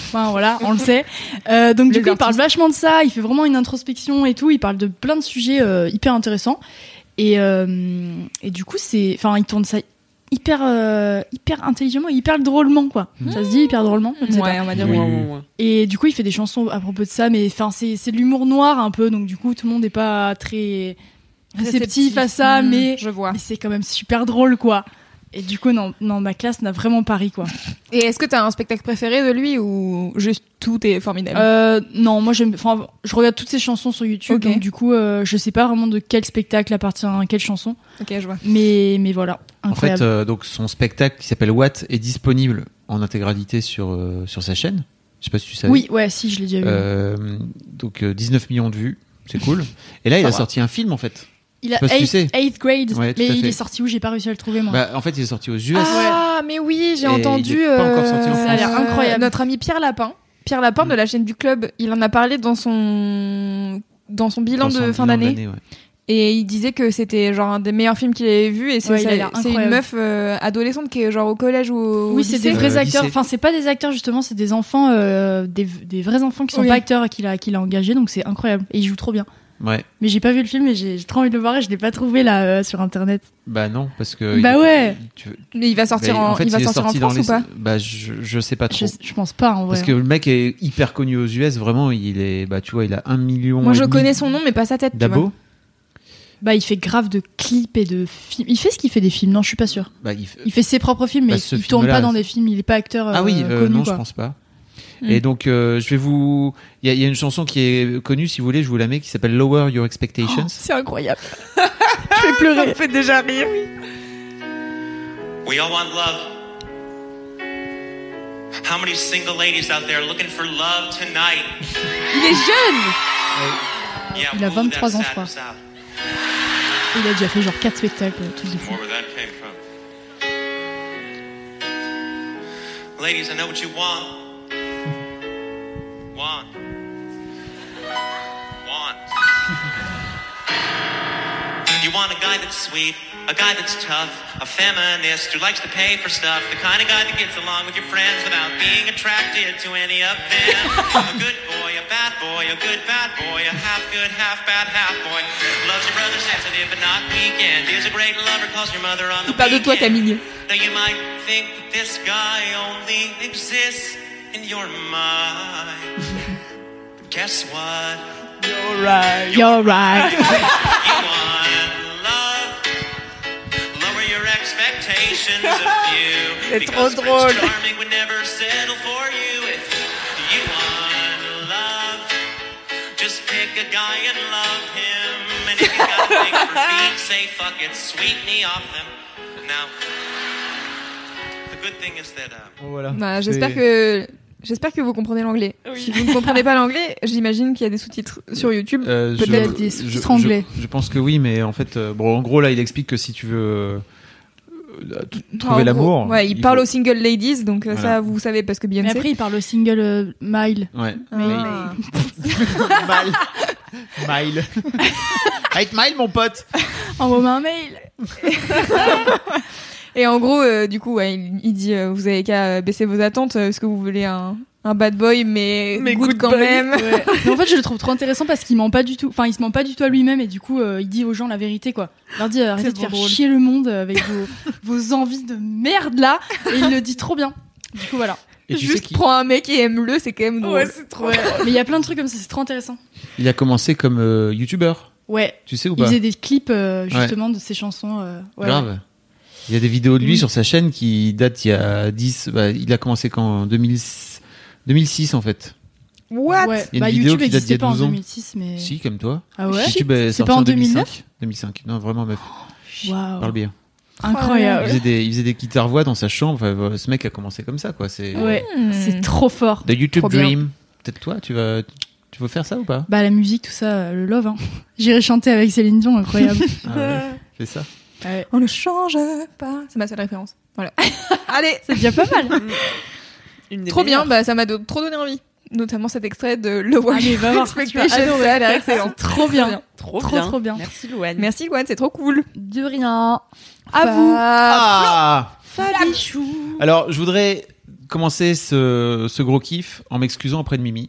Speaker 6: Enfin voilà, on le sait. Euh, donc
Speaker 3: Les
Speaker 6: du coup, il parle
Speaker 3: artistes.
Speaker 6: vachement de ça. Il fait vraiment une introspection et tout. Il parle de plein de sujets euh, hyper intéressants. Et, euh, et du coup, c'est, enfin, il tourne ça hyper, euh, hyper intelligemment, et hyper drôlement quoi. Ça se dit hyper drôlement. je ne sais pas.
Speaker 3: Ouais, on va dire...
Speaker 4: Oui.
Speaker 6: Et du coup, il fait des chansons à propos de ça, mais enfin, c'est c'est de l'humour noir un peu, donc du coup, tout le monde n'est pas très réceptif, à ça,
Speaker 3: Hmm,
Speaker 6: mais,
Speaker 3: Je vois.
Speaker 6: mais c'est quand même super drôle, quoi. Et du coup, non, non ma classe n'a vraiment pas ri, quoi.
Speaker 3: Et est-ce que t'as un spectacle préféré de lui ou juste tout est formidable
Speaker 6: Euh, non, moi, j'aime, enfin, je regarde toutes ses chansons sur YouTube,
Speaker 3: Ok.
Speaker 6: donc du coup, euh, je sais pas vraiment de quel spectacle appartient à quelle chanson,
Speaker 3: Ok, je vois.
Speaker 6: mais, mais voilà,
Speaker 4: En fait,
Speaker 6: incroyable.
Speaker 4: euh, donc son spectacle qui s'appelle What est disponible en intégralité sur, euh, sur sa chaîne. Je sais pas si tu savais.
Speaker 6: oui, ouais, si, je l'ai déjà vu.
Speaker 4: Euh, donc euh, 19 millions de vues, c'est cool. Et là, il
Speaker 6: Ça
Speaker 4: a
Speaker 6: va.
Speaker 4: sorti un film en fait.
Speaker 6: il a
Speaker 4: je sais pas si tu sais.
Speaker 6: eighth grade,
Speaker 4: Ouais, tout
Speaker 6: mais
Speaker 4: à
Speaker 6: il
Speaker 4: fait.
Speaker 6: est sorti où J'ai pas réussi à le trouver, moi.
Speaker 4: Bah, en fait, il est sorti aux US.
Speaker 3: Ah, mais oui, j'ai
Speaker 4: Et
Speaker 3: entendu.
Speaker 4: il est pas encore sorti en
Speaker 3: euh,
Speaker 6: Ça a l'air incroyable.
Speaker 3: Notre ami Pierre Lapin, Pierre Lapin de la chaîne du club, il en a parlé dans son dans son bilan
Speaker 4: Dans son
Speaker 3: de
Speaker 4: bilan
Speaker 3: fin d'année
Speaker 4: ouais.
Speaker 3: et il disait que c'était genre un des meilleurs films qu'il avait vu et c'est
Speaker 6: Ouais, il a
Speaker 3: c'est-
Speaker 6: l'air
Speaker 3: c'est une
Speaker 6: incroyable.
Speaker 3: meuf euh, adolescente qui est genre au collège ou au
Speaker 6: Oui, c'est des
Speaker 3: lycée.
Speaker 6: vrais
Speaker 4: Euh,
Speaker 6: acteurs.
Speaker 4: lycée.
Speaker 6: Enfin, c'est pas des acteurs justement, c'est des enfants, euh, des, des vrais enfants qui sont
Speaker 3: Oui.
Speaker 6: pas acteurs et qu'il a, qu'il a engagés, donc c'est incroyable. Et ils jouent trop bien.
Speaker 4: Ouais.
Speaker 6: Mais j'ai pas vu le film, et j'ai j'ai trop envie de le voir et je l'ai pas trouvé là euh, sur internet.
Speaker 4: Bah non, parce que.
Speaker 6: Bah
Speaker 4: il-
Speaker 6: ouais.
Speaker 4: tu-
Speaker 3: Mais il va sortir
Speaker 4: bah,
Speaker 3: en,
Speaker 4: en fait,
Speaker 3: il va
Speaker 4: est
Speaker 3: sortir en
Speaker 4: sorti
Speaker 3: France
Speaker 4: dans
Speaker 3: ou pas
Speaker 4: les- Bah je, je sais pas trop.
Speaker 6: Je, je pense pas en vrai.
Speaker 4: Parce que le mec est hyper connu aux US, vraiment, il est. Bah tu vois, il a un million.
Speaker 3: Moi,
Speaker 4: et
Speaker 3: je
Speaker 4: demi
Speaker 3: connais son nom mais pas sa tête. tu vois.
Speaker 4: D'abo
Speaker 6: Bah, il fait grave de clips et de films. Il fait ce qu'il fait des films, non, je suis pas sûre.
Speaker 4: Bah, il fait-
Speaker 6: Il fait ses propres films, mais
Speaker 4: Bah, ce
Speaker 6: il tourne
Speaker 4: film-là,
Speaker 6: pas dans des films, il est pas acteur.
Speaker 4: Ah oui,
Speaker 6: euh,
Speaker 4: euh,
Speaker 6: connu,
Speaker 4: non,
Speaker 6: quoi.
Speaker 4: je pense pas.
Speaker 6: Mm.
Speaker 4: Et donc, euh, je vais vous. Il y, a- il y a une chanson qui est connue, si vous voulez, je vous la mets, qui s'appelle Lower Your Expectations.
Speaker 3: Oh,
Speaker 6: C'est incroyable.
Speaker 5: Je vais pleurer. Ça me fait déjà rire.
Speaker 7: We all want love. How many single ladies out there looking for love tonight?
Speaker 3: Il est jeune
Speaker 7: Yeah,
Speaker 6: Il a
Speaker 7: ooh,
Speaker 6: 23 ans, je
Speaker 7: that
Speaker 6: crois.
Speaker 7: sadness out.
Speaker 6: Il a déjà fait genre 4 spectacles, truc de fou.
Speaker 7: Or where that came from. Ladies, I know what you want. Want. Want. You want a guy that's sweet, a guy that's tough, a feminist who likes to pay for stuff, the kind of guy that gets along with your friends without being attracted to any of them. a good boy, a bad boy, a good bad boy, a half good, half bad, half boy. Loves your brother sensitive but not weekend. Is a great lover, calls your mother on the
Speaker 3: Il parle de toi,
Speaker 7: weekend.
Speaker 3: Camille.
Speaker 7: Now you might think that this guy only exists in your mind. But guess what?
Speaker 6: You're right.
Speaker 7: You want love. Lower your expectations of you.
Speaker 5: C'est
Speaker 7: because
Speaker 5: trop drôle.
Speaker 7: Prince Charming would never settle for you if you want love. Just pick a guy and love him. And if you got a thing for feet, say fuck it, sweep me off them. Now, the good thing is that. Uh,
Speaker 4: Voilà.
Speaker 3: Bah, J'espère que. J'espère que vous comprenez l'anglais. Si vous ne comprenez pas l'anglais, j'imagine qu'il y a des sous-titres sur YouTube.
Speaker 4: Euh, je-
Speaker 6: Peut-être des
Speaker 4: je-
Speaker 6: sous-titres
Speaker 4: je-
Speaker 6: anglais.
Speaker 4: Je, pense que oui, mais en fait, euh, bon, en gros, là, il explique que si tu veux euh, euh,
Speaker 3: Enfin,
Speaker 4: t-
Speaker 3: en
Speaker 4: trouver
Speaker 3: gros,
Speaker 4: l'amour.
Speaker 3: Ouais, il,
Speaker 4: faut-
Speaker 3: parle aux single ladies, donc euh,
Speaker 4: Voilà.
Speaker 3: ça vous savez parce que
Speaker 6: Mais
Speaker 3: Beyoncé.
Speaker 6: après, il parle au single euh, Mile.
Speaker 4: Ouais.
Speaker 3: Ah.
Speaker 4: Mile. Mile. Eight Mile, mon pote.
Speaker 6: Envoie-moi un mail.
Speaker 3: Et en gros, euh, du coup, ouais, il, il dit euh, vous avez qu'à euh, baisser vos attentes euh, parce que vous voulez un, un bad boy, mais,
Speaker 5: Mais
Speaker 3: good,
Speaker 5: good
Speaker 3: quand
Speaker 5: boy.
Speaker 3: même.
Speaker 6: Mais en fait, je le trouve trop intéressant parce qu'il ment pas du tout. Enfin, il se ment pas du tout à lui-même et du coup, euh, il dit aux gens la vérité, quoi. Il leur dit euh, arrêtez de
Speaker 3: trop
Speaker 6: faire
Speaker 3: drôle.
Speaker 6: chier le monde euh, avec vos, vos envies de merde là. Et il le dit trop bien. Du coup, voilà.
Speaker 4: Et tu sais
Speaker 3: Juste
Speaker 4: qu'il
Speaker 3: prends un mec et aime-le, c'est quand même drôle.
Speaker 5: Ouais, c'est trop.
Speaker 6: Ouais. Mais il y a plein de trucs comme ça, c'est trop intéressant.
Speaker 4: il a commencé comme euh, youtubeur.
Speaker 6: Ouais.
Speaker 4: Tu sais ou
Speaker 6: Il
Speaker 4: pas
Speaker 6: faisait des clips euh, justement de ses chansons. euh, ouais.
Speaker 4: Grave. Il y a des vidéos de lui
Speaker 6: Mm.
Speaker 4: sur sa chaîne qui datent il y a 10. bah, il a commencé quand en 2006, 2006 en fait.
Speaker 3: What
Speaker 6: Ouais.
Speaker 4: Il y a une
Speaker 6: Bah,
Speaker 4: vidéo
Speaker 6: YouTube
Speaker 4: qui date d'il y a
Speaker 6: existait pas en
Speaker 4: 12 ans.
Speaker 6: 2006, mais.
Speaker 4: Si, comme toi.
Speaker 6: Ah ouais
Speaker 4: YouTube est
Speaker 6: C'est
Speaker 4: sorti
Speaker 6: pas
Speaker 4: en
Speaker 6: en
Speaker 4: 2005. 2005. Non, vraiment, meuf.
Speaker 6: Waouh.
Speaker 4: Parle bien. Il
Speaker 6: Incroyable.
Speaker 4: faisait des, il faisait des guitares voix dans sa chambre. Enfin, voilà, ce mec a commencé comme ça, quoi. C'est
Speaker 6: Ouais.
Speaker 3: Hmm.
Speaker 6: C'est trop fort.
Speaker 4: The YouTube
Speaker 3: Trop bien.
Speaker 4: Dream. Peut-être toi, tu vas, tu veux faire ça ou pas
Speaker 6: Bah, la musique, tout ça, euh, le love. Hein. J'irai chanter avec Céline Dion, incroyable.
Speaker 4: Ah ouais, Fais ça.
Speaker 6: Ouais.
Speaker 3: On ne change pas. C'est ma seule référence. Voilà. Allez,
Speaker 6: C'est déjà pas mal.
Speaker 5: Une des
Speaker 3: trop bien.
Speaker 5: meilleures.
Speaker 3: Bah, ça m'a do- trop donné envie. Notamment cet extrait de Lower
Speaker 6: Allez, va voir, tu vas
Speaker 3: Expectations.
Speaker 6: adorer.
Speaker 3: Ça a l'air excellent.
Speaker 6: Trop bien.
Speaker 5: Trop,
Speaker 6: Trop,
Speaker 5: bien.
Speaker 6: trop bien.
Speaker 5: Merci, Louane.
Speaker 3: Merci, Gwen, c'est trop cool.
Speaker 6: De rien.
Speaker 3: À
Speaker 6: Bah,
Speaker 3: vous.
Speaker 4: Ah
Speaker 6: Fabichou.
Speaker 4: Alors, je voudrais commencer ce, ce gros kiff en m'excusant auprès de Mimi.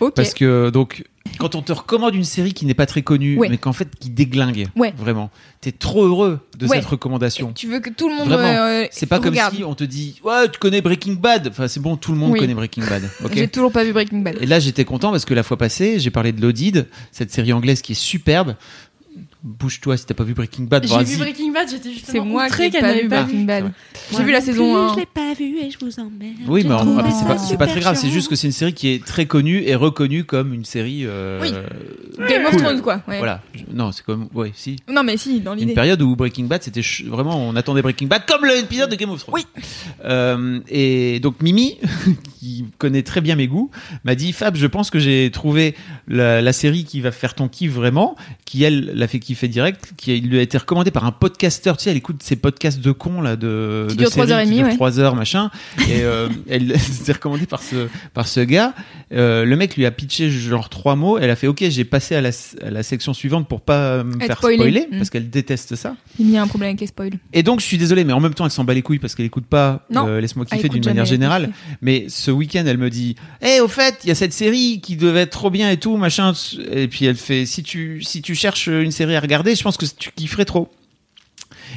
Speaker 3: Ok.
Speaker 4: Parce que donc quand on te recommande une série qui n'est pas très connue,
Speaker 3: Ouais.
Speaker 4: mais qu'en fait qui déglingue,
Speaker 3: Ouais.
Speaker 4: vraiment, t'es trop heureux de
Speaker 3: Ouais.
Speaker 4: cette recommandation.
Speaker 3: Tu veux que tout le monde.
Speaker 4: Vraiment.
Speaker 3: euh,
Speaker 4: C'est pas comme
Speaker 3: regarde.
Speaker 4: si on te dit ouais tu connais Breaking Bad. Enfin c'est bon tout le monde
Speaker 3: Oui.
Speaker 4: connaît Breaking Bad. ok
Speaker 3: J'ai toujours pas vu Breaking Bad.
Speaker 4: Et là j'étais content parce que la fois passée j'ai parlé de l'Audide, cette série anglaise qui est superbe. Bouge-toi si t'as pas vu Breaking Bad.
Speaker 6: J'ai
Speaker 4: vas-y.
Speaker 6: vu Breaking Bad, j'étais
Speaker 3: C'est
Speaker 6: justement
Speaker 3: moi
Speaker 6: outrée
Speaker 3: qui n'ai
Speaker 6: qu'elle
Speaker 3: pas
Speaker 6: n'avait
Speaker 3: vu
Speaker 6: pas
Speaker 3: Breaking
Speaker 6: vu.
Speaker 3: Bad.
Speaker 4: Ouais.
Speaker 3: J'ai vu la saison 1.
Speaker 4: Oui mais en-
Speaker 6: trouvé
Speaker 4: ah, mais c'est
Speaker 6: ça
Speaker 4: pas, c'est pas très
Speaker 6: super
Speaker 4: grave. C'est
Speaker 6: chiant.
Speaker 4: juste que c'est une série qui est très connue et reconnue comme une série. euh,
Speaker 3: Oui.
Speaker 4: euh,
Speaker 3: Game of
Speaker 4: cool.
Speaker 3: Thrones, quoi. ouais.
Speaker 4: Voilà. Je- Non c'est comme ouais si
Speaker 3: Non, mais si, dans
Speaker 4: une
Speaker 3: l'idée.
Speaker 4: période où Breaking Bad c'était ch- vraiment on attendait Breaking Bad comme l'épisode de Game of Thrones. Oui. et donc Mimi qui connaît très bien mes goûts m'a dit Fab je pense que j'ai trouvé la, la série qui va faire ton kiff vraiment qui elle l'a fait kiffer direct qui a- il lui a été recommandé par un podcasteur tu sais elle écoute ces podcasts de cons là de
Speaker 3: Qui
Speaker 4: de
Speaker 3: durent trois
Speaker 4: séries
Speaker 3: heures et
Speaker 4: qui
Speaker 3: demie,
Speaker 4: durent
Speaker 3: ouais.
Speaker 4: trois heures machin et euh, elle s'est recommandée par ce par ce gars Euh, le mec lui a pitché genre trois mots elle a fait ok j'ai passé à la, à la section suivante pour pas me
Speaker 3: Être
Speaker 4: faire
Speaker 3: spoilée.
Speaker 4: spoiler
Speaker 3: Mm.
Speaker 4: parce qu'elle déteste ça
Speaker 3: Il y a un problème avec les spoils.
Speaker 4: et donc, je suis désolé, mais en même temps, elle s'en bat les couilles parce qu'elle écoute pas
Speaker 3: Non.
Speaker 4: euh, Laisse-moi
Speaker 3: Elle
Speaker 4: kiffer
Speaker 3: écoute
Speaker 4: d'une manière
Speaker 3: jamais, elle
Speaker 4: générale.
Speaker 3: écoute
Speaker 4: Mais ce week-end, elle me dit Eh, au fait, il y a cette série qui devait être trop bien et tout, machin. Et puis, elle fait Si tu, si tu cherches une série à regarder, je pense que tu kifferais trop.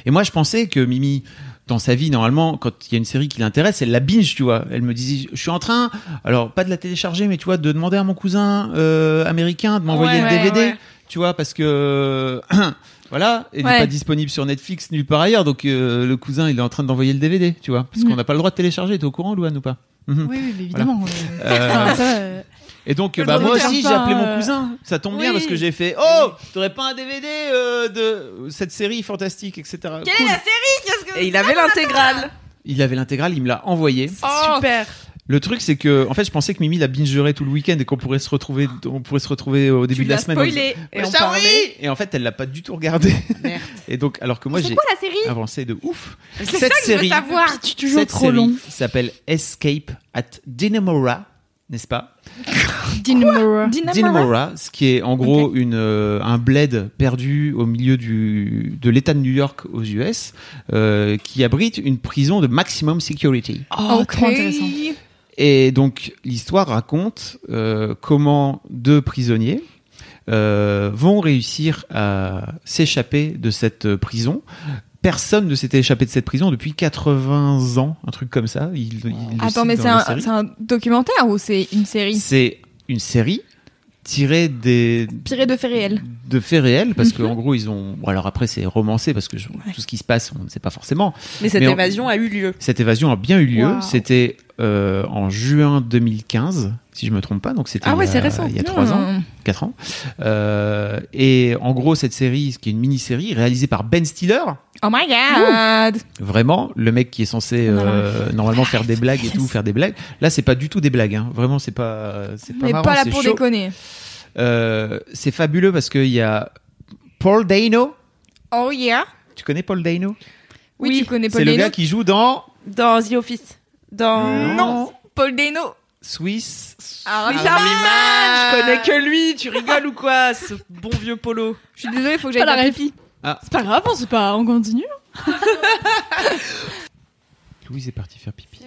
Speaker 4: Et moi, je pensais que Mimi, dans sa vie, normalement, quand il y a une série qui l'intéresse, elle la binge, tu vois. Elle me disait, je suis en train, alors pas de la télécharger, mais tu vois, de demander à mon cousin euh, américain de m'envoyer
Speaker 3: Ouais,
Speaker 4: le
Speaker 3: ouais,
Speaker 4: DVD,
Speaker 3: ouais.
Speaker 4: tu vois, parce que voilà, il n'est
Speaker 3: Ouais.
Speaker 4: pas disponible sur Netflix nulle part ailleurs, donc euh, le cousin, il est en train d'envoyer le DVD, tu vois,
Speaker 3: Mm.
Speaker 4: parce qu'on n'a pas le droit de télécharger. T'es au courant, Louane, ou pas Mhm.
Speaker 6: Oui, oui, mais évidemment. euh,
Speaker 4: Euh,
Speaker 6: enfin, ça, euh,
Speaker 4: et donc,
Speaker 6: Le
Speaker 4: bah, moi
Speaker 6: docteur
Speaker 4: aussi, j'ai
Speaker 6: Pain,
Speaker 4: appelé mon
Speaker 6: euh,
Speaker 4: cousin. Ça tombe bien
Speaker 3: oui.
Speaker 4: parce que j'ai fait Oh, t'aurais pas un DVD euh, de cette série fantastique, etc.
Speaker 3: Quelle
Speaker 4: Cool.
Speaker 3: est la série Qu'est-ce que
Speaker 5: Et il avait l'intégrale.
Speaker 4: Il avait l'intégrale, il me l'a envoyé.
Speaker 3: Oh.
Speaker 5: Super.
Speaker 4: Le truc, c'est que, en fait, je pensais que Mimi la bingerait tout le week-end et qu'on pourrait se retrouver, on pourrait se retrouver au début
Speaker 3: Tu
Speaker 4: de la
Speaker 3: l'as
Speaker 4: semaine.
Speaker 3: spoilé.
Speaker 4: Et,
Speaker 5: Et on parlait.
Speaker 4: et en fait, elle l'a pas du tout regardé.
Speaker 5: Merde.
Speaker 4: Et donc, alors que moi,
Speaker 3: C'est
Speaker 4: j'ai
Speaker 3: quoi la série
Speaker 4: avancé de ouf.
Speaker 3: C'est ça que je veux savoir.
Speaker 6: tu toujours
Speaker 4: cette
Speaker 6: trop
Speaker 4: série
Speaker 6: long.
Speaker 4: s'appelle Escape at Dinamora, n'est-ce pas
Speaker 6: Dinamora.
Speaker 4: Dinamora, ce qui est en gros une, euh, un bled perdu au milieu du, de l'État de New York aux US, euh, qui abrite une prison de maximum security.
Speaker 6: Oh, trop intéressant.
Speaker 4: Et donc l'histoire raconte euh, comment deux prisonniers euh, vont réussir à s'échapper de cette euh, prison. Personne ne s'était échappé de cette prison depuis 80 ans, un truc comme ça. Il- il le
Speaker 3: Attends,
Speaker 4: cite
Speaker 3: mais
Speaker 4: dans
Speaker 3: c'est
Speaker 4: la
Speaker 3: un,
Speaker 4: série.
Speaker 3: c'est un documentaire ou c'est une série
Speaker 4: C'est une série tirée des,
Speaker 3: Pirée de faits réels.
Speaker 4: de faits réels parce que en gros ils ont bon, alors après c'est romancé parce que je- tout ce qui se passe on ne sait pas forcément
Speaker 5: Mais cette
Speaker 4: Mais on-
Speaker 5: évasion a eu lieu.
Speaker 4: cette évasion a bien eu lieu
Speaker 6: Waouh.
Speaker 4: c'était euh, en juin 2015 si je me trompe pas donc c'était
Speaker 5: Ah ouais,
Speaker 4: il y a-
Speaker 5: c'est récent.
Speaker 4: il y a trois ans quatre ans Euh, et en gros cette série ce qui est une mini série réalisée par Ben Stiller
Speaker 3: Oh my god
Speaker 4: vraiment le mec qui est censé
Speaker 6: On a
Speaker 4: euh, normalement faire des blagues et
Speaker 6: Yes.
Speaker 4: tout faire des blagues là c'est pas du tout des blagues hein. vraiment c'est pas c'est pas
Speaker 3: Mais
Speaker 4: marrant
Speaker 3: pas là
Speaker 4: c'est
Speaker 3: pour
Speaker 4: chaud.
Speaker 3: déconner.
Speaker 4: Euh, c'est fabuleux parce qu'il y a Paul Dano
Speaker 3: Oh yeah
Speaker 4: tu connais Paul Dano
Speaker 3: Oui, tu connais
Speaker 4: C'est
Speaker 3: Paul
Speaker 4: le
Speaker 3: Dano
Speaker 4: gars qui joue dans
Speaker 5: Dans The Office. Dans.
Speaker 3: Non Paul Dano
Speaker 4: Swiss.
Speaker 3: Ah,
Speaker 5: Mais
Speaker 3: Armand.
Speaker 5: Armin, je connais que lui, tu rigoles ou quoi Ce bon vieux polo.
Speaker 3: Je suis désolée, faut que
Speaker 6: Pas
Speaker 3: j'aille
Speaker 6: la
Speaker 3: la
Speaker 6: ref.
Speaker 3: pipi.
Speaker 6: C'est pas grave, on, sait pas, on continue.
Speaker 4: Louise est partie faire pipi.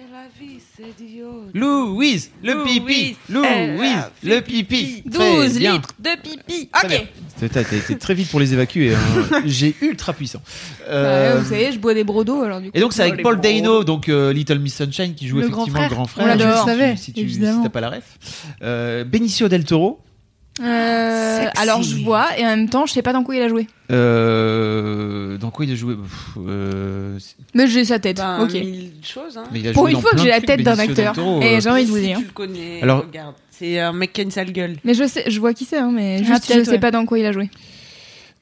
Speaker 4: Louise, le
Speaker 5: Louise,
Speaker 4: pipi.
Speaker 5: elle
Speaker 4: Louise,
Speaker 5: a fait
Speaker 4: le pipi.
Speaker 3: 12
Speaker 4: Très bien.
Speaker 3: litres de pipi.
Speaker 4: Très
Speaker 3: Ok.
Speaker 4: bien. T'as t'as été très vite pour les évacuer. hein. J'ai ultra puissant. Euh,
Speaker 3: Bah, vous savez, je bois des brodos alors du coup.
Speaker 4: Et donc c'est avec
Speaker 5: les
Speaker 4: Paul
Speaker 5: gros.
Speaker 4: Dano, donc euh, Little Miss Sunshine qui joue
Speaker 6: Le grand
Speaker 4: effectivement
Speaker 6: frère.
Speaker 4: le grand
Speaker 6: On
Speaker 4: frère.
Speaker 6: l'adore.
Speaker 4: Si tu-
Speaker 6: Je savais,
Speaker 4: si tu
Speaker 6: évidemment.
Speaker 4: si t'as pas la ref. Euh, Benicio del Toro.
Speaker 3: Euh,
Speaker 4: Sexy.
Speaker 3: alors je vois et en même temps, je sais pas dans quoi il a joué.
Speaker 4: Euh, dans quoi il a joué Pff, euh, c'est-
Speaker 3: Mais j'ai sa tête.
Speaker 5: Ben,
Speaker 3: ok.
Speaker 5: mille choses, hein.
Speaker 4: mais il a
Speaker 3: Pour
Speaker 4: joué
Speaker 3: une
Speaker 4: dans
Speaker 3: fois que
Speaker 4: plein
Speaker 3: j'ai
Speaker 4: de
Speaker 3: la
Speaker 4: trucs,
Speaker 3: tête d'un
Speaker 4: Benicio del
Speaker 3: acteur.
Speaker 4: Toro,
Speaker 3: Et
Speaker 4: euh,
Speaker 3: j'ai envie de vous
Speaker 5: Si
Speaker 3: dire.
Speaker 5: Tu le connais,
Speaker 4: Alors-
Speaker 5: regarde. C'est un mec qui a une sale gueule.
Speaker 3: Mais je sais, je vois qui c'est, hein, mais
Speaker 6: Ah,
Speaker 3: juste, je
Speaker 6: peut-être,
Speaker 3: sais
Speaker 6: ouais.
Speaker 3: pas dans quoi il a joué.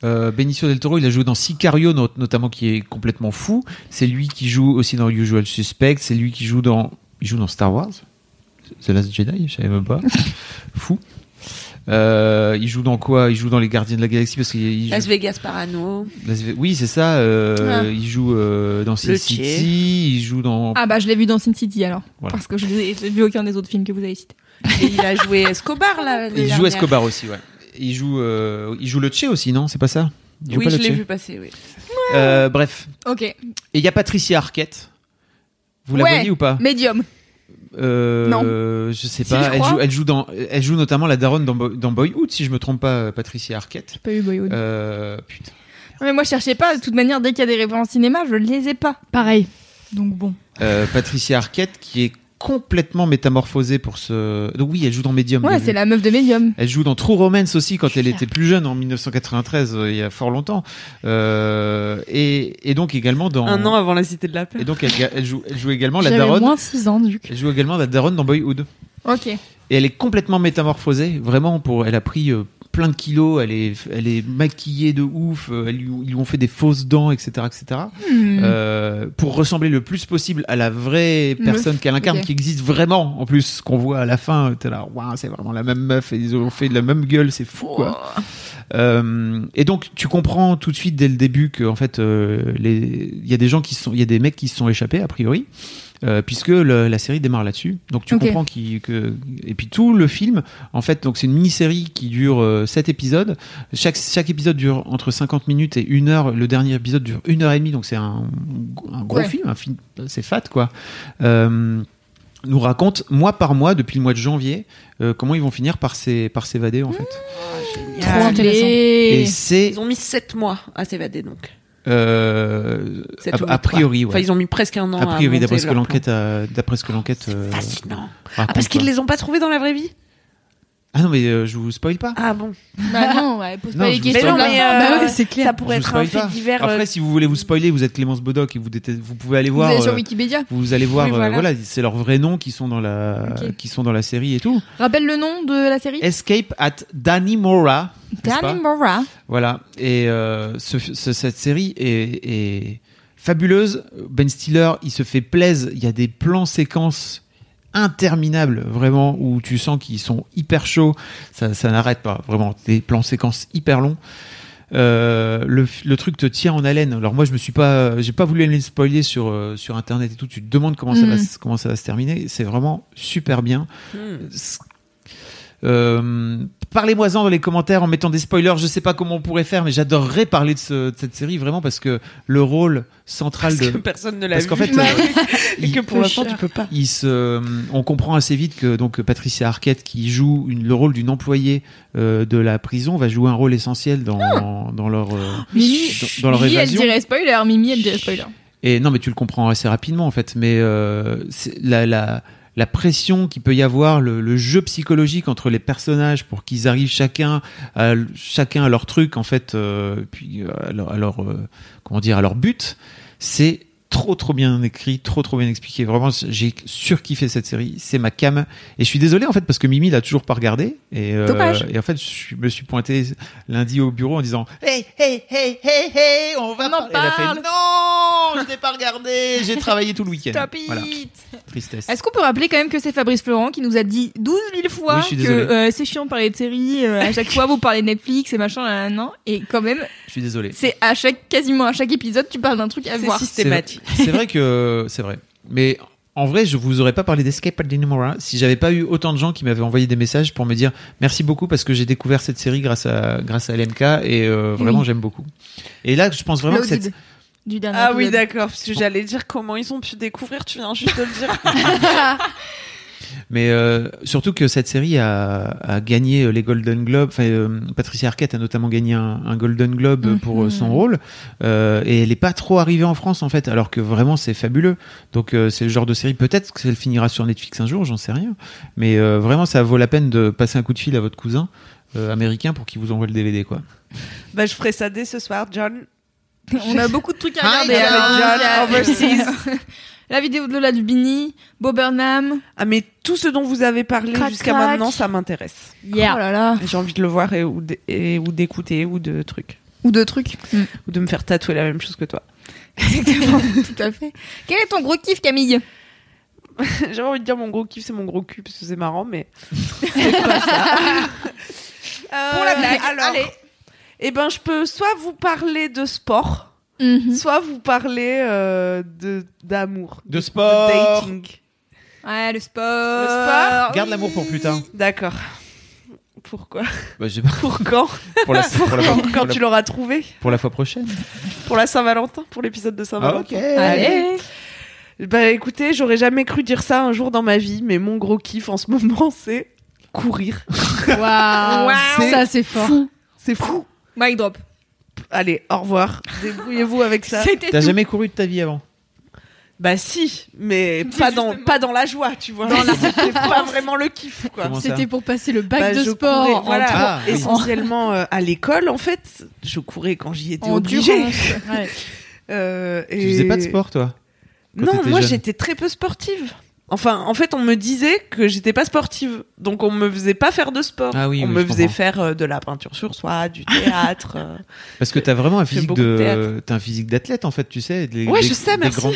Speaker 4: Euh, Benicio del Toro, il a joué dans Sicario not- notamment, qui est complètement fou. C'est lui qui joue aussi dans Usual Suspect. C'est lui qui joue dans, il joue dans Star Wars, The Last Jedi. Je savais même pas. fou. Euh, il joue dans quoi Il joue dans Les Gardiens de la Galaxie parce qu'il il joue-
Speaker 5: Las Vegas Parano.
Speaker 4: Las Ve- Oui, c'est ça. euh,
Speaker 3: Ah.
Speaker 4: Il joue euh, dans Sin
Speaker 5: Le
Speaker 4: City. Il joue dans.
Speaker 3: Ah bah je l'ai vu dans Sin City alors.
Speaker 4: Voilà.
Speaker 3: Parce que je n'ai vu aucun des autres films que vous avez cités.
Speaker 5: Et il a joué Escobar, là. l'année
Speaker 4: il joue
Speaker 5: dernière.
Speaker 4: Escobar aussi, ouais. Il joue, euh, il joue le Che aussi, non C'est pas ça Il joue
Speaker 5: Oui,
Speaker 4: pas
Speaker 5: je
Speaker 4: le
Speaker 5: l'ai
Speaker 4: Che
Speaker 5: vu passer, oui.
Speaker 4: Euh, bref.
Speaker 3: Ok.
Speaker 4: Et il y a Patricia Arquette. Vous la
Speaker 3: Ouais.
Speaker 4: voyez ou pas
Speaker 3: Medium.
Speaker 4: Euh, Je sais
Speaker 3: Si, je
Speaker 4: pas. elle,
Speaker 3: crois.
Speaker 4: joue, elle joue dans, elle joue notamment la daronne dans, Boy- dans Boyhood, si je me trompe pas, Patricia Arquette.
Speaker 3: Pas eu Boyhood.
Speaker 4: Euh, putain.
Speaker 3: Non, Mais moi je cherchais pas. De toute manière, dès qu'il y a des références cinéma, je les ai pas.
Speaker 6: Pareil. Donc bon.
Speaker 4: Euh, Patricia Arquette qui est complètement métamorphosée pour ce. Donc oui, elle joue dans Medium.
Speaker 3: Ouais,
Speaker 4: bien
Speaker 3: c'est
Speaker 4: vu.
Speaker 3: la meuf de Medium.
Speaker 4: Elle joue dans True Romance aussi quand elle
Speaker 6: Cher.
Speaker 4: était plus jeune en 1993, euh, il y a fort longtemps. Euh, et, et donc également dans.
Speaker 5: Un an avant la Cité de la Paix.
Speaker 4: Et donc elle, elle joue, elle joue également la
Speaker 6: J'avais
Speaker 4: daronne.
Speaker 6: moins 6 ans, Duc.
Speaker 4: Elle joue également la daronne dans Boyhood.
Speaker 3: Ok.
Speaker 4: Et elle est complètement métamorphosée, vraiment. Pour, elle a pris euh, plein de kilos, elle est, elle est maquillée de ouf, euh, elles lui- ils lui ont fait des fausses dents, etc., etc.
Speaker 3: Hmm.
Speaker 4: Euh, pour ressembler le plus possible à la vraie
Speaker 3: Meuf.
Speaker 4: personne qu'elle incarne,
Speaker 3: Ok.
Speaker 4: qui existe vraiment. En plus, qu'on voit à la fin, t'es là, Ouah, c'est vraiment la même meuf, et ils ont fait de la même gueule, c'est fou, quoi. Euh, et donc tu comprends tout de suite dès le début que en fait euh, les- il y a des gens qui se sont il y a des mecs qui se sont échappés a priori euh, puisque le- la série démarre là-dessus. Donc tu
Speaker 3: Ok.
Speaker 4: comprends qui que et puis tout le film en fait donc c'est une mini-série qui dure 7 épisodes. Chaque chaque épisode dure entre 50 minutes et 1 heure. Le dernier épisode dure 1 heure et demie donc c'est un, un gros
Speaker 3: Ouais.
Speaker 4: film, un film c'est fat quoi. Euh, nous raconte mois par mois depuis le mois de janvier euh, comment ils vont finir par s'é- par s'évader en fait.
Speaker 5: Ah,
Speaker 6: Trop
Speaker 5: génial.
Speaker 6: intéressant.
Speaker 4: Et
Speaker 3: Et...
Speaker 4: c'est
Speaker 5: Ils ont mis 7 mois à s'évader, donc.
Speaker 4: Euh,
Speaker 5: Cette
Speaker 4: a,
Speaker 5: août,
Speaker 4: a priori,
Speaker 5: quoi. Enfin,
Speaker 4: ouais.
Speaker 5: ils ont mis presque un an.
Speaker 4: a priori,
Speaker 5: à monter
Speaker 4: d'après ce que
Speaker 5: leur
Speaker 4: l'enquête, a- d'après ce que l'enquête.
Speaker 5: plan.
Speaker 4: euh,
Speaker 5: Fascinant. Ah,
Speaker 4: raconte,
Speaker 5: parce qu'ils
Speaker 4: quoi.
Speaker 5: les ont pas trouvés dans la vraie vie
Speaker 4: Ah non, mais euh, je vous spoil pas.
Speaker 5: Ah bon
Speaker 6: Bah non, ouais, pose
Speaker 4: Non,
Speaker 6: pas
Speaker 4: je
Speaker 6: les
Speaker 4: vous
Speaker 6: questions.
Speaker 4: spoil
Speaker 6: de la
Speaker 5: pas.
Speaker 6: fin.
Speaker 5: Mais, euh,
Speaker 6: Bah ouais, c'est clair.
Speaker 5: Ça pourrait
Speaker 4: Je vous
Speaker 5: être un
Speaker 4: spoil
Speaker 5: fait
Speaker 4: pas.
Speaker 5: divers. euh,
Speaker 4: Après, si vous voulez vous spoiler, vous êtes Clémence Bodoc et vous, détestez- vous pouvez aller
Speaker 6: Vous
Speaker 4: voir.
Speaker 6: allez sur
Speaker 4: euh,
Speaker 6: Wikipédia.
Speaker 4: vous allez voir,
Speaker 5: Oui,
Speaker 4: euh,
Speaker 5: voilà.
Speaker 4: voilà, c'est leurs vrais noms qui sont dans la,
Speaker 6: Ok.
Speaker 4: qui sont dans la série et tout.
Speaker 3: Rappelle le nom de la série
Speaker 4: Escape at Dannemora. n'est-ce pas
Speaker 3: Mora.
Speaker 4: Voilà. Et euh, ce- ce- cette série est, est fabuleuse. Ben Stiller, il se fait plaise. Il y a des plans séquences interminables, vraiment, où tu sens qu'ils sont hyper chauds. Ça, ça n'arrête pas, vraiment. Des plans séquences hyper longs. Euh, le, f- le truc te tient en haleine. Alors moi, je me suis pas, j'ai pas voulu aller le spoiler sur euh, sur internet et tout. Tu te demandes comment ça va,
Speaker 3: Mhm.
Speaker 4: se- comment ça va se terminer. C'est vraiment super bien.
Speaker 5: hmm.
Speaker 4: Euh, Parlez-moi-en dans les commentaires en mettant des spoilers. Je sais pas comment on pourrait faire, mais j'adorerais parler de, ce- de cette série vraiment parce que le rôle central
Speaker 5: Parce que
Speaker 4: de.
Speaker 5: personne ne l'a
Speaker 4: Parce
Speaker 5: vu.
Speaker 4: qu'en fait,
Speaker 5: Bah
Speaker 4: euh,
Speaker 5: oui. et
Speaker 4: il-
Speaker 5: que pour l'instant, tu peux pas.
Speaker 4: il se, euh, on comprend assez vite que donc Patricia Arquette, qui joue une- le rôle d'une employée euh, de la prison, va jouer un rôle essentiel dans,
Speaker 5: Ah
Speaker 4: dans leur. euh,
Speaker 3: Mimi,
Speaker 4: Dans- dans leur
Speaker 3: Mimi, elle
Speaker 4: évasion.
Speaker 3: dirait spoiler. Mimi, elle dirait spoiler.
Speaker 4: Et non, mais tu le comprends assez rapidement en fait. Mais euh, c'est la, la, la pression qu'il peut y avoir, le, le jeu psychologique entre les personnages pour qu'ils arrivent chacun à, chacun à leur truc en fait, euh, puis à leur, à leur, euh, comment dire à leur but, c'est trop trop bien écrit, trop trop bien expliqué. Vraiment, j'ai surkiffé cette série. C'est ma cam. Et je suis désolé en fait parce que Mimi l'a toujours pas regardé. Et, euh,
Speaker 3: Dommage.
Speaker 4: et en fait, je suis- me suis pointé lundi au bureau en disant Hey, hey, hey, hey, hey, on va
Speaker 3: On en
Speaker 4: parler. Elle a fait,
Speaker 3: parle.
Speaker 4: Non, je n'ai pas regardé, j'ai travaillé tout le week-end.
Speaker 3: Stop it
Speaker 4: Voilà, tristesse.
Speaker 3: Est-ce qu'on peut rappeler quand même que c'est Fabrice Florent qui nous a dit 12 000 fois
Speaker 4: Oui, je suis
Speaker 3: que
Speaker 4: désolé.
Speaker 3: euh, c'est chiant de parler de séries, euh, à chaque fois vous parlez de Netflix et machin, là, là, là, là. et quand même,
Speaker 4: Je suis désolé.
Speaker 3: c'est à chaque, quasiment à chaque épisode, tu parles d'un truc à
Speaker 5: C'est
Speaker 3: voir.
Speaker 5: systématique.
Speaker 4: C'est c'est vrai que c'est vrai. Mais en vrai, je vous aurais pas parlé d'Escape at Denimora si j'avais pas eu autant de gens qui m'avaient envoyé des messages pour me dire merci beaucoup parce que j'ai découvert cette série grâce à grâce à LMK et euh, vraiment j'aime beaucoup. Et là, je pense vraiment que
Speaker 3: Loaded
Speaker 4: cette
Speaker 3: du dernier
Speaker 5: Ah oui,
Speaker 3: épisode.
Speaker 5: d'accord. Parce que j'allais dire comment ils ont pu découvrir. Tu viens juste de le dire.
Speaker 4: Mais euh, surtout que cette série a, a gagné euh, les Golden Globes. Enfin, euh, Patricia Arquette a notamment gagné un, un Golden Globe euh, pour euh,
Speaker 5: Mhm.
Speaker 4: son rôle, Euh, et elle n'est pas trop arrivée en France en fait, alors que vraiment c'est fabuleux. Donc euh, c'est le genre de série. Peut-être qu'elle finira sur Netflix un jour, j'en sais rien. Mais euh, vraiment, ça vaut la peine de passer un coup de fil à votre cousin euh, américain pour qu'il vous envoie le DVD quoi.
Speaker 5: bah, je ferai ça dès ce soir, John.
Speaker 3: On a beaucoup de trucs à
Speaker 4: Hi,
Speaker 3: regarder.
Speaker 4: John.
Speaker 3: alors.
Speaker 5: John
Speaker 3: Il y a- La vidéo de Lola Dubini, Bob Burnham.
Speaker 5: Ah, mais tout ce dont vous avez parlé
Speaker 3: Crac,
Speaker 5: jusqu'à
Speaker 3: crac.
Speaker 5: maintenant, ça m'intéresse.
Speaker 3: Oh là là.
Speaker 5: J'ai envie de le voir et, ou d- et- ou d'écouter ou de trucs.
Speaker 3: Ou deux trucs.
Speaker 5: Ou de me faire tatouer la même chose que toi.
Speaker 3: Exactement, tout à fait. Quel est ton gros kiff, Camille
Speaker 5: J'avais envie de dire mon gros kiff, c'est mon gros cul parce que c'est marrant, mais. c'est pas ça.
Speaker 3: Pour la blague,
Speaker 5: alors,
Speaker 3: allez.
Speaker 5: Eh ben, je peux soit vous parler de sport,
Speaker 3: Mhm.
Speaker 5: soit vous parler euh, de d'amour,
Speaker 4: De
Speaker 5: de
Speaker 4: sport. Euh,
Speaker 5: dating.
Speaker 3: Ouais, le sport.
Speaker 5: Le sport.
Speaker 4: Garde l'amour pour plus tard.
Speaker 5: D'accord. Pourquoi
Speaker 4: Bah, je sais pas.
Speaker 5: Pour quand
Speaker 4: pour la pour la-
Speaker 5: Quand,
Speaker 4: pour la-
Speaker 5: tu l'auras trouvé
Speaker 4: pour la fois prochaine. Ah,
Speaker 5: Pour la Saint-Valentin Pour l'épisode de Saint-Valentin
Speaker 3: Allez.
Speaker 5: Bah écoutez, j'aurais jamais cru dire ça un jour dans ma vie, mais mon gros kiff en ce moment, c'est courir.
Speaker 6: Waouh.
Speaker 5: C'est
Speaker 6: Ça, c'est fort.
Speaker 5: C'est fou.
Speaker 3: Mic drop.
Speaker 5: Allez, au revoir. Débrouillez-vous avec ça.
Speaker 3: C'était
Speaker 4: T'as
Speaker 3: tout.
Speaker 4: jamais couru de ta vie avant.
Speaker 5: Bah si, mais pas dans,
Speaker 3: justement.
Speaker 5: pas dans la joie, tu vois. C'est pas vraiment le kiff, quoi.
Speaker 4: Comment ça
Speaker 6: C'était pour passer le bac
Speaker 5: Bah,
Speaker 6: de
Speaker 5: je
Speaker 6: sport.
Speaker 5: courais,
Speaker 6: en
Speaker 5: voilà,
Speaker 6: trois-
Speaker 4: Ah, oui.
Speaker 5: essentiellement euh, à l'école en fait. Je courais quand j'y étais
Speaker 6: en
Speaker 5: obligée.
Speaker 6: endurance. Ouais.
Speaker 5: Euh, et...
Speaker 4: Tu faisais pas de sport toi. quand
Speaker 5: Non,
Speaker 4: t'étais
Speaker 5: moi
Speaker 4: jeune
Speaker 5: j'étais très peu sportive. Enfin, en fait, on me disait que j'étais pas sportive, donc on me faisait pas faire de sport.
Speaker 4: Ah oui,
Speaker 5: on
Speaker 4: oui,
Speaker 5: me
Speaker 4: je
Speaker 5: faisait
Speaker 4: comprends.
Speaker 5: faire euh, de la peinture sur soie, du théâtre. euh.
Speaker 4: Parce que t'as vraiment un
Speaker 5: fais
Speaker 4: physique
Speaker 5: beaucoup de
Speaker 4: de,
Speaker 5: théâtre.
Speaker 4: t'as un physique d'athlète en fait, tu sais. des-
Speaker 5: Ouais,
Speaker 4: des-
Speaker 5: je sais,
Speaker 4: des
Speaker 5: merci.
Speaker 4: grands-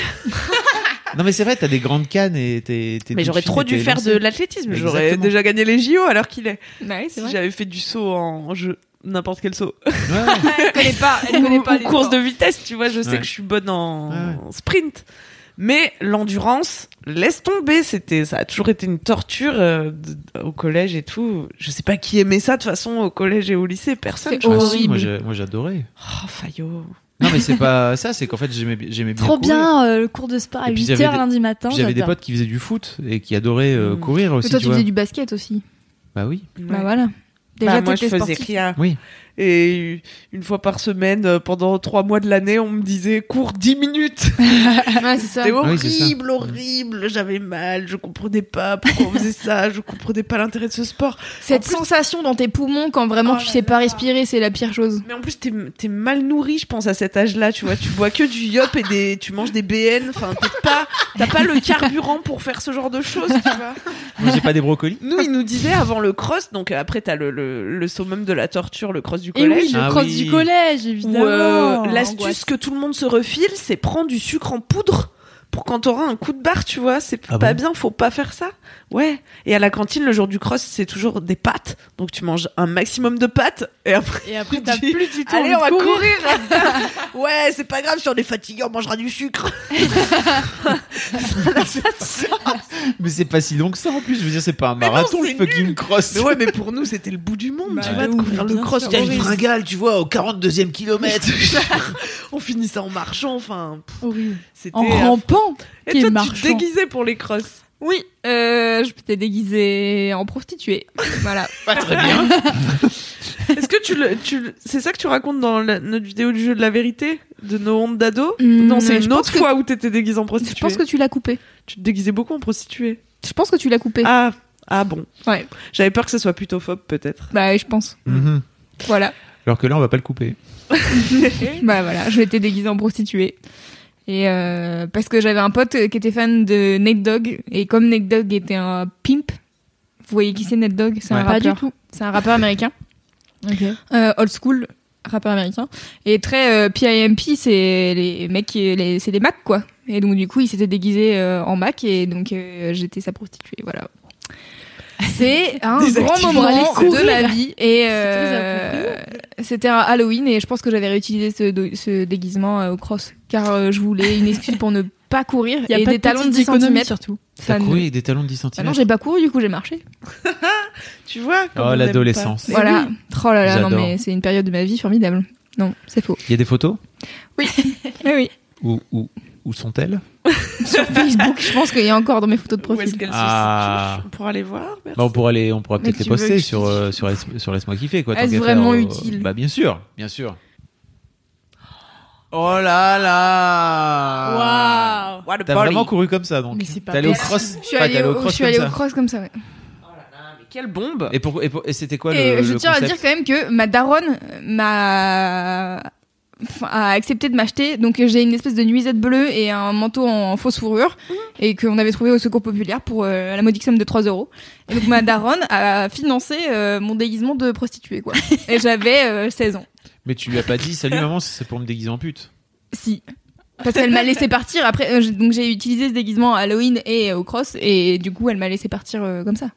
Speaker 4: non mais c'est vrai, t'as des grandes cannes et t'es. t'es
Speaker 5: Mais
Speaker 4: toute
Speaker 5: j'aurais
Speaker 4: fine
Speaker 5: trop
Speaker 4: et
Speaker 5: dû
Speaker 4: t'es
Speaker 5: faire de
Speaker 4: lancée.
Speaker 5: l'athlétisme. J'aurais
Speaker 4: Exactement.
Speaker 5: déjà gagné les JO alors qu'il est.
Speaker 3: Bah oui, c'est
Speaker 5: Si
Speaker 3: vrai.
Speaker 5: j'avais fait du saut en jeu, n'importe quel saut,
Speaker 4: Ouais, ouais. Ah,
Speaker 3: Elle connaît pas, Ah, elle connaît
Speaker 5: ou
Speaker 3: pas les
Speaker 5: course de
Speaker 3: sports.
Speaker 5: vitesse, tu vois, je sais
Speaker 4: Ouais.
Speaker 5: que je suis bonne en
Speaker 4: Ouais,
Speaker 5: en sprint. Mais l'endurance, laisse tomber, c'était ça a toujours été une torture euh, d- au collège et tout. Je sais pas qui aimait ça de toute façon au collège et au lycée, personne.
Speaker 3: C'est
Speaker 5: je crois.
Speaker 4: Ah, si,
Speaker 3: Horrible.
Speaker 4: moi, j'ai- moi j'adorais.
Speaker 5: Oh, Fayot.
Speaker 4: Non mais c'est pas ça, c'est qu'en fait j'aimais, bi- j'aimais bien.
Speaker 6: Trop
Speaker 4: courir.
Speaker 6: bien euh, le cours de sport à
Speaker 4: Et puis
Speaker 6: 8h
Speaker 4: j'avais des-
Speaker 6: lundi matin.
Speaker 4: Puis J'avais des
Speaker 6: j'adore.
Speaker 4: potes qui faisaient du foot et qui adoraient euh,
Speaker 5: Mm.
Speaker 4: courir aussi.
Speaker 3: Mais toi,
Speaker 4: tu
Speaker 3: tu
Speaker 4: vois.
Speaker 3: faisais du basket aussi.
Speaker 4: Bah oui.
Speaker 3: Bah voilà.
Speaker 5: Bah,
Speaker 3: Déjà,
Speaker 5: moi je
Speaker 3: t'étais
Speaker 5: faisais
Speaker 3: sportif.
Speaker 5: rien.
Speaker 4: Oui.
Speaker 5: Et une fois par semaine, euh, pendant trois mois de l'année, on me disait cours 10 minutes.
Speaker 3: Ouais, c'est ça.
Speaker 5: C'était
Speaker 4: Ah oui, c'est ça.
Speaker 5: horrible, horrible. J'avais mal, je comprenais pas pourquoi on faisait ça, je comprenais pas l'intérêt de ce sport.
Speaker 3: Cette
Speaker 5: En plus-
Speaker 3: sensation dans tes poumons quand vraiment
Speaker 5: Oh
Speaker 3: tu
Speaker 5: là
Speaker 3: sais
Speaker 5: là.
Speaker 3: pas respirer, c'est la pire chose.
Speaker 5: Mais en plus, t'es t'es mal nourri, je pense, à cet âge-là, tu vois. Tu bois que du yop et des, tu manges des BN. Enfin, t'es pas, t'as pas le carburant pour faire ce genre de choses, tu vois.
Speaker 4: Moi, j'ai pas des brocolis.
Speaker 5: Nous, ils nous disaient avant le cross, donc euh, après, t'as le, le, le summum de la torture, le cross du
Speaker 6: Et oui,
Speaker 5: collège.
Speaker 6: le
Speaker 4: Ah
Speaker 6: cross
Speaker 4: oui.
Speaker 6: du collège,
Speaker 5: où,
Speaker 6: évidemment.
Speaker 5: euh,
Speaker 6: Angoisse.
Speaker 5: l'astuce que tout le monde se refile, c'est prendre du sucre en poudre pour quand t'auras un coup de barre, tu vois. C'est
Speaker 4: Ah
Speaker 5: pas
Speaker 4: bon
Speaker 5: bien, faut pas faire ça. Ouais. Et à la cantine, le jour du cross, c'est toujours des pâtes. Donc tu manges un maximum de pâtes et après.
Speaker 6: Et après, t'as
Speaker 5: Tu-
Speaker 6: plus du tout
Speaker 5: Allez,
Speaker 6: envie
Speaker 5: on va
Speaker 6: de courir.
Speaker 5: courir. ouais, c'est pas grave, si on est fatigué, on mangera du sucre.
Speaker 4: Mais c'est pas si long que ça en plus. Je veux dire, c'est pas un marathon,
Speaker 5: c'est
Speaker 4: je peux qu'une crosse.
Speaker 5: Mais ouais, mais pour nous, c'était le bout du monde, tu vois, Bah de courir le cross.
Speaker 4: T'as une fringale, tu vois, au 42e kilomètre.
Speaker 5: on finit ça en marchant, enfin, pff,
Speaker 6: Horrible.
Speaker 5: c'était. euh,
Speaker 6: En rampant.
Speaker 5: Et
Speaker 6: qui
Speaker 5: toi,
Speaker 6: est
Speaker 5: tu te
Speaker 6: marchand.
Speaker 5: déguisais pour les crosses.
Speaker 3: Oui, euh, je t'ai déguisée en prostituée. Voilà.
Speaker 4: pas très bien.
Speaker 5: Est-ce que tu le, tu le- c'est ça que tu racontes dans la- notre vidéo du jeu de la vérité de nos hontes d'ado
Speaker 3: Hmm,
Speaker 5: Non, c'est
Speaker 3: je
Speaker 5: une
Speaker 3: pense
Speaker 5: autre
Speaker 3: que-
Speaker 5: fois où t'étais déguisée en
Speaker 3: Je
Speaker 5: prostituée.
Speaker 3: pense que tu l'as coupé.
Speaker 5: tu te déguisais beaucoup en prostituée.
Speaker 3: Je pense que tu l'as coupé.
Speaker 5: Ah, ah bon.
Speaker 3: Ouais.
Speaker 5: J'avais peur que ce soit putophobe peut-être.
Speaker 3: Bah, je pense.
Speaker 4: Mhm.
Speaker 3: Voilà.
Speaker 4: Alors que là, on va pas le couper.
Speaker 3: Bah voilà, je m'étais déguisée en prostituée. Et euh, parce que j'avais un pote euh, qui était fan de Nate Dogg et comme Nate Dogg était un pimp, vous voyez qui c'est Nate Dogg C'est un
Speaker 4: Ouais.
Speaker 6: Pas du
Speaker 3: rappeur.
Speaker 6: tout.
Speaker 3: C'est un rappeur américain,
Speaker 6: Ok.
Speaker 3: euh, old school rappeur américain et très euh, PIMP, c'est les mecs qui les c'est les Mac quoi. Et donc du coup, il s'était déguisé euh, en Mac et donc euh, j'étais sa prostituée, voilà. C'est un grand
Speaker 6: Désactivant.
Speaker 3: moment
Speaker 6: Aller courir.
Speaker 3: de la vie et
Speaker 6: très
Speaker 3: euh, c'était un Halloween et je pense que j'avais réutilisé ce, do- ce déguisement euh, au cross car euh, je voulais une excuse pour ne pas courir
Speaker 6: Il y
Speaker 3: et
Speaker 6: a pas
Speaker 3: des talons de 10
Speaker 6: d'économie,
Speaker 3: cm.
Speaker 6: surtout.
Speaker 4: T'as couru avec des talons de 10 cm.
Speaker 3: Ah non, j'ai pas couru du coup, j'ai marché.
Speaker 5: Tu vois comme on
Speaker 4: oh,
Speaker 5: aime
Speaker 4: l'adolescence.
Speaker 6: Mais
Speaker 3: voilà. Oh là là, non
Speaker 4: J'adore.
Speaker 3: mais c'est une période de ma vie formidable. Non, c'est faux.
Speaker 4: Il y a des photos
Speaker 3: Oui oui.
Speaker 4: Où, où, où sont-elles
Speaker 3: Sur Facebook, je pense qu'il y a encore dans mes photos de
Speaker 5: pas. Où
Speaker 3: profil.
Speaker 5: est-ce qu'elle se
Speaker 4: Ah.
Speaker 5: situe On pourra aller voir. Merci.
Speaker 4: Bah, on pourra les, on pourra
Speaker 3: Mais
Speaker 4: peut-être les
Speaker 3: tu veux que
Speaker 4: poster
Speaker 3: je
Speaker 4: sur,
Speaker 3: te
Speaker 4: euh, sur, Laisse- sur laisse-moi kiffer quoi. tant
Speaker 3: Est-ce
Speaker 4: qu'à
Speaker 3: vraiment
Speaker 4: euh,
Speaker 3: utile
Speaker 4: Bah bien sûr, bien sûr. Oh là là.
Speaker 6: Waouh.
Speaker 5: What a
Speaker 4: T'as
Speaker 5: body.
Speaker 4: vraiment couru comme ça donc.
Speaker 6: Mais c'est pas
Speaker 4: T'es allé au
Speaker 6: possible.
Speaker 4: cross.
Speaker 3: Je suis
Speaker 4: enfin,
Speaker 3: allée
Speaker 4: t'es allé
Speaker 3: au, je
Speaker 4: cross
Speaker 3: suis
Speaker 4: comme
Speaker 3: allée
Speaker 4: ça.
Speaker 3: au cross comme ça. ouais.
Speaker 5: Ah, Quelle bombe
Speaker 4: Et pour- et pour- et c'était quoi
Speaker 3: et
Speaker 4: le
Speaker 3: je
Speaker 4: le
Speaker 3: tiens à
Speaker 4: concept
Speaker 3: dire quand même que ma daronne m'a enfin, a accepté de m'acheter donc j'ai une espèce de nuisette bleue et un manteau en fausse fourrure et qu'on avait trouvé au secours populaire pour euh, la modique somme de 3 euros et donc ma daronne a financé euh, mon déguisement de prostituée quoi et j'avais euh, 16 ans
Speaker 4: Mais tu lui as pas dit salut maman, c'est pour me déguiser en pute.
Speaker 3: si parce qu'elle m'a laissé partir après euh, j'ai- donc j'ai utilisé ce déguisement à Halloween et euh, au cross et du coup elle m'a laissé partir euh, comme ça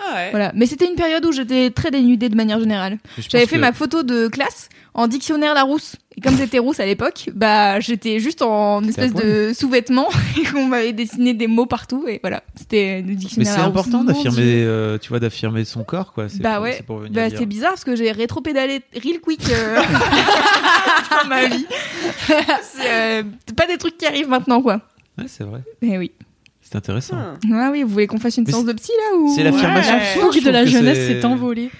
Speaker 5: Ah ouais.
Speaker 3: voilà mais c'était une période où j'étais très dénudée de manière générale
Speaker 4: Mais je
Speaker 3: J'avais
Speaker 4: pense
Speaker 3: fait
Speaker 4: que-
Speaker 3: ma photo de classe en dictionnaire Larousse. Et comme j'étais rousse à l'époque, bah j'étais juste en espèce de sous-vêtement et qu'on m'avait dessiné des mots partout et voilà, c'était le
Speaker 4: Mais
Speaker 3: dictionnaire
Speaker 4: c'est
Speaker 3: Larousse.
Speaker 4: important
Speaker 6: mon
Speaker 4: d'affirmer, euh, tu vois, d'affirmer son corps quoi. C'est
Speaker 3: Bah
Speaker 4: pour-
Speaker 3: ouais.
Speaker 4: C'est pour venir
Speaker 3: Bah
Speaker 4: dire.
Speaker 3: c'est bizarre parce que j'ai rétro-pédalé real quick euh, dans ma vie. c'est euh, c'est pas des trucs qui arrivent maintenant quoi.
Speaker 4: Ouais, c'est vrai.
Speaker 3: Eh oui.
Speaker 4: C'est intéressant.
Speaker 5: Ah.
Speaker 3: Ah oui, vous voulez qu'on fasse une
Speaker 4: Mais
Speaker 3: séance de psy là ou
Speaker 4: C'est l'affirmation.
Speaker 5: Ouais.
Speaker 4: forte,
Speaker 6: La
Speaker 4: je
Speaker 6: fougue de
Speaker 4: trouve
Speaker 6: la
Speaker 4: que
Speaker 6: jeunesse
Speaker 4: c'est-
Speaker 3: Euh,
Speaker 6: s'est envolée.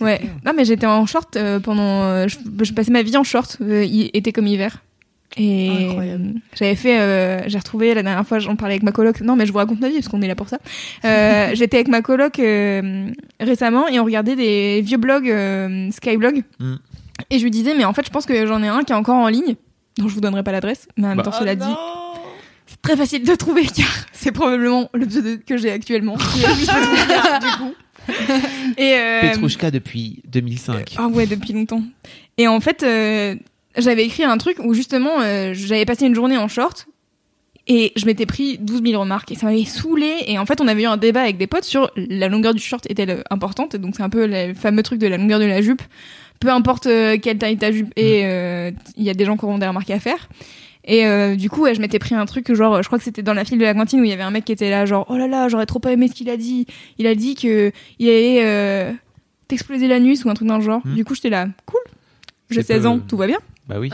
Speaker 3: Ouais. Non mais j'étais en short euh, pendant euh, je, je passais ma vie en short euh, hi- été comme hiver. Et
Speaker 6: Incroyable.
Speaker 3: euh, j'avais fait euh, j'ai retrouvé la dernière fois j'en parlais avec ma coloc. Non mais je vous raconte ma vie parce qu'on est là pour ça. Euh, j'étais avec ma coloc euh, récemment et on regardait des vieux blogs euh, Skyblog.
Speaker 4: Mm.
Speaker 3: Et je lui disais mais en fait je pense que j'en ai un qui est encore en ligne. dont je vous donnerai pas l'adresse, mais en même
Speaker 4: Bah.
Speaker 3: temps, cela dit,
Speaker 5: Oh, non.
Speaker 3: c'est très facile de trouver car c'est probablement le pseudo que j'ai actuellement. Je le trouve bien, du coup. Et euh,
Speaker 4: Petrouchka depuis 2005.
Speaker 3: ah ouais, depuis longtemps. Et en fait, euh, j'avais écrit un truc où justement, euh, j'avais passé une journée en short et je m'étais pris 12 000 remarques et ça m'avait saoulé. Et en fait, on avait eu un débat avec des potes sur la longueur du short est-elle importante. Donc c'est un peu le fameux truc de la longueur de la jupe. Peu importe euh, quelle taille ta jupe est, euh, il y a des gens qui auront des remarques à faire. Et euh, du coup, ouais, je m'étais pris un truc, genre, je crois que c'était dans la file de la cantine où il y avait un mec qui était là, genre, oh là là, j'aurais trop pas aimé ce qu'il a dit. Il a dit que il allait euh, t'exploser l'anus ou un truc dans le genre.
Speaker 4: Hmm.
Speaker 3: Du coup, j'étais là, cool. J'ai
Speaker 4: C'est pas-
Speaker 3: 16 ans, tout va bien.
Speaker 4: Bah oui.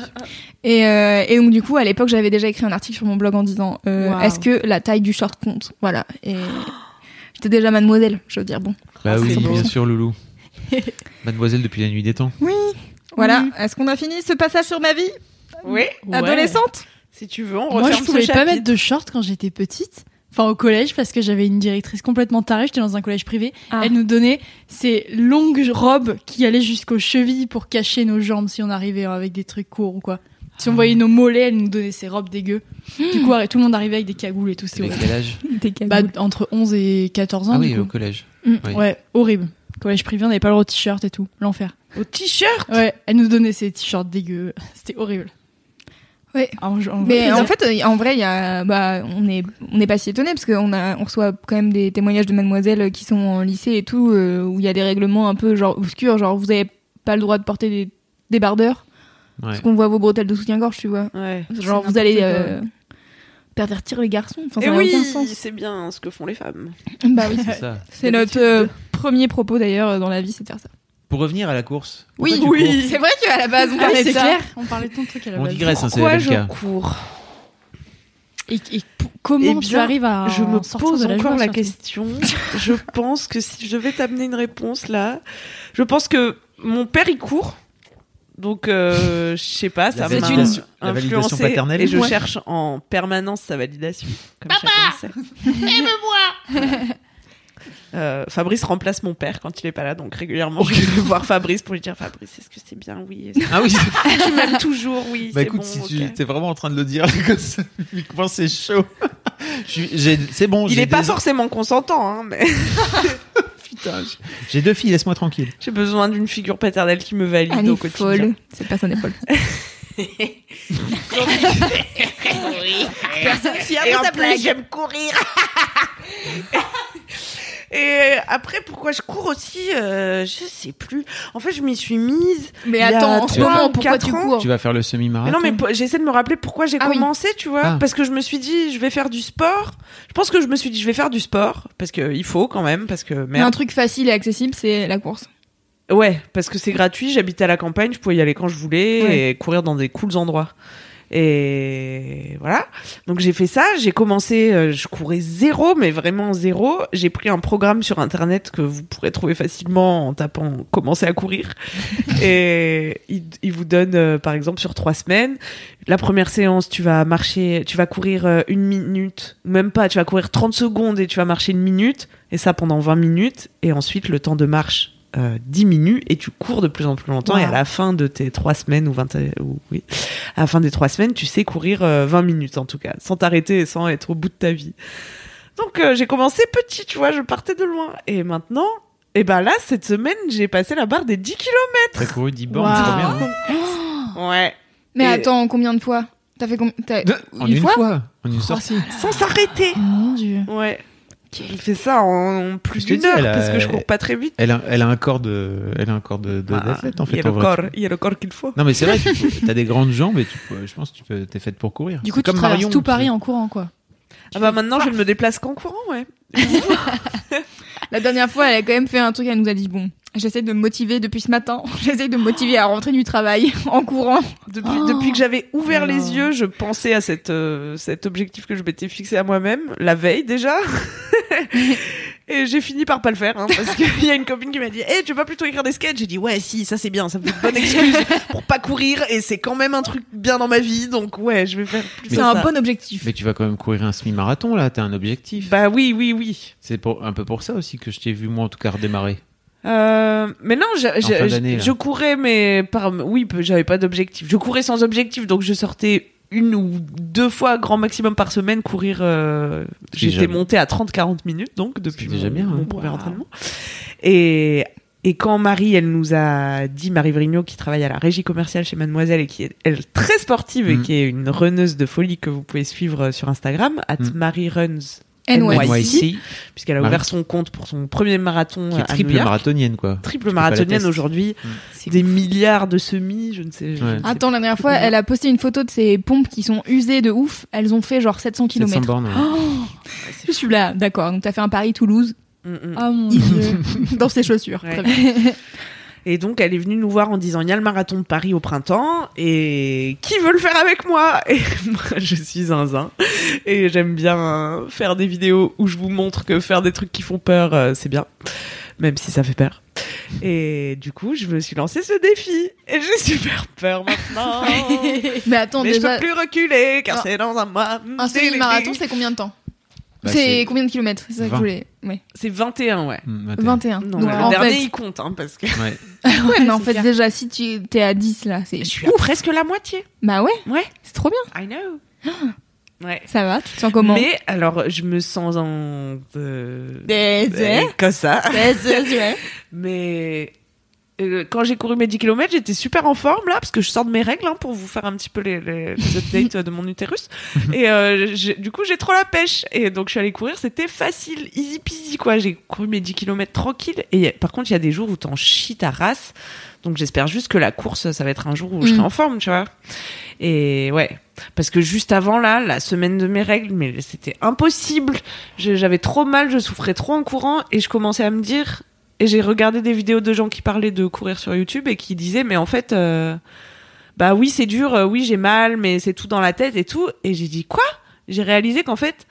Speaker 3: Et, euh, et donc, du coup, à l'époque, j'avais déjà écrit un article sur mon blog en disant, euh,
Speaker 6: Waouh.
Speaker 3: est-ce que la taille du short compte Voilà. Et j'étais déjà mademoiselle, je veux dire, bon.
Speaker 4: Bah
Speaker 5: Ah,
Speaker 4: oui,
Speaker 5: c'est beau.
Speaker 4: bien sûr, Loulou. Mademoiselle depuis la nuit des temps.
Speaker 3: Oui. Voilà. Est-ce qu'on a fini ce passage sur ma vie
Speaker 5: Oui.
Speaker 3: adolescente
Speaker 5: Si tu veux, on
Speaker 6: Moi,
Speaker 5: referme
Speaker 6: je
Speaker 5: ce
Speaker 6: pouvais pas
Speaker 5: chapitre.
Speaker 6: mettre de short quand j'étais petite. Enfin, au collège, parce que j'avais une directrice complètement tarée. J'étais dans un collège privé.
Speaker 3: Ah.
Speaker 6: Elle nous donnait ces longues robes qui allaient jusqu'aux chevilles pour cacher nos jambes si on arrivait euh, avec des trucs courts ou quoi. Si on voyait nos mollets, elle nous donnait ces robes dégueu. Du coup, tout le monde arrivait avec des cagoules et tout. C'est
Speaker 4: T'avais
Speaker 6: horrible.
Speaker 4: quel âge
Speaker 6: Bah, entre 11 et 14 ans.
Speaker 4: Ah
Speaker 6: du
Speaker 4: oui,
Speaker 6: coup.
Speaker 4: au collège.
Speaker 6: Mm,
Speaker 4: oui.
Speaker 6: Ouais, horrible. Collège privé, on n'avait pas le droit au t-shirt et tout. L'enfer.
Speaker 5: Au t-shirt
Speaker 6: Ouais, elle nous donnait ces t-shirts dégueu. C'était horrible. Ah,
Speaker 3: Ouais.
Speaker 6: En- en-
Speaker 3: Mais en fait, euh, en vrai, il y a, bah, on est, on n'est pas si étonné parce qu'on a, on reçoit quand même des témoignages de mademoiselles qui sont en lycée et tout, euh, où il y a des règlements un peu genre obscurs, genre vous avez pas le droit de porter des débardeurs, parce
Speaker 4: Ouais.
Speaker 3: qu'on voit vos bretelles de soutien-gorge, tu vois.
Speaker 5: Ouais.
Speaker 3: Genre
Speaker 6: C'est
Speaker 3: vous allez
Speaker 6: n'importe
Speaker 3: euh, pervertir les garçons. Enfin,
Speaker 5: Et
Speaker 3: ça n'a
Speaker 5: oui,
Speaker 3: aucun sens.
Speaker 5: c'est bien ce que font les femmes.
Speaker 3: Bah oui.
Speaker 4: C'est ça.
Speaker 3: C'est notre euh, premier propos d'ailleurs euh, dans la vie, c'est de faire ça.
Speaker 4: Pour revenir à la course.
Speaker 3: Oui,
Speaker 4: Pourquoi tu cours
Speaker 3: C'est vrai qu'à la base, on
Speaker 6: Ah,
Speaker 3: parlait de
Speaker 6: c'est
Speaker 3: ça.
Speaker 6: clair. On parlait de ton truc à la
Speaker 4: On
Speaker 6: base.
Speaker 4: digresse, hein, c'est
Speaker 5: Pourquoi
Speaker 4: le
Speaker 5: je
Speaker 4: cas.
Speaker 5: cours
Speaker 6: Et, et p- comment
Speaker 5: Eh
Speaker 6: tu
Speaker 5: bien,
Speaker 6: arrives à
Speaker 5: Je me
Speaker 6: sortir
Speaker 5: pose
Speaker 6: de la
Speaker 5: encore
Speaker 6: joie,
Speaker 5: la
Speaker 6: surtout
Speaker 5: question. je pense que si je devais t'amener une réponse là, je pense que mon père il court. Donc euh, je sais pas, ça m'a
Speaker 4: validation- la validation
Speaker 5: influencé
Speaker 4: paternelle.
Speaker 5: et je
Speaker 4: Ouais.
Speaker 5: cherche en permanence sa validation. Comme Papa, aime-moi. Euh, Fabrice remplace mon père quand il est pas là, donc régulièrement je vais voir Fabrice pour lui dire Fabrice, est-ce que c'est bien Oui. Est-ce
Speaker 4: Ah oui.
Speaker 5: que tu m'aimes toujours Oui.
Speaker 4: Bah
Speaker 5: c'est
Speaker 4: écoute,
Speaker 5: bon,
Speaker 4: si
Speaker 5: ok.
Speaker 4: tu t'es vraiment en train de le dire comme ça, publiquement, c'est chaud. Je suis- j'ai- C'est bon.
Speaker 5: Il
Speaker 4: j'ai
Speaker 5: est pas
Speaker 4: des-
Speaker 5: forcément consentant, hein, mais
Speaker 4: Putain, j'ai- J'ai deux filles, laisse-moi tranquille.
Speaker 5: j'ai besoin d'une figure paternelle qui me valide
Speaker 3: Elle
Speaker 5: au
Speaker 3: est
Speaker 5: quotidien.
Speaker 3: folle. Cette personne est folle.
Speaker 5: Et en plus, j'aime courir. Et après, pourquoi je cours aussi euh, Je sais plus. En fait, je m'y suis mise.
Speaker 3: Mais
Speaker 5: Il y a
Speaker 3: attends, en ce
Speaker 5: trois,
Speaker 3: moment, pourquoi
Speaker 5: quatre
Speaker 3: tu
Speaker 5: ans,
Speaker 3: cours
Speaker 4: Tu vas faire le
Speaker 5: Mais
Speaker 4: semi-marathon.
Speaker 5: non, mais po- j'essaie de me rappeler pourquoi j'ai
Speaker 3: Ah oui.
Speaker 5: commencé, tu vois.
Speaker 4: Ah.
Speaker 5: Parce que je me suis dit, je vais faire du sport. Je pense que je me suis dit, je vais faire du sport. Parce que il faut quand même. Parce que
Speaker 3: Mais un
Speaker 5: merde.
Speaker 3: truc facile et accessible, c'est la course.
Speaker 5: Ouais, parce que c'est gratuit. J'habitais à la campagne. Je pouvais y aller quand je voulais
Speaker 3: Ouais.
Speaker 5: et courir dans des cools endroits. Et voilà. Donc j'ai fait ça. J'ai commencé. euh, Je courais zéro, mais vraiment zéro. J'ai pris un programme sur internet que vous pourrez trouver facilement en tapant "commencer à courir". et il, il vous donne, euh, par exemple, sur trois semaines, la première séance, tu vas marcher, tu vas courir euh, une minute, ou même pas. Tu vas courir 30 secondes et tu vas marcher une minute. Et ça pendant 20 minutes. Et ensuite, le temps de marche euh, diminue et tu cours de plus en plus longtemps. Et à la fin de tes trois semaines ou 20, ou- oui, à la fin des trois semaines, tu sais courir euh, 20 minutes en tout cas, sans t'arrêter et sans être au bout de ta vie. Donc euh, j'ai commencé petit, tu vois, je partais de loin. Et maintenant, et ben là, cette semaine, j'ai passé la barre des 10 kilos.
Speaker 4: T'as couru 10 bornes,
Speaker 6: Waouh.
Speaker 4: c'est trop bien. hein.
Speaker 5: Ouais.
Speaker 3: Mais
Speaker 5: Et-
Speaker 3: attends, combien de fois T'as fait combien t'as-
Speaker 4: En une, fois, En une sortie.
Speaker 5: Sans s'arrêter.
Speaker 6: Mon Oh, Dieu.
Speaker 5: Ouais. J'ai fait ça en, en plus
Speaker 4: Je te
Speaker 5: d'une
Speaker 4: dis,
Speaker 5: heure
Speaker 4: elle a-
Speaker 5: parce que je cours pas très vite.
Speaker 4: Elle a, elle a un corps de, elle a un corps de, de-
Speaker 5: Ah,
Speaker 4: d'athlète en
Speaker 5: il y
Speaker 4: fait.
Speaker 5: a le
Speaker 4: en vrai.
Speaker 5: corps, il y a le corps qu'il faut.
Speaker 4: Non mais c'est vrai, tu as des grandes jambes et tu peux- je pense que tu peux, t'es faite pour courir.
Speaker 6: Du
Speaker 4: C'est
Speaker 6: coup, tu
Speaker 4: comme
Speaker 6: traverses
Speaker 4: Marion,
Speaker 6: tout
Speaker 4: tu-
Speaker 6: Paris en courant, quoi.
Speaker 5: Ah bah maintenant, je ne me déplace qu'en courant, ouais.
Speaker 3: La dernière fois, elle a quand même fait un truc, elle nous a dit bon, j'essaie de me motiver depuis ce matin, j'essaie de me motiver à rentrer du travail en courant.
Speaker 5: Depuis, depuis que j'avais ouvert
Speaker 6: Alors.
Speaker 5: les yeux, je pensais à cette, euh, cet objectif que je m'étais fixé à moi-même, la veille déjà. et j'ai fini par pas le faire, hein, parce qu'il y a une copine qui m'a dit Eh, tu veux pas plutôt écrire des sketchs J'ai dit Ouais, si, ça c'est bien, ça me fait une bonne excuse pour pas courir, et c'est quand même un truc bien dans ma vie, donc ouais, je vais faire plus
Speaker 3: C'est
Speaker 5: ça.
Speaker 3: un bon objectif.
Speaker 4: Mais tu vas quand même courir un semi-marathon là, t'as un objectif.
Speaker 5: Bah oui, oui, oui.
Speaker 4: C'est pour, un peu pour ça aussi que je t'ai vu moi en tout cas redémarrer.
Speaker 5: Euh, mais non, je, je-
Speaker 4: fin
Speaker 5: je-
Speaker 4: d'année, là.
Speaker 5: je courais, mais par, oui, peu- j'avais pas d'objectif. Je courais sans objectif, donc je sortais une ou deux fois grand maximum par semaine courir. euh,
Speaker 4: C'est déjà
Speaker 5: J'étais
Speaker 4: bien.
Speaker 5: montée à 30-40 minutes, donc depuis
Speaker 4: C'est déjà
Speaker 5: mon,
Speaker 4: bien, hein.
Speaker 5: mon premier
Speaker 4: Waouh.
Speaker 5: entraînement. Et, et quand Marie, elle nous a dit, Marie Vrigno, qui travaille à la régie commerciale chez Mademoiselle et qui est elle, très sportive et
Speaker 4: Mm.
Speaker 5: qui est une runneuse de folie que vous pouvez suivre euh, sur Instagram, at
Speaker 4: Mm.
Speaker 5: Marie Runs,
Speaker 4: Ah.
Speaker 3: NYC.
Speaker 5: NYC.
Speaker 4: NYC,
Speaker 5: puisqu'elle a
Speaker 4: Marie.
Speaker 5: ouvert son compte pour son premier marathon
Speaker 4: qui est
Speaker 5: à
Speaker 4: triple
Speaker 5: New York
Speaker 4: marathonienne quoi.
Speaker 5: triple
Speaker 4: pas la
Speaker 5: marathonienne
Speaker 4: tester.
Speaker 5: aujourd'hui,
Speaker 4: Mm.
Speaker 5: des milliards de semis, je ne sais. je
Speaker 4: Ouais.
Speaker 5: ne sais
Speaker 3: Attends, la dernière
Speaker 5: plus
Speaker 3: fois,
Speaker 5: combien.
Speaker 3: elle a posté une photo de ses pompes qui sont usées de ouf. Elles ont fait genre 700
Speaker 4: 700
Speaker 3: km.
Speaker 4: bornes. ouais.
Speaker 3: Je suis là, d'accord. Donc t'as fait un Paris-Toulouse
Speaker 5: Mm, mm.
Speaker 6: Ah mon Dieu.
Speaker 3: dans ses chaussures.
Speaker 5: Ouais.
Speaker 3: Très bien.
Speaker 5: Et donc, elle est venue nous voir en disant il y a le marathon de Paris au printemps et qui veut le faire avec moi Et moi, je suis zinzin et j'aime bien faire des vidéos où je vous montre que faire des trucs qui font peur, euh, c'est bien, même si ça fait peur. Et du coup, je me suis lancé ce défi. Et j'ai super peur maintenant.
Speaker 3: Mais attends,
Speaker 5: Mais
Speaker 3: déjà,
Speaker 5: je peux plus reculer car
Speaker 3: Ah.
Speaker 5: c'est dans un mois.
Speaker 3: un semi-marathon, c'est combien de temps
Speaker 4: Bah,
Speaker 3: C'est
Speaker 4: c'est-
Speaker 3: combien de kilomètres C'est ça que je
Speaker 4: 20.
Speaker 3: voulais. Ouais.
Speaker 5: C'est 21, ouais.
Speaker 4: Hmm, vingt et
Speaker 3: 21.
Speaker 4: un.
Speaker 5: Non,
Speaker 3: Donc
Speaker 5: le
Speaker 3: en
Speaker 5: dernier,
Speaker 3: fait,
Speaker 5: il compte, hein, parce que.
Speaker 4: Ouais.
Speaker 3: ouais, mais en
Speaker 6: c'est
Speaker 3: fait
Speaker 6: clair.
Speaker 3: déjà, si tu t'es à 10 là, c'est.
Speaker 5: à presque la moitié.
Speaker 3: Bah ouais,
Speaker 5: Ouais,
Speaker 3: c'est trop bien.
Speaker 5: I know. Ouais.
Speaker 3: Ça va, tu te sens comment
Speaker 5: Mais alors, je me sens en. euh,
Speaker 3: Des-
Speaker 5: euh, Comme ça.
Speaker 3: des- des- ouais.
Speaker 5: Mais euh, quand j'ai couru mes 10 km, j'étais super en forme là, parce que je sors de mes règles hein, pour vous faire un petit peu les, les- les updates euh, de mon utérus. Et euh, j'ai- du coup, j'ai trop la pêche. Et donc, je suis allée courir, c'était facile, easy peasy quoi. J'ai couru mes 10 km tranquille. Et y a- par contre, il y a des jours où t'en chies ta race. Donc, j'espère juste que la course, ça va être un jour où je serai
Speaker 3: Mm.
Speaker 5: en forme, tu vois. Et ouais. Parce que juste avant là, la semaine de mes règles, mais c'était impossible. Je- J'avais trop mal, je souffrais trop en courant et je commençais à me dire. Et j'ai regardé des vidéos de gens qui parlaient de courir sur YouTube et qui disaient mais en fait, euh, bah oui c'est dur, euh, oui j'ai mal, mais c'est tout dans la tête et tout. Et j'ai dit quoi J'ai réalisé qu'en fait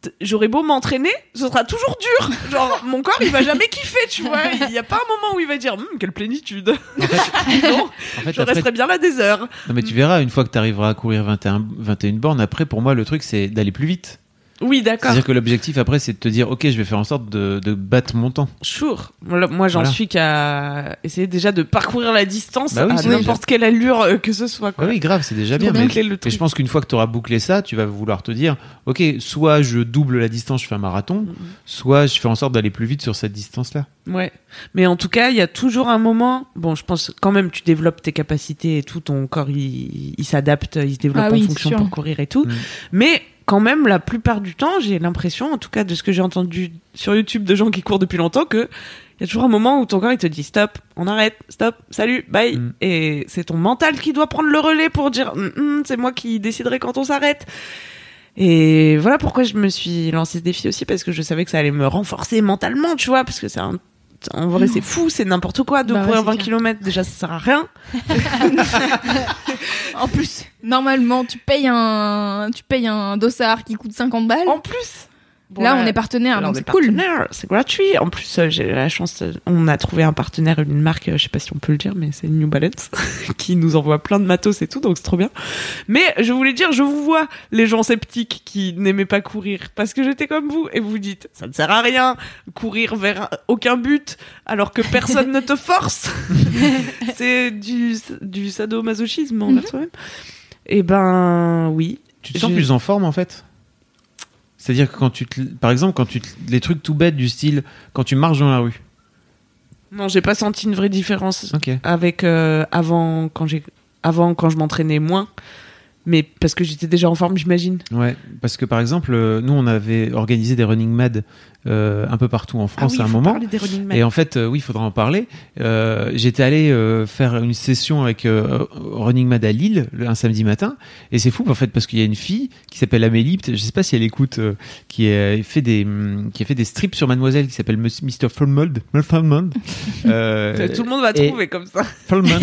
Speaker 5: t- j'aurais beau m'entraîner, ce sera toujours dur. Genre mon corps il va jamais kiffer, tu vois. Il n'y a pas un moment où il va dire Hum, quelle plénitude.
Speaker 4: En fait, en fait,
Speaker 5: Je
Speaker 4: après,
Speaker 5: resterai bien là des heures.
Speaker 4: non, mais tu verras, une fois que tu arriveras à courir 21, 21 bornes, après, pour moi, le truc, c'est d'aller plus vite.
Speaker 5: Oui d'accord.
Speaker 4: C'est-à-dire que l'objectif, après, c'est de te dire, OK, je vais faire en sorte de, de battre mon temps.
Speaker 5: Sure. Moi, moi, j'en
Speaker 4: Voilà.
Speaker 5: suis qu'à essayer déjà de parcourir la distance
Speaker 4: Bah oui,
Speaker 5: à
Speaker 4: c'est
Speaker 5: n'importe quelle allure euh, que ce soit.
Speaker 4: Ah
Speaker 5: Quoi.
Speaker 4: oui, grave, c'est déjà
Speaker 5: Pour
Speaker 4: bien. Mais,
Speaker 5: boucler le
Speaker 4: mais je
Speaker 5: truc.
Speaker 4: pense qu'une fois que tu auras bouclé ça, tu vas vouloir te dire, OK, soit je double la distance, je fais un marathon, soit je fais en sorte d'aller plus vite sur cette distance-là.
Speaker 5: Ouais. Mais en tout cas, il y a toujours un moment. Bon, je pense quand même, tu développes tes capacités et tout, ton corps il, il s'adapte, il se développe
Speaker 3: Ah
Speaker 5: en
Speaker 3: oui,
Speaker 5: fonction
Speaker 3: sûr.
Speaker 5: pour courir et tout.
Speaker 4: Mm.
Speaker 5: Mais quand même, la plupart du temps, j'ai l'impression, en tout cas de ce que j'ai entendu sur YouTube de gens qui courent depuis longtemps, que il y a toujours un moment où ton corps il te dit stop, on arrête, stop, salut, bye.
Speaker 4: Mm.
Speaker 5: Et c'est ton mental qui doit prendre le relais pour dire Hum, hum, c'est moi qui déciderai quand on s'arrête. Et voilà pourquoi je me suis lancé ce défi aussi parce que je savais que ça allait me renforcer mentalement, tu vois, parce que c'est un en vrai, c'est fou, c'est n'importe quoi de
Speaker 6: Mm. Bah ouais,
Speaker 5: courir
Speaker 6: c'est
Speaker 5: 20
Speaker 6: clair.
Speaker 5: km. Déjà, ça sert à rien.
Speaker 3: En plus, normalement, tu payes un, tu payes un dossard qui coûte 50 balles.
Speaker 5: En plus, bon,
Speaker 3: là, on est partenaire, Ah,
Speaker 5: là, Oh, on
Speaker 3: donc
Speaker 5: est
Speaker 3: c'est cool.
Speaker 5: partenaire, C'est gratuit. En plus, euh, j'ai la chance. euh, On a trouvé un partenaire, une marque, euh, je sais pas si on peut le dire, mais c'est New Balance qui nous envoie plein de matos et tout, donc c'est trop bien. Mais je voulais dire, je vous vois, les gens sceptiques qui n'aimaient pas courir parce que j'étais comme vous et vous vous dites, ça ne sert à rien, courir vers aucun but alors que personne ne te force. c'est du, du sadomasochisme
Speaker 3: Mhm.
Speaker 5: envers soi-même. Eh ben, oui.
Speaker 4: Tu te sens
Speaker 5: Je-
Speaker 4: plus en forme en fait C'est-à-dire que quand tu te- par exemple quand tu te- les trucs tout bêtes du style quand tu marches dans la rue.
Speaker 5: Non, j'ai pas senti une vraie différence
Speaker 4: OK.
Speaker 5: avec euh, avant quand j'ai avant quand je m'entraînais moins mais parce que j'étais déjà en forme j'imagine
Speaker 4: Ouais, parce que par exemple euh, nous on avait organisé des running mad euh, un peu partout en
Speaker 5: Ah
Speaker 4: France à un moment. Et en fait, euh, oui, il faudra en parler. Euh, J'étais allé euh, faire une session avec euh, Running Mad à Lille le- un samedi matin, et c'est fou en fait parce qu'il y a une fille qui s'appelle Amélie, peut- je sais pas si elle écoute, euh, qui a fait des hum, qui a fait des strips sur Mademoiselle qui s'appelle Mus- Mr. Fulmold. Fulmold. Euh,
Speaker 5: tout le monde va
Speaker 4: et-
Speaker 5: trouver comme ça
Speaker 4: Fulmold.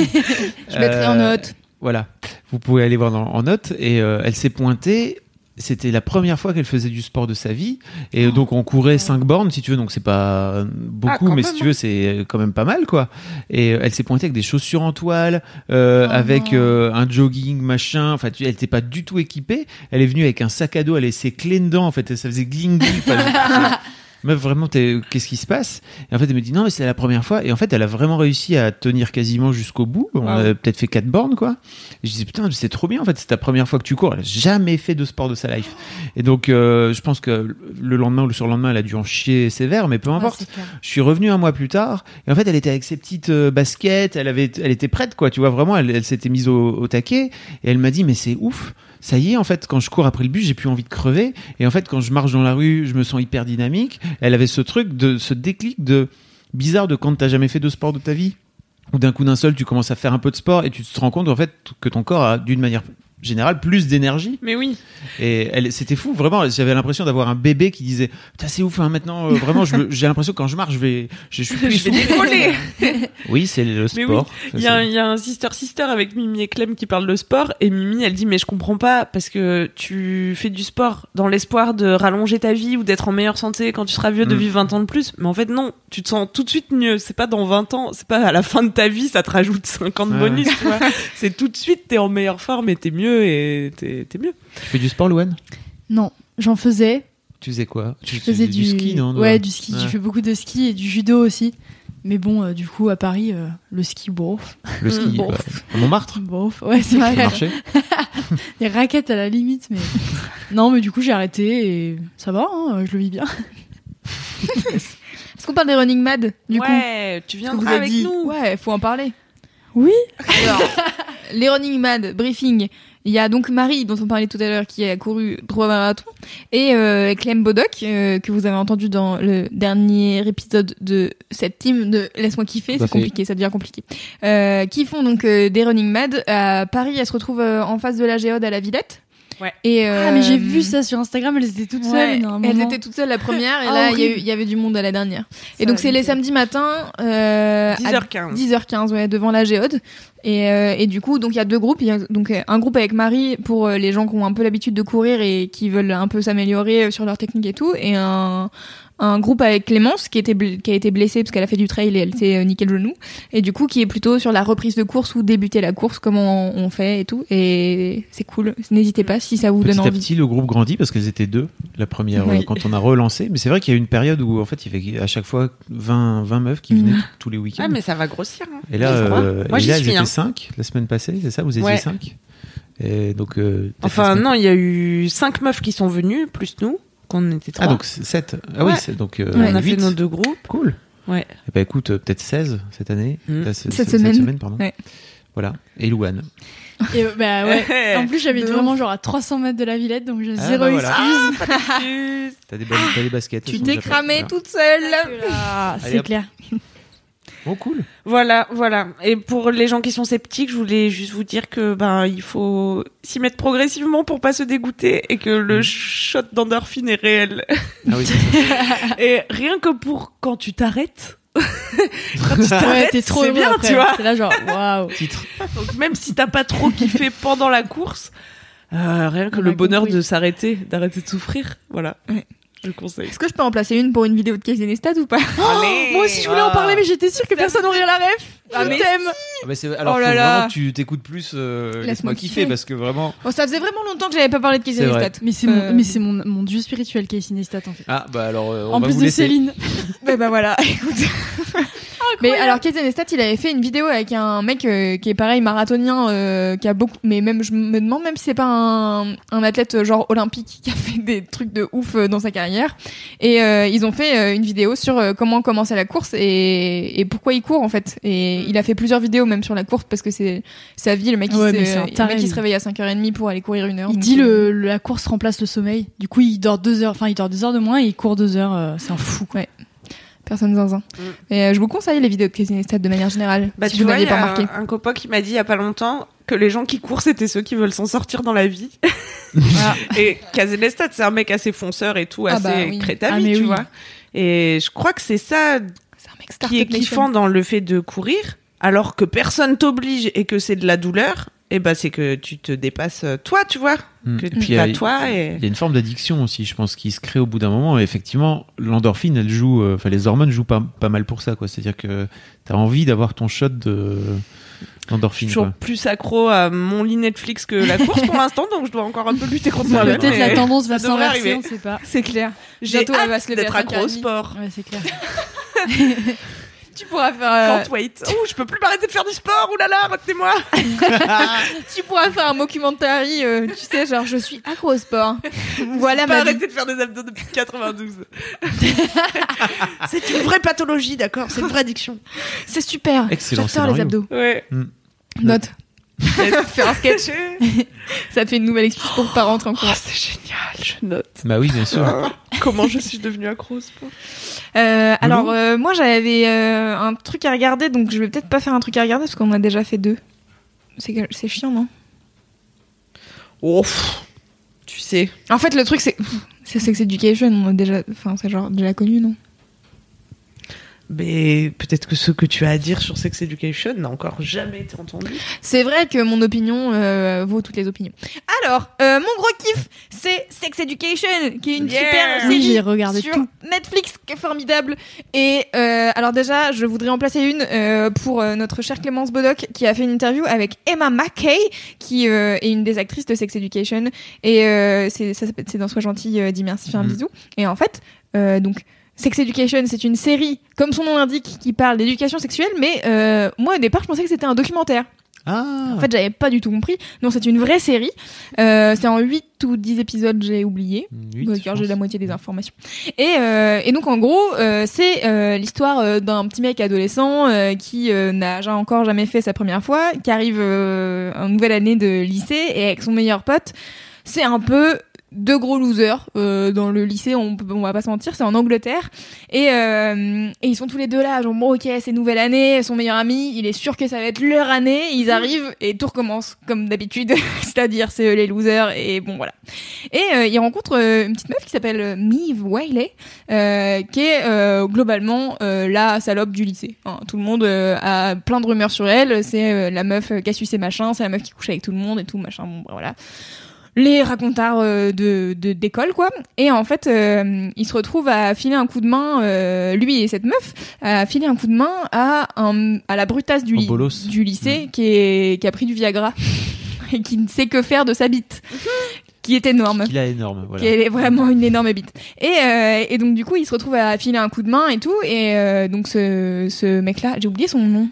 Speaker 3: Je mettrai en
Speaker 4: Euh,
Speaker 3: note.
Speaker 4: Voilà, vous pouvez aller voir dans- en note. Et euh, elle s'est pointée. C'était la première fois qu'elle faisait du sport de sa vie. Et
Speaker 5: Ah.
Speaker 4: donc, on courait 5 bornes, si tu veux. Donc, c'est pas euh, beaucoup,
Speaker 5: quand
Speaker 4: mais
Speaker 5: même, hein.
Speaker 4: si tu veux, c'est euh, quand même pas mal, quoi. Et euh, elle s'est pointée avec des chaussures en toile, euh,
Speaker 5: Oh
Speaker 4: avec euh, un jogging, machin. Enfin, tu- elle n'était pas du tout équipée. Elle est venue avec un sac à dos, elle a ses clés dedans, en fait. Et ça faisait gling-gling. Enfin, Meuf, vraiment, t'es- qu'est-ce qui se passe Et en fait, elle me dit non, mais c'est la première fois. Et en fait, elle a vraiment réussi à tenir quasiment jusqu'au bout. On a peut-être fait quatre bornes, quoi. Et je dis putain, mais c'est trop bien. En fait, c'est ta première fois que tu cours. Elle a jamais fait de sport de sa life. Et donc, euh, je pense que le lendemain ou le surlendemain, elle a dû en chier sévère, mais peu importe. Je suis revenu un mois plus tard et en fait elle était avec ses petites euh, baskets, elle avait, elle était prête quoi, tu vois vraiment, elle, elle s'était mise au, au taquet et elle m'a dit mais c'est ouf, ça y est en fait quand je cours après le bus j'ai plus envie de crever et en fait quand je marche dans la rue je me sens hyper dynamique. Elle avait ce truc de ce déclic de bizarre de quand t'as jamais fait de sport de ta vie ou d'un coup d'un seul tu commences à faire un peu de sport et tu te rends compte en fait que ton corps a d'une manière général plus d'énergie.
Speaker 5: Mais oui.
Speaker 4: Et elle, c'était fou, vraiment. J'avais l'impression d'avoir un bébé qui disait Putain, c'est ouf, hein, maintenant, euh, vraiment, je me- j'ai l'impression que quand je marche, je vais. Je, suis plus
Speaker 5: Je vais décoller.
Speaker 4: Oui, c'est le
Speaker 5: Mais
Speaker 4: sport. Ça,
Speaker 5: Il y, a un-
Speaker 4: c'est-
Speaker 5: il y a un sister sister avec Mimi et Clem qui parle de sport et Mimi elle dit mais je comprends pas parce que tu fais du sport dans l'espoir de rallonger ta vie ou d'être en meilleure santé quand tu seras vieux de
Speaker 4: Mm.
Speaker 5: vivre 20 ans de plus mais en fait non tu te sens tout de suite mieux c'est pas dans 20 ans c'est pas à la fin de ta vie ça te rajoute 50
Speaker 4: Ouais,
Speaker 5: bonus tu vois c'est tout de suite t'es en meilleure forme et t'es mieux et t'es t'es mieux
Speaker 4: Tu fais du sport, Louane
Speaker 6: Non, j'en faisais.
Speaker 4: Tu faisais quoi Tu
Speaker 6: Je faisais du,
Speaker 4: ski, non Ah. Noah
Speaker 6: Ouais, du ski.
Speaker 4: Ouais.
Speaker 6: J'ai fait beaucoup de ski et du judo aussi. Mais bon, euh, du coup, à Paris, euh, le ski, bof.
Speaker 4: Le ski.
Speaker 6: Bon.
Speaker 4: bah, à Montmartre
Speaker 6: Bof, ouais, c'est
Speaker 4: Le
Speaker 6: clair.
Speaker 4: marché
Speaker 6: Les raquettes à la limite, mais. non, mais du coup, j'ai arrêté et ça va, hein, je le vis bien.
Speaker 3: Est-ce qu'on parle des Running Mad du coup
Speaker 5: ouais tu
Speaker 3: Parce que
Speaker 5: viendras avec nous
Speaker 3: Ouais, faut en parler.
Speaker 6: Oui.
Speaker 3: Alors, les Running Mad, briefing. Il y a donc Marie, dont on parlait tout à l'heure, qui a couru trois marathons, et euh, Clem Bodoc, euh, que vous avez entendu dans le dernier épisode de cette team de Laisse-moi kiffer,
Speaker 4: Tout à
Speaker 3: c'est
Speaker 4: fait.
Speaker 3: compliqué, ça devient compliqué, euh, qui font donc euh, des Running Mad. À Paris, elles se retrouvent euh, en face de la Géode à la Villette.
Speaker 5: Ouais.
Speaker 3: Et,
Speaker 6: Ah, mais j'ai
Speaker 3: euh,
Speaker 6: vu ça sur Instagram, elles étaient toutes
Speaker 3: Ouais,
Speaker 6: seules. il y a un
Speaker 3: elles
Speaker 6: moment.
Speaker 3: étaient toutes seules la première, et
Speaker 6: Ah,
Speaker 3: là, il y, a eu-
Speaker 6: horrible.
Speaker 3: il y avait du monde à la dernière. et donc, c'est les samedis matins euh, à
Speaker 5: 10h15
Speaker 3: 10h15 ouais, devant la géode et, euh, et du coup donc il y a deux groupes il y a donc euh, un groupe avec Marie pour euh, les gens qui ont un peu l'habitude de courir et qui veulent un peu s'améliorer euh, sur leur technique et tout et un un groupe avec Clémence qui, était bl- qui a été blessée parce qu'elle a fait du trail et elle s'est euh, niqué le genou et du coup qui est plutôt sur la reprise de course ou débuter la course comment on fait et tout et c'est cool n'hésitez pas si ça vous
Speaker 4: Petit
Speaker 3: donne
Speaker 4: à
Speaker 3: envie
Speaker 4: petit, le groupe grandit parce qu'elles étaient deux, la première, euh,
Speaker 3: Oui.
Speaker 4: quand on a relancé. Mais c'est vrai qu'il y a eu une période où, en fait, il y avait à chaque fois 20, 20 meufs qui
Speaker 3: Mhm.
Speaker 4: venaient tous les week-ends.
Speaker 5: ah mais ça va grossir hein.
Speaker 4: Et là,
Speaker 5: Je crois.
Speaker 4: euh,
Speaker 5: moi
Speaker 4: et
Speaker 5: j'y
Speaker 4: là,
Speaker 5: suis
Speaker 4: j'étais
Speaker 5: hein.
Speaker 4: 5 la semaine passée, c'est ça Vous étiez
Speaker 5: Ouais.
Speaker 4: 5 Et donc, euh, peut-être la
Speaker 5: Enfin,
Speaker 4: semaine-
Speaker 5: non, il y a eu cinq meufs qui sont venues, plus nous, qu'on était trois.
Speaker 4: Ah, donc 7. Ah oui,
Speaker 5: Ouais.
Speaker 4: c'est donc euh,
Speaker 5: on a fait
Speaker 4: huit.
Speaker 5: nos deux groupes.
Speaker 4: Cool.
Speaker 5: Ouais.
Speaker 4: Et bah écoute, euh, peut-être 16 cette année.
Speaker 5: Mhm.
Speaker 4: Là, c'est-
Speaker 3: Cette
Speaker 4: c'est-
Speaker 3: semaine.
Speaker 4: pardon.
Speaker 3: Ouais.
Speaker 4: Voilà. Et Louane.
Speaker 6: Et, euh,
Speaker 5: Ah
Speaker 6: bah ouais. En plus, j'habite
Speaker 5: De
Speaker 6: vraiment genre à 300 mètres de la Villette, donc j'ai
Speaker 4: Ah,
Speaker 6: zéro
Speaker 4: bah voilà.
Speaker 6: excuse.
Speaker 4: T'as des, bonnes- t'as des baskets. elles
Speaker 3: tu
Speaker 4: sont déjà
Speaker 3: t'es cramée
Speaker 4: prêtes.
Speaker 3: toute seule
Speaker 6: Ah,
Speaker 4: Allez,
Speaker 6: c'est
Speaker 4: hop.
Speaker 6: clair.
Speaker 4: Voilà. Oh, cool.
Speaker 5: Voilà, voilà. Et pour les gens qui sont sceptiques, je voulais juste vous dire que ben il faut s'y mettre progressivement pour pas se dégoûter et que le shot d'endorphine est réel.
Speaker 4: Mm. Ah oui,
Speaker 5: et rien que pour quand tu t'arrêtes. quand tu
Speaker 6: Ouais,
Speaker 5: t'arrêtes,
Speaker 6: t'es trop
Speaker 5: c'est
Speaker 6: heureux
Speaker 5: bien,
Speaker 6: après.
Speaker 5: tu vois.
Speaker 6: T'es là genre waouh.
Speaker 4: titre.
Speaker 5: Donc même si t'as pas trop kiffé pendant la course, euh, rien
Speaker 3: Ah
Speaker 5: que
Speaker 6: On
Speaker 5: le
Speaker 6: a
Speaker 5: bonheur
Speaker 6: compris.
Speaker 5: de s'arrêter, d'arrêter de souffrir, voilà.
Speaker 3: bah Ouais.
Speaker 5: Je le conseille.
Speaker 3: est-ce que je peux en placer une pour une vidéo de Casey Neistat ou pas
Speaker 6: Moi aussi, je voulais en parler, mais j'étais sûre que personne n'aurait la ref.
Speaker 3: Ah,
Speaker 6: je
Speaker 3: mais
Speaker 6: t'aime.
Speaker 4: Ah bah c'est- alors,
Speaker 3: Oh là
Speaker 4: faut
Speaker 3: là.
Speaker 4: vraiment que tu t'écoutes plus. euh, Laisse-moi kiffer parce que vraiment.
Speaker 3: Oh, ça faisait vraiment longtemps que j'avais pas parlé de Casey
Speaker 4: C'est vrai.
Speaker 3: Neistat
Speaker 6: Mais c'est
Speaker 3: Euh,
Speaker 6: mon, mais c'est mon, mon dieu spirituel qui est Sinestat en fait.
Speaker 4: Ah bah alors, euh, on
Speaker 6: en
Speaker 4: va
Speaker 6: plus
Speaker 4: vous
Speaker 6: de
Speaker 4: laisser.
Speaker 6: Céline.
Speaker 3: Ben bah voilà, écoute. mais alors Casey Neistat, il avait fait une vidéo avec un mec euh, qui est pareil marathonien, euh, qui a beaucoup, mais même je me demande même si c'est pas un, un athlète euh, genre olympique qui a fait des trucs de ouf euh, dans sa carrière. Et euh, ils ont fait euh, une vidéo sur euh, comment commencer la course et, et pourquoi il court en fait. Et il a fait plusieurs vidéos même sur la course parce que c'est sa vie. Le mec,
Speaker 6: Ouais,
Speaker 3: il,
Speaker 6: mais
Speaker 3: se,
Speaker 6: c'est un
Speaker 3: le mec,
Speaker 6: taré,
Speaker 3: il
Speaker 6: lui.
Speaker 3: se réveille à 5h30 pour aller courir
Speaker 5: Ah,
Speaker 3: une heure.
Speaker 6: Il
Speaker 3: donc,
Speaker 6: dit
Speaker 3: euh,
Speaker 6: le, le- la course remplace le sommeil. Du coup, il dort deux heures. Enfin, il dort deux heures de moins et il court deux heures. euh, c'est un fou. Quoi.
Speaker 3: personne zinzin. Et euh, je vous conseille les vidéos de Casey Neistat de manière générale.
Speaker 5: Bah,
Speaker 3: si
Speaker 5: tu
Speaker 3: vous
Speaker 5: vois,
Speaker 3: n'aviez
Speaker 5: il y
Speaker 3: pas
Speaker 5: a
Speaker 3: remarqué.
Speaker 5: un copain qui m'a dit il y a pas longtemps que les gens qui courent, c'était ceux qui veulent s'en sortir dans la vie. et Caselestad, c'est un mec assez fonceur et tout,
Speaker 3: Ah
Speaker 5: assez
Speaker 3: bah oui.
Speaker 5: crétavi,
Speaker 6: Ah, mais
Speaker 5: tu
Speaker 6: oui.
Speaker 5: vois. Et je crois que c'est ça
Speaker 3: C'est un mec
Speaker 5: qui est
Speaker 3: Startup Nation.
Speaker 5: kiffant dans le fait de courir, alors que personne t'oblige et que c'est de la douleur, et bah c'est que tu te dépasses euh, toi, tu vois.
Speaker 4: Mm.
Speaker 5: Que
Speaker 4: Puis,
Speaker 5: tu vas
Speaker 4: euh,
Speaker 5: toi et.
Speaker 4: Il y a une forme d'addiction aussi, je pense, qui se crée au bout d'un moment. Et effectivement, l'endorphine, elle joue, euh, enfin les hormones jouent pas, pas mal pour ça, quoi. C'est-à-dire que t'as envie d'avoir ton shot de
Speaker 5: Je suis
Speaker 4: d'endorphine.
Speaker 5: toujours
Speaker 4: quoi.
Speaker 5: plus accro à mon lit Netflix que la course pour l'instant, donc je dois encore un peu lutter contre
Speaker 4: Ça
Speaker 5: moi-même.
Speaker 4: devrait
Speaker 6: Peut-être
Speaker 5: mais
Speaker 6: la tendance va
Speaker 5: ça devrait
Speaker 6: s'inverser,
Speaker 5: arriver.
Speaker 6: on sait pas.
Speaker 3: C'est clair.
Speaker 5: J'ai
Speaker 3: Bientôt, elle
Speaker 5: hâte
Speaker 3: va se lever à
Speaker 5: d'être accro au
Speaker 3: 5h30.
Speaker 5: sport.
Speaker 6: Ouais, c'est clair.
Speaker 3: Tu pourras faire, euh,
Speaker 5: Can't wait. Ouh, je peux plus m'arrêter de faire du sport. Ouh là là, retenez-moi.
Speaker 3: tu pourras faire un documentaire, tu sais, genre je suis accro au sport. voilà
Speaker 5: Pas
Speaker 3: ma vie.
Speaker 5: arrêter de faire des abdos depuis 92. c'est une vraie pathologie, d'accord C'est une vraie addiction.
Speaker 3: C'est super.
Speaker 4: Excellent
Speaker 3: J'adore les
Speaker 4: scénario.
Speaker 3: abdos.
Speaker 5: Ouais.
Speaker 3: Note. faire un sketch,
Speaker 5: oh,
Speaker 3: ça te fait une nouvelle excuse pour pas rentrer en cours.
Speaker 5: c'est génial. Je note.
Speaker 4: Bah oui, bien sûr.
Speaker 5: Comment je suis devenue accro au sport
Speaker 3: Euh, alors euh, moi j'avais euh, un truc à regarder, donc je vais peut-être pas faire un truc à regarder parce qu'on en a déjà fait deux. C'est que- c'est chiant, non
Speaker 5: Ouf, Oh, tu sais.
Speaker 3: En fait, le truc, c'est. C'est Sex Education, on a déjà. Enfin, c'est genre déjà connu, non
Speaker 5: Mais peut-être que ce que tu as à dire sur Sex Education n'a encore jamais été entendu.
Speaker 3: C'est vrai que mon opinion euh, vaut toutes les opinions. Alors, euh, mon gros kiff, c'est Sex Education, qui est une
Speaker 5: Yeah.
Speaker 3: super série
Speaker 6: Oui, j'ai regardé
Speaker 3: sur
Speaker 6: tout.
Speaker 3: Netflix, qui est formidable. Et euh, alors déjà, je voudrais en placer une euh, pour euh, notre chère Clémence Bodoc, qui a fait une interview avec Emma Mackey, qui euh, est une des actrices de Sex Education. Et euh, c'est ça s'appelle- c'est dans Sois gentil, euh, dis merci, fais un
Speaker 4: Mhm.
Speaker 3: bisou. Et en fait, euh, donc Sex Education, c'est une série, comme son nom l'indique, qui parle d'éducation sexuelle, mais euh, moi au départ, je pensais que c'était un documentaire.
Speaker 4: Ah.
Speaker 3: En fait, j'avais pas du tout compris. Non, c'est une vraie série. Euh, c'est en 8 ou 10 épisodes, j'ai oublié.
Speaker 4: Ah, Huit,
Speaker 3: Bah,
Speaker 4: je
Speaker 3: car j'ai
Speaker 4: pense.
Speaker 3: la moitié des informations. Et, euh, et donc, en gros, euh, c'est euh, l'histoire euh, d'un petit mec adolescent euh, qui euh, n'a ja- encore jamais fait sa première fois, qui arrive euh, en nouvelle année de lycée et avec son meilleur pote. C'est un peu deux gros losers euh, dans le lycée, on, peut- on va pas se mentir, c'est en Angleterre. Et, euh, et ils sont tous les deux là, genre bon ok, c'est nouvelle année, son meilleur ami, il est sûr que ça va être leur année, ils arrivent et tout recommence comme d'habitude, c'est-à-dire c'est eux les losers et bon voilà. Et euh, il rencontre euh, une petite meuf qui s'appelle euh, Meave Wiley, euh, qui est euh, globalement euh, la salope du lycée. hein. Tout le monde euh, a plein de rumeurs sur elle. C'est euh, la meuf euh, qui a su ses machins, c'est la meuf qui couche avec tout le monde et tout machin. Bon bah, voilà. Les racontards euh, de de- d'école quoi. Et en fait, euh, il se retrouve à filer un coup de main euh, lui et cette meuf à filer un coup de main à un à la brutasse du,
Speaker 4: Au
Speaker 3: ly-
Speaker 4: bolos.
Speaker 3: du lycée qui est qui a pris du Viagra et qui ne sait que faire de sa bite. Qui est énorme
Speaker 4: Il a énorme. Voilà.
Speaker 3: qui est vraiment une énorme bite. Et, euh, et donc du coup, il se retrouve à filer un coup de main et tout. Et euh, donc ce, ce mec-là, j'ai oublié son nom.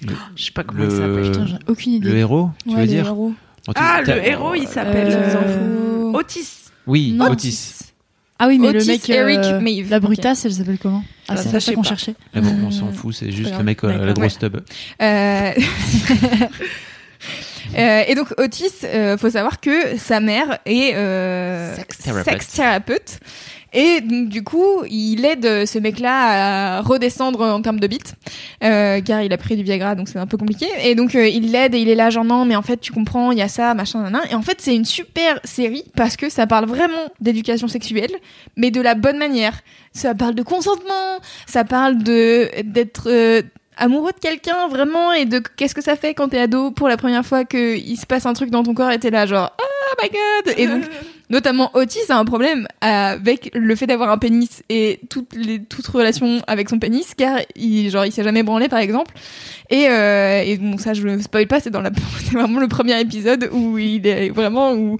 Speaker 5: Je sais pas comment il s'appelle.
Speaker 4: Le...
Speaker 6: Putain, j'ai aucune idée.
Speaker 4: le héros, tu
Speaker 3: Ouais,
Speaker 4: veux
Speaker 3: le
Speaker 4: dire
Speaker 3: héros.
Speaker 4: En tout-
Speaker 5: Ah, le
Speaker 4: t'as-
Speaker 5: héros, il s'appelle
Speaker 6: Euh,
Speaker 5: euh, Otis.
Speaker 4: Oui,
Speaker 3: Non.
Speaker 4: Otis.
Speaker 6: Ah oui, mais le
Speaker 3: Otis
Speaker 6: mec.
Speaker 3: Eric
Speaker 6: euh,
Speaker 3: Maeve.
Speaker 6: La brutasse, elle s'appelle comment Ah,
Speaker 5: Ah, ça,
Speaker 6: c'est pas
Speaker 5: je
Speaker 6: ça
Speaker 5: sais
Speaker 6: qu'on
Speaker 5: pas.
Speaker 6: cherchait.
Speaker 4: Mais Ah bon, on
Speaker 3: Mm.
Speaker 4: s'en fout, c'est juste le mec, euh, la
Speaker 6: D'accord.
Speaker 4: grosse tub.
Speaker 3: Euh, euh, et donc Otis, euh, faut savoir que sa mère est euh,
Speaker 4: Sex therapist.
Speaker 3: sex thérapeute. Et donc, du coup, il aide euh, ce mec-là à redescendre en termes de bite, euh, car il a pris du Viagra, donc c'est un peu compliqué. Et donc, euh, il l'aide et il est là, genre non, mais en fait, tu comprends, il y a ça, machin, nan, nan. Et en fait, c'est une super série parce que ça parle vraiment d'éducation sexuelle, mais de la bonne manière. Ça parle de consentement, ça parle de d'être euh, amoureux de quelqu'un vraiment et de qu'est-ce que ça fait quand t'es ado pour la première fois que il se passe un truc dans ton corps et t'es là genre oh my god et donc notamment Otis a un problème avec le fait d'avoir un pénis et toutes les toute relation avec son pénis car il genre il s'est jamais branlé par exemple et, euh, et bon ça je le spoil pas c'est dans la c'est vraiment le premier épisode où il est vraiment où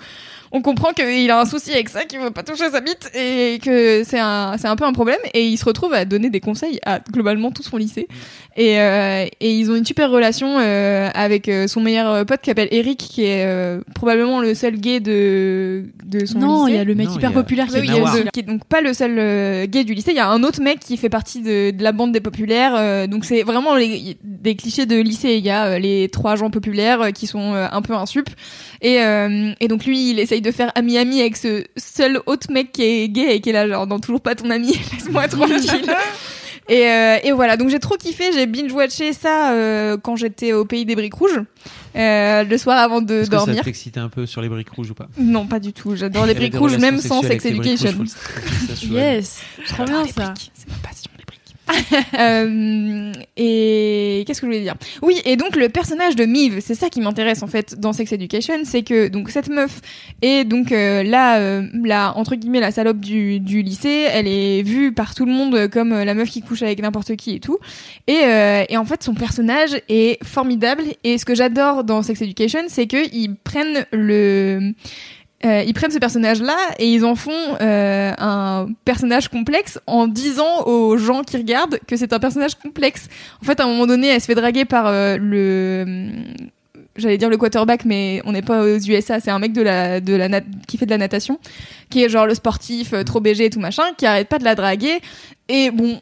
Speaker 3: on comprend qu'il a un souci avec ça, qu'il veut pas toucher sa bite et que c'est un, c'est un peu un problème. Et il se retrouve à donner des conseils à globalement tout son lycée. Et, euh, et ils ont une super relation euh, avec euh, son meilleur euh, pote qui s'appelle Eric, qui est euh, probablement le seul gay de, de son
Speaker 6: Non, il
Speaker 3: lycée.
Speaker 6: y a le mec
Speaker 4: Non,
Speaker 6: hyper
Speaker 4: il y a-
Speaker 6: populaire
Speaker 3: Oui,
Speaker 6: qui
Speaker 4: C'est
Speaker 3: Ah oui, il
Speaker 6: est
Speaker 3: y a
Speaker 4: Nawar.
Speaker 6: aussi
Speaker 3: ce-
Speaker 6: là.
Speaker 3: qui est donc pas le seul euh, gay du lycée. Il y a un autre mec qui fait partie de, de la bande des populaires. euh, donc c'est vraiment les- des clichés de lycée. Il y a euh, les trois gens populaires euh, qui sont euh, un peu insup. Et, euh, et donc lui, il essaye de faire ami-ami avec ce seul autre mec qui est gay et qui est là genre non toujours pas ton ami. Laisse-moi tranquille. Et, euh, et voilà, donc j'ai trop kiffé, j'ai binge-watché ça euh, quand j'étais au pays des briques rouges, euh, le soir avant de
Speaker 4: Est-ce que ça
Speaker 3: dormir.
Speaker 4: t'excitait un peu sur les briques rouges ou pas
Speaker 3: Non, pas du tout, j'adore les
Speaker 4: Il y avait
Speaker 3: briques
Speaker 4: des
Speaker 3: rouges,
Speaker 4: relations
Speaker 3: même sans
Speaker 4: sexuelles
Speaker 3: Sex
Speaker 4: avec les briques
Speaker 3: Education.
Speaker 4: rouges, je trouve ça- ça, je trouvais-
Speaker 6: Yes, trop bien
Speaker 3: les
Speaker 6: ça.
Speaker 3: briques, C'est ma passion, les briques. Euh, et qu'est-ce que je voulais dire Oui, et donc le personnage de Mive, c'est ça qui m'intéresse en fait dans Sex Education, c'est que donc cette meuf est donc euh, la, euh, la entre guillemets la salope du, du lycée, elle est vue par tout le monde comme euh, la meuf qui couche avec n'importe qui et tout. Et, euh, et en fait son personnage est formidable et ce que j'adore dans Sex Education, c'est que ils prennent le euh, ils prennent ce personnage-là et ils en font euh, un personnage complexe en disant aux gens qui regardent que c'est un personnage complexe. En fait, à un moment donné, elle se fait draguer par euh, le... hum, J'allais dire le quarterback, mais on n'est pas aux USA. C'est un mec de la, de la nat- qui fait de la natation, qui est genre le sportif, euh, trop BG et tout machin, qui arrête pas de la draguer. Et bon,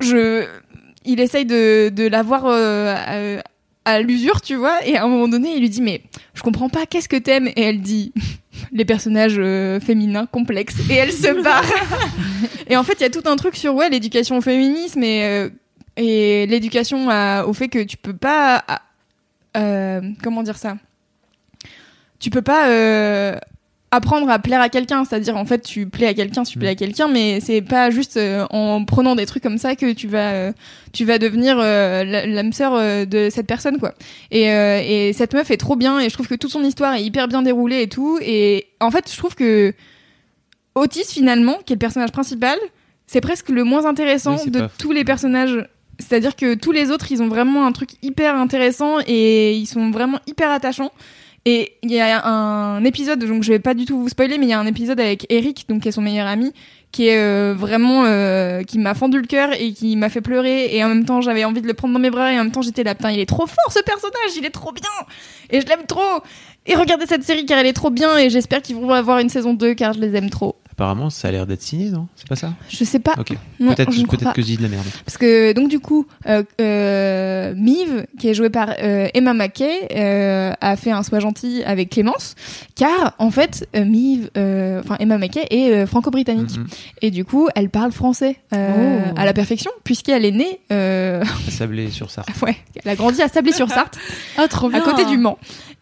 Speaker 3: je... Il essaye de, de l'avoir euh, à, à l'usure, tu vois. Et à un moment donné, il lui dit, mais je comprends pas, qu'est-ce que t'aimes Et elle dit, les personnages euh, féminins complexes et elle se barre. et en fait, il y a tout un truc sur ouais, l'éducation au féminisme et, euh, et l'éducation à- au fait que tu peux pas à- euh, comment dire ça tu peux pas euh, apprendre à plaire à quelqu'un. C'est-à-dire, en fait, tu plais à quelqu'un, tu plais à quelqu'un, mais c'est pas juste euh, en prenant des trucs comme ça que tu vas, euh, tu vas devenir euh, la- l'âme sœur euh, de cette personne, quoi. Et, euh, et cette meuf est trop bien, et je trouve que toute son histoire est hyper bien déroulée et tout. Et en fait, je trouve que Otis, finalement, qui est le personnage principal, c'est presque le moins intéressant
Speaker 4: Oui, c'est
Speaker 3: de
Speaker 4: pas fou.
Speaker 3: tous les personnages. C'est-à-dire que tous les autres, ils ont vraiment un truc hyper intéressant et ils sont vraiment hyper attachants. Et il y a un épisode, donc je vais pas du tout vous spoiler, mais il y a un épisode avec Eric, donc qui est son meilleur ami, qui est euh, vraiment euh, qui m'a fendu le cœur et qui m'a fait pleurer. Et en même temps, j'avais envie de le prendre dans mes bras et en même temps, j'étais là, putain, il est trop fort ce personnage, il est trop bien et je l'aime trop. Et regardez cette série car elle est trop bien et j'espère qu'ils vont avoir une saison 2 car je les aime trop.
Speaker 4: Apparemment, ça a l'air d'être signé, non C'est pas ça
Speaker 3: Je sais pas.
Speaker 4: Ok.
Speaker 3: Non,
Speaker 4: Peut-être
Speaker 3: Mm, je ne crois
Speaker 4: peut-être
Speaker 3: pas.
Speaker 4: que je dis de la merde.
Speaker 3: Parce que donc du coup, euh, euh, Mive, qui est jouée par euh, Emma Mackey, euh, a fait un Sois gentil avec Clémence, car en fait, euh, Mive, euh, enfin Emma Mackey est euh, franco-britannique.
Speaker 4: Mhm.
Speaker 3: Et du coup, elle parle français euh,
Speaker 6: Oh.
Speaker 3: à la perfection, puisqu'elle est née, euh,
Speaker 4: Sablé sur mm. ça.
Speaker 3: ouais, elle a grandi à Sablé-sur-Sarthe,
Speaker 6: Ah, trop
Speaker 3: à
Speaker 6: bien.
Speaker 3: côté du Mans.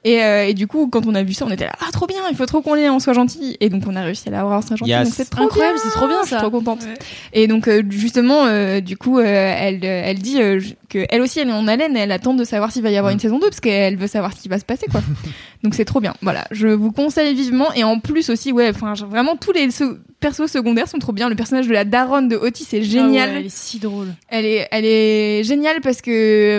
Speaker 3: Et, euh, et du coup, quand on a vu ça, on était là, ah trop bien, il faut trop qu'on l'ait en Sois gentil. Et donc on a réussi à l'avoir en Sois gentil,
Speaker 4: Yes.
Speaker 3: donc c'est trop
Speaker 6: Incroyable,
Speaker 3: bien.
Speaker 6: c'est trop bien
Speaker 3: Je suis
Speaker 6: ça.
Speaker 3: trop contente. Et donc euh, justement, euh, du coup, euh, elle, euh, elle dit euh, je- que elle aussi, elle est en haleine, elle attend de savoir s'il va y avoir une saison 2 parce qu'elle veut savoir ce qui va se passer, quoi. donc c'est trop bien. Voilà, je vous conseille vivement. Et en plus aussi, ouais, enfin genre, vraiment tous les se- persos secondaires sont trop bien. Le personnage de la daronne de Otis est génial.
Speaker 6: Ah ouais, elle est si drôle.
Speaker 3: elle, est... elle est géniale parce que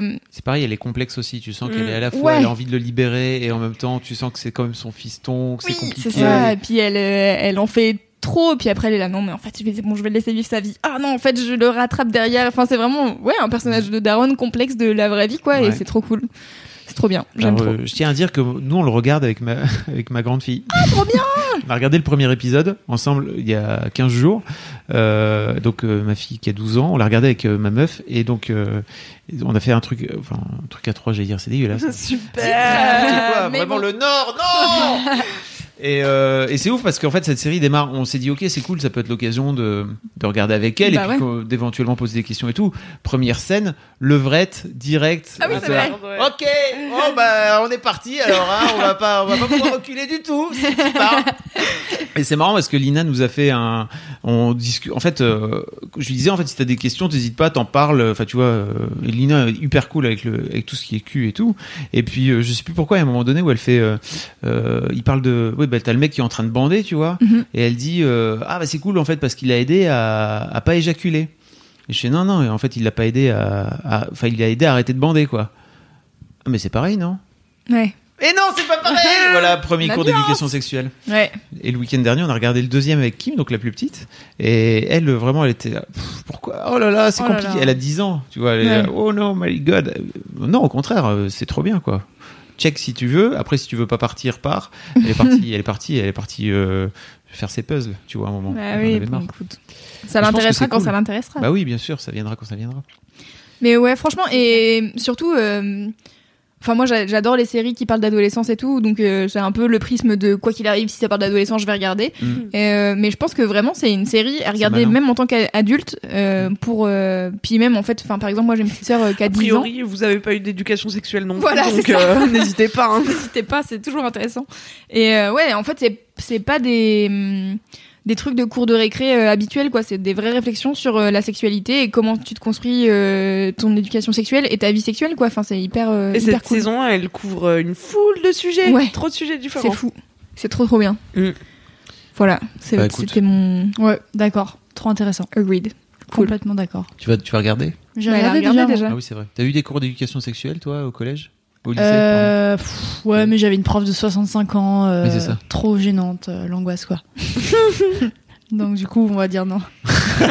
Speaker 3: euh,
Speaker 4: C'est pareil, elle est complexe aussi. Tu sens qu'elle
Speaker 5: Mm.
Speaker 4: est à la fois,
Speaker 3: Ouais.
Speaker 4: elle a envie de le libérer et en même temps, tu sens que c'est quand même son fiston, que c'est compliqué.
Speaker 3: c'est ça. Et puis elle, euh, elle en fait trop. Puis après elle est là, non mais en fait je vais, bon, je vais le laisser vivre sa vie. Ah non, en fait je le rattrape derrière. Enfin c'est vraiment ouais un personnage de Daron complexe de la vraie vie quoi. Et
Speaker 4: Mm. Ouais.
Speaker 3: c'est trop cool. C'est trop bien. J'aime
Speaker 4: Alors,
Speaker 3: trop.
Speaker 4: euh, je tiens à dire que nous, on le regarde avec ma, avec ma grande fille. Ah,
Speaker 3: trop bien
Speaker 4: On a regardé le premier épisode ensemble il y a 15 jours. Euh, donc, euh, ma fille qui a 12 ans, on l'a regardé avec euh, ma meuf. Et donc, euh, on a fait un truc, euh, enfin, un truc à trois, j'allais dire, c'est dégueulasse.
Speaker 5: Super
Speaker 3: mais
Speaker 4: Vraiment
Speaker 3: bon.
Speaker 4: le Nord, non Et, euh, et c'est ouf parce qu'en fait cette série démarre, on s'est dit ok c'est cool, ça peut être l'occasion de, de regarder avec elle
Speaker 3: Bah
Speaker 4: et
Speaker 3: ouais.
Speaker 4: puis qu'on- d'éventuellement poser des questions et tout. Première scène, levrette, direct.
Speaker 3: Ah oui,
Speaker 4: on
Speaker 3: c'est
Speaker 4: se
Speaker 3: vrai.
Speaker 4: dit, Ok, oh bah on est parti alors, hein, on va pas, on va pas pouvoir reculer du tout. c'est qui part. Et c'est marrant parce que Lina nous a fait un, on discute, en fait, euh, je lui disais en fait si t'as des questions, t'hésites pas, t'en parles. Enfin tu vois, euh, et Lina est hyper cool avec le, avec tout ce qui est cul et tout. Et puis euh, je sais plus pourquoi à un moment donné où elle fait, euh, euh, il parle de, oui bah t'as le mec qui est en train de bander, tu vois,
Speaker 3: Mhm.
Speaker 4: et elle dit euh, ah bah c'est cool en fait parce qu'il a aidé à, à pas éjaculer. Et je fais non non, en fait il l'a pas aidé à, à- enfin il l'a aidé à arrêter de bander quoi. Ah, Mais c'est pareil, non
Speaker 3: Ouais.
Speaker 4: Et non, c'est pas pareil Voilà, premier
Speaker 3: La
Speaker 4: cours d'éducation sexuelle.
Speaker 3: Ouais.
Speaker 4: Et le week-end dernier, on a regardé le deuxième avec Kim, donc la plus petite. Et elle, vraiment, elle était là, Pff, pourquoi Oh là là, c'est
Speaker 3: Oh là
Speaker 4: compliqué.
Speaker 3: là.
Speaker 4: Elle a 10 ans, tu vois. Elle est
Speaker 3: Ouais.
Speaker 4: là, oh no, my god. Euh, Non, au contraire, euh, c'est trop bien, quoi. Check si tu veux. Après, si tu veux pas partir, pars. Elle est partie, elle est partie, elle est partie euh, faire ses puzzles, tu vois, à un moment.
Speaker 3: Bah
Speaker 4: Elle en
Speaker 3: oui,
Speaker 4: avait
Speaker 3: bon,
Speaker 4: marre.
Speaker 3: écoute. Ça
Speaker 4: Je pense que
Speaker 3: l'intéressera
Speaker 4: c'est
Speaker 3: quand
Speaker 4: cool.
Speaker 3: ça l'intéressera.
Speaker 4: Bah oui, bien sûr, ça viendra quand ça viendra.
Speaker 3: Mais ouais, franchement, et surtout, euh, enfin moi j'a- j'adore les séries qui parlent d'adolescence et tout, donc euh, c'est un peu le prisme de quoi qu'il arrive, si ça parle d'adolescence, je vais regarder.
Speaker 4: Mm.
Speaker 3: Euh, mais je pense que vraiment c'est une série à regarder
Speaker 4: malin.
Speaker 3: même en tant qu'adulte, euh, pour euh, puis même en fait, enfin par exemple moi j'ai une petite sœur euh, qui a
Speaker 5: A
Speaker 3: 10 ans.
Speaker 5: priori, vous avez pas eu d'éducation sexuelle non plus,
Speaker 3: Voilà,
Speaker 5: donc
Speaker 3: c'est ça.
Speaker 5: euh, n'hésitez pas. hein.
Speaker 3: n'hésitez pas, c'est toujours intéressant. Et euh, ouais, en fait, c'est c'est pas des hum, des trucs de cours de récré euh, habituels quoi, c'est des vraies réflexions sur euh, la sexualité et comment tu te construis euh, ton éducation sexuelle et ta vie sexuelle quoi. Enfin, c'est hyper euh,
Speaker 5: Et
Speaker 3: hyper
Speaker 5: cette
Speaker 3: cool.
Speaker 5: saison, elle couvre euh, une foule de sujets,
Speaker 3: Ouais.
Speaker 5: trop de sujets
Speaker 3: C'est
Speaker 5: différents.
Speaker 3: fou. C'est trop trop bien.
Speaker 5: Mm.
Speaker 3: Voilà, c'est-
Speaker 4: Bah, écoute.
Speaker 3: c'était mon
Speaker 6: Ouais, d'accord. Trop intéressant.
Speaker 3: agreed. Cool.
Speaker 6: Complètement d'accord.
Speaker 4: Tu vas, tu vas regarder
Speaker 6: J'ai
Speaker 3: Bah, elle a
Speaker 6: regardé,
Speaker 3: regardé
Speaker 6: déjà.
Speaker 3: déjà.
Speaker 4: Ah oui, c'est vrai. T'as eu des cours d'éducation sexuelle, toi, au collège Au lycée pardon
Speaker 6: Euh, pff, ouais, mais j'avais une prof de 65 ans, euh,
Speaker 4: Mais c'est ça.
Speaker 6: trop gênante, euh, l'angoisse quoi. Donc du coup, on va dire non.
Speaker 4: Est-ce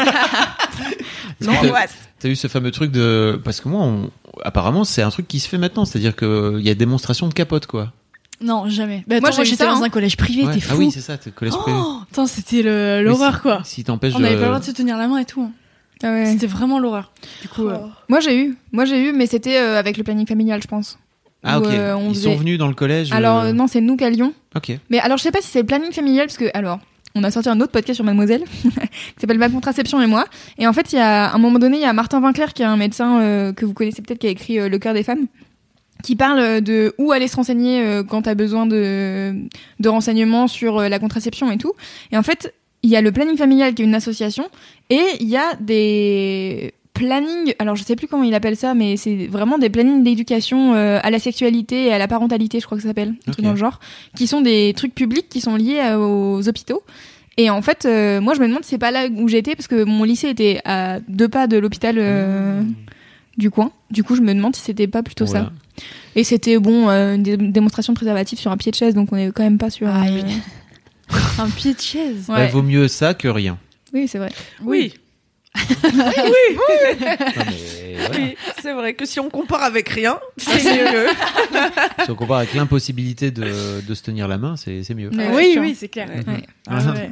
Speaker 4: que t'as- T'as eu ce fameux truc de parce que moi, on- apparemment, c'est un truc qui se fait maintenant, c'est-à-dire que il y a démonstration de capote, quoi.
Speaker 6: Non, jamais. Bah,
Speaker 3: Moi,
Speaker 6: attends,
Speaker 3: j'ai eu
Speaker 6: j'étais
Speaker 3: ça,
Speaker 6: dans
Speaker 3: hein.
Speaker 6: un collège privé,
Speaker 4: Ouais.
Speaker 6: t'es fou.
Speaker 4: Ah oui, c'est ça, t'es collège privé.
Speaker 6: Oh, Attends, c'était le- l'horreur quoi.
Speaker 4: Si t'empêches
Speaker 6: On n'avait
Speaker 4: de-
Speaker 6: pas le droit de se tenir la main et tout. hein.
Speaker 3: Ah ouais.
Speaker 6: C'était vraiment l'horreur. Du
Speaker 3: Oh.
Speaker 6: coup, euh,
Speaker 3: Moi j'ai eu, moi j'ai eu, mais c'était euh, avec le planning familial, je pense.
Speaker 4: Ah
Speaker 3: Où,
Speaker 4: ok.
Speaker 3: euh, on
Speaker 4: Ils
Speaker 3: faisait-
Speaker 4: sont venus dans le collège. euh,
Speaker 3: Alors euh, non, c'est nous qu'à Lyon.
Speaker 4: Ok.
Speaker 3: Mais alors, je sais pas si c'est le planning familial, parce que, alors, on a sorti un autre podcast sur Mademoiselle, qui s'appelle Ma contraception et moi. Et en fait, il y a, à un moment donné, il y a Martin Vinclair, qui est un médecin euh, que vous connaissez peut-être, qui a écrit euh, Le cœur des femmes, qui parle de où aller se renseigner euh, quand t'as besoin de, de renseignements sur euh, la contraception et tout. Et en fait, il y a le planning familial qui est une association et il y a des plannings, alors je sais plus comment il appelle ça, mais c'est vraiment des plannings d'éducation euh, à la sexualité et à la parentalité, je crois que ça s'appelle, un
Speaker 4: Ok.
Speaker 3: truc dans le genre, qui sont des trucs publics qui sont liés à- aux hôpitaux. Et en fait, euh, moi je me demande, c'est pas là où j'étais parce que mon lycée était à deux pas de l'hôpital euh,
Speaker 4: Mmh.
Speaker 3: du coin. Du coup, je me demande si c'était pas plutôt ça.
Speaker 4: Voilà.
Speaker 3: Et c'était bon, euh, une dé- démonstration de préservatif sur un pied de chaise, donc on est quand même pas sur.
Speaker 6: Ah,
Speaker 3: euh,
Speaker 6: oui. Un pied de chaise.
Speaker 3: ouais.
Speaker 4: Bah, vaut mieux ça que rien.
Speaker 3: Oui, c'est vrai.
Speaker 5: Oui.
Speaker 4: Non, mais voilà.
Speaker 5: Oui, c'est vrai que si on compare avec rien, c'est mieux.
Speaker 4: Si on compare avec l'impossibilité de, de se tenir la main, c'est c'est mieux.
Speaker 3: Ouais, c'est
Speaker 6: oui,
Speaker 3: sûr.
Speaker 6: oui, c'est clair.
Speaker 3: Ouais.
Speaker 4: Ah,
Speaker 6: Ouais.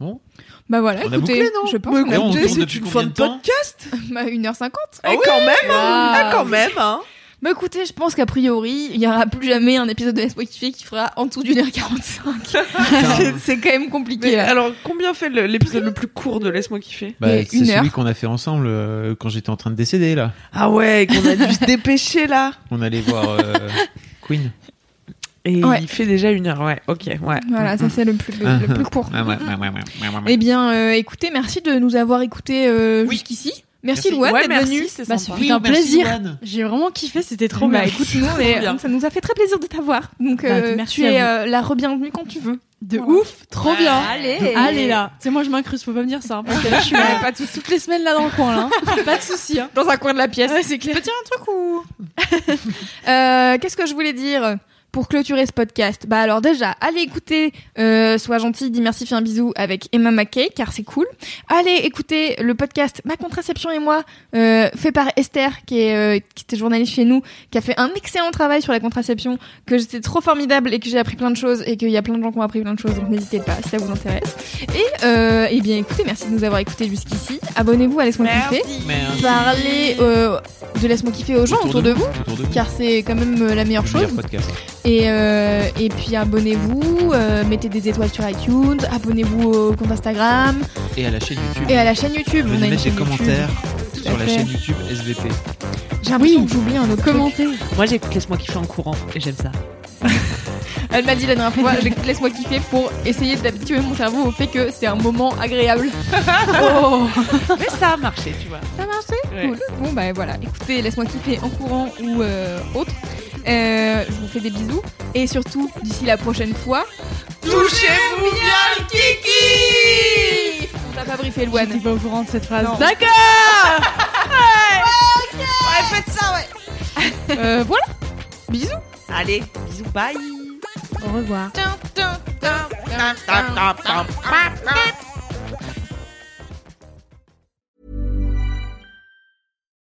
Speaker 4: Bon.
Speaker 3: Bah voilà,
Speaker 4: On a
Speaker 3: écoutez,
Speaker 4: bouclé, non Bah,
Speaker 3: je pense
Speaker 5: Mais
Speaker 3: qu'on a
Speaker 4: on
Speaker 5: écoutez,
Speaker 4: tourne
Speaker 5: c'est
Speaker 4: depuis
Speaker 5: une
Speaker 4: combien
Speaker 5: fin
Speaker 4: de
Speaker 5: de
Speaker 4: temps
Speaker 5: podcast.
Speaker 3: bah, 1h50.
Speaker 5: Eh, quand même, hein.
Speaker 6: Waouh.
Speaker 5: Eh, quand même, hein.
Speaker 3: Bah écoutez, je pense qu'a priori, il y aura plus jamais un épisode de Spotify qui fera en dessous d'une heure 45. C'est- c'est quand même compliqué
Speaker 5: Mais
Speaker 3: là.
Speaker 4: euh,
Speaker 5: alors, combien fait le- l'épisode le plus court de Laisse-moi kiffer
Speaker 4: Bah,
Speaker 3: Mais
Speaker 4: c'est
Speaker 3: une
Speaker 4: celui
Speaker 3: heure.
Speaker 4: qu'on a fait ensemble euh, quand j'étais en train de décéder là.
Speaker 5: Ah ouais, qu'on a dû se dépêcher là.
Speaker 4: On allait voir euh, Queen.
Speaker 5: Et
Speaker 3: Ouais.
Speaker 5: il fait déjà une heure, ouais, ok, ouais.
Speaker 3: Voilà, ça c'est le plus, le, le plus court.
Speaker 4: Ah ouais, ouais, ouais, ouais, ouais, ouais, ouais.
Speaker 3: Eh bien, euh, écoutez, merci de nous avoir écoutés euh, jusqu'ici. Merci,
Speaker 4: Merci.
Speaker 3: Louane
Speaker 5: ouais,
Speaker 3: d'être
Speaker 5: merci,
Speaker 3: venue.
Speaker 5: c'est
Speaker 6: Bah,
Speaker 5: sympa.
Speaker 6: ce
Speaker 4: Oui,
Speaker 6: fut un
Speaker 4: merci,
Speaker 6: plaisir.
Speaker 4: Johan.
Speaker 6: J'ai vraiment kiffé, c'était trop
Speaker 3: Bon, bah,
Speaker 6: bien.
Speaker 3: écoute, nous, on est-
Speaker 5: bien.
Speaker 3: ça nous a fait très plaisir de t'avoir. Donc,
Speaker 6: Bah,
Speaker 3: euh,
Speaker 6: merci
Speaker 3: tu
Speaker 6: à
Speaker 3: es
Speaker 6: vous.
Speaker 3: euh, la re-bienvenue quand tu veux.
Speaker 6: De ouf, trop bien.
Speaker 3: Allez.
Speaker 6: Allez là. Tu sais, moi je m'incruste, faut pas me dire ça. hein, parce que là, je suis euh, pas tout- toutes les semaines là dans le coin là. hein. pas de soucis. Hein.
Speaker 3: Dans un coin de la pièce.
Speaker 6: Ouais, c'est clair.
Speaker 3: Tiens, un truc ou. Euh, Qu'est-ce que je voulais dire pour clôturer ce podcast Bah alors déjà, allez écouter euh, Sois gentil, dis merci, fais un bisou avec Emma Mackey, car c'est cool. Allez écouter le podcast Ma contraception et moi, euh, fait par Esther, qui, est, euh, qui était journaliste chez nous, qui a fait un excellent travail sur la contraception, que j'étais trop formidable et que j'ai appris plein de choses et qu'il y a plein de gens qui ont appris plein de choses, donc n'hésitez pas si ça vous intéresse. Et euh, eh bien écoutez, merci de nous avoir écoutés jusqu'ici. Abonnez-vous à Laisse-moi kiffer
Speaker 4: Merci.
Speaker 3: parler euh, de Laisse-moi kiffer aux gens autour, de, vous,
Speaker 4: Autour de vous.
Speaker 3: car c'est quand même euh, la meilleure
Speaker 4: Le
Speaker 3: chose.
Speaker 4: meilleur podcast.
Speaker 3: Et, euh, et puis abonnez-vous, euh, mettez des étoiles sur iTunes, abonnez-vous au compte Instagram
Speaker 4: Et à la chaîne YouTube.
Speaker 3: et à la chaîne YouTube.
Speaker 4: Venez
Speaker 3: on a une
Speaker 4: mettre des
Speaker 3: chaîne YouTube.
Speaker 4: commentaires
Speaker 3: Tout
Speaker 4: sur
Speaker 3: à
Speaker 4: la
Speaker 3: fait.
Speaker 4: chaîne YouTube SVP.
Speaker 3: J'ai l'impression que j'oublie un autre comment.
Speaker 6: Commentez.
Speaker 5: Moi, j'écoute Laisse-moi kiffer en courant, et j'aime ça.
Speaker 3: Elle m'a dit la dernière fois, j'écoute Laisse-moi kiffer pour essayer d'habituer mon cerveau au fait que c'est un moment agréable.
Speaker 6: Oh.
Speaker 5: Mais ça a marché, tu vois.
Speaker 3: Ça a marché
Speaker 5: Ouais.
Speaker 3: Cool. Bon bah voilà, écoutez, laisse-moi kiffer en courant ou euh, autre. Euh, je vous fais des bisous et surtout d'ici la prochaine fois, touchez-vous bien le kiki. On t'a pas briefé Louane.
Speaker 6: J'étais pas au courant de cette phrase.
Speaker 3: Non.
Speaker 6: D'accord.
Speaker 5: Ouais, faites ça, ouais.
Speaker 3: Euh, voilà.
Speaker 5: Allez, bisous, bye.
Speaker 6: Au revoir.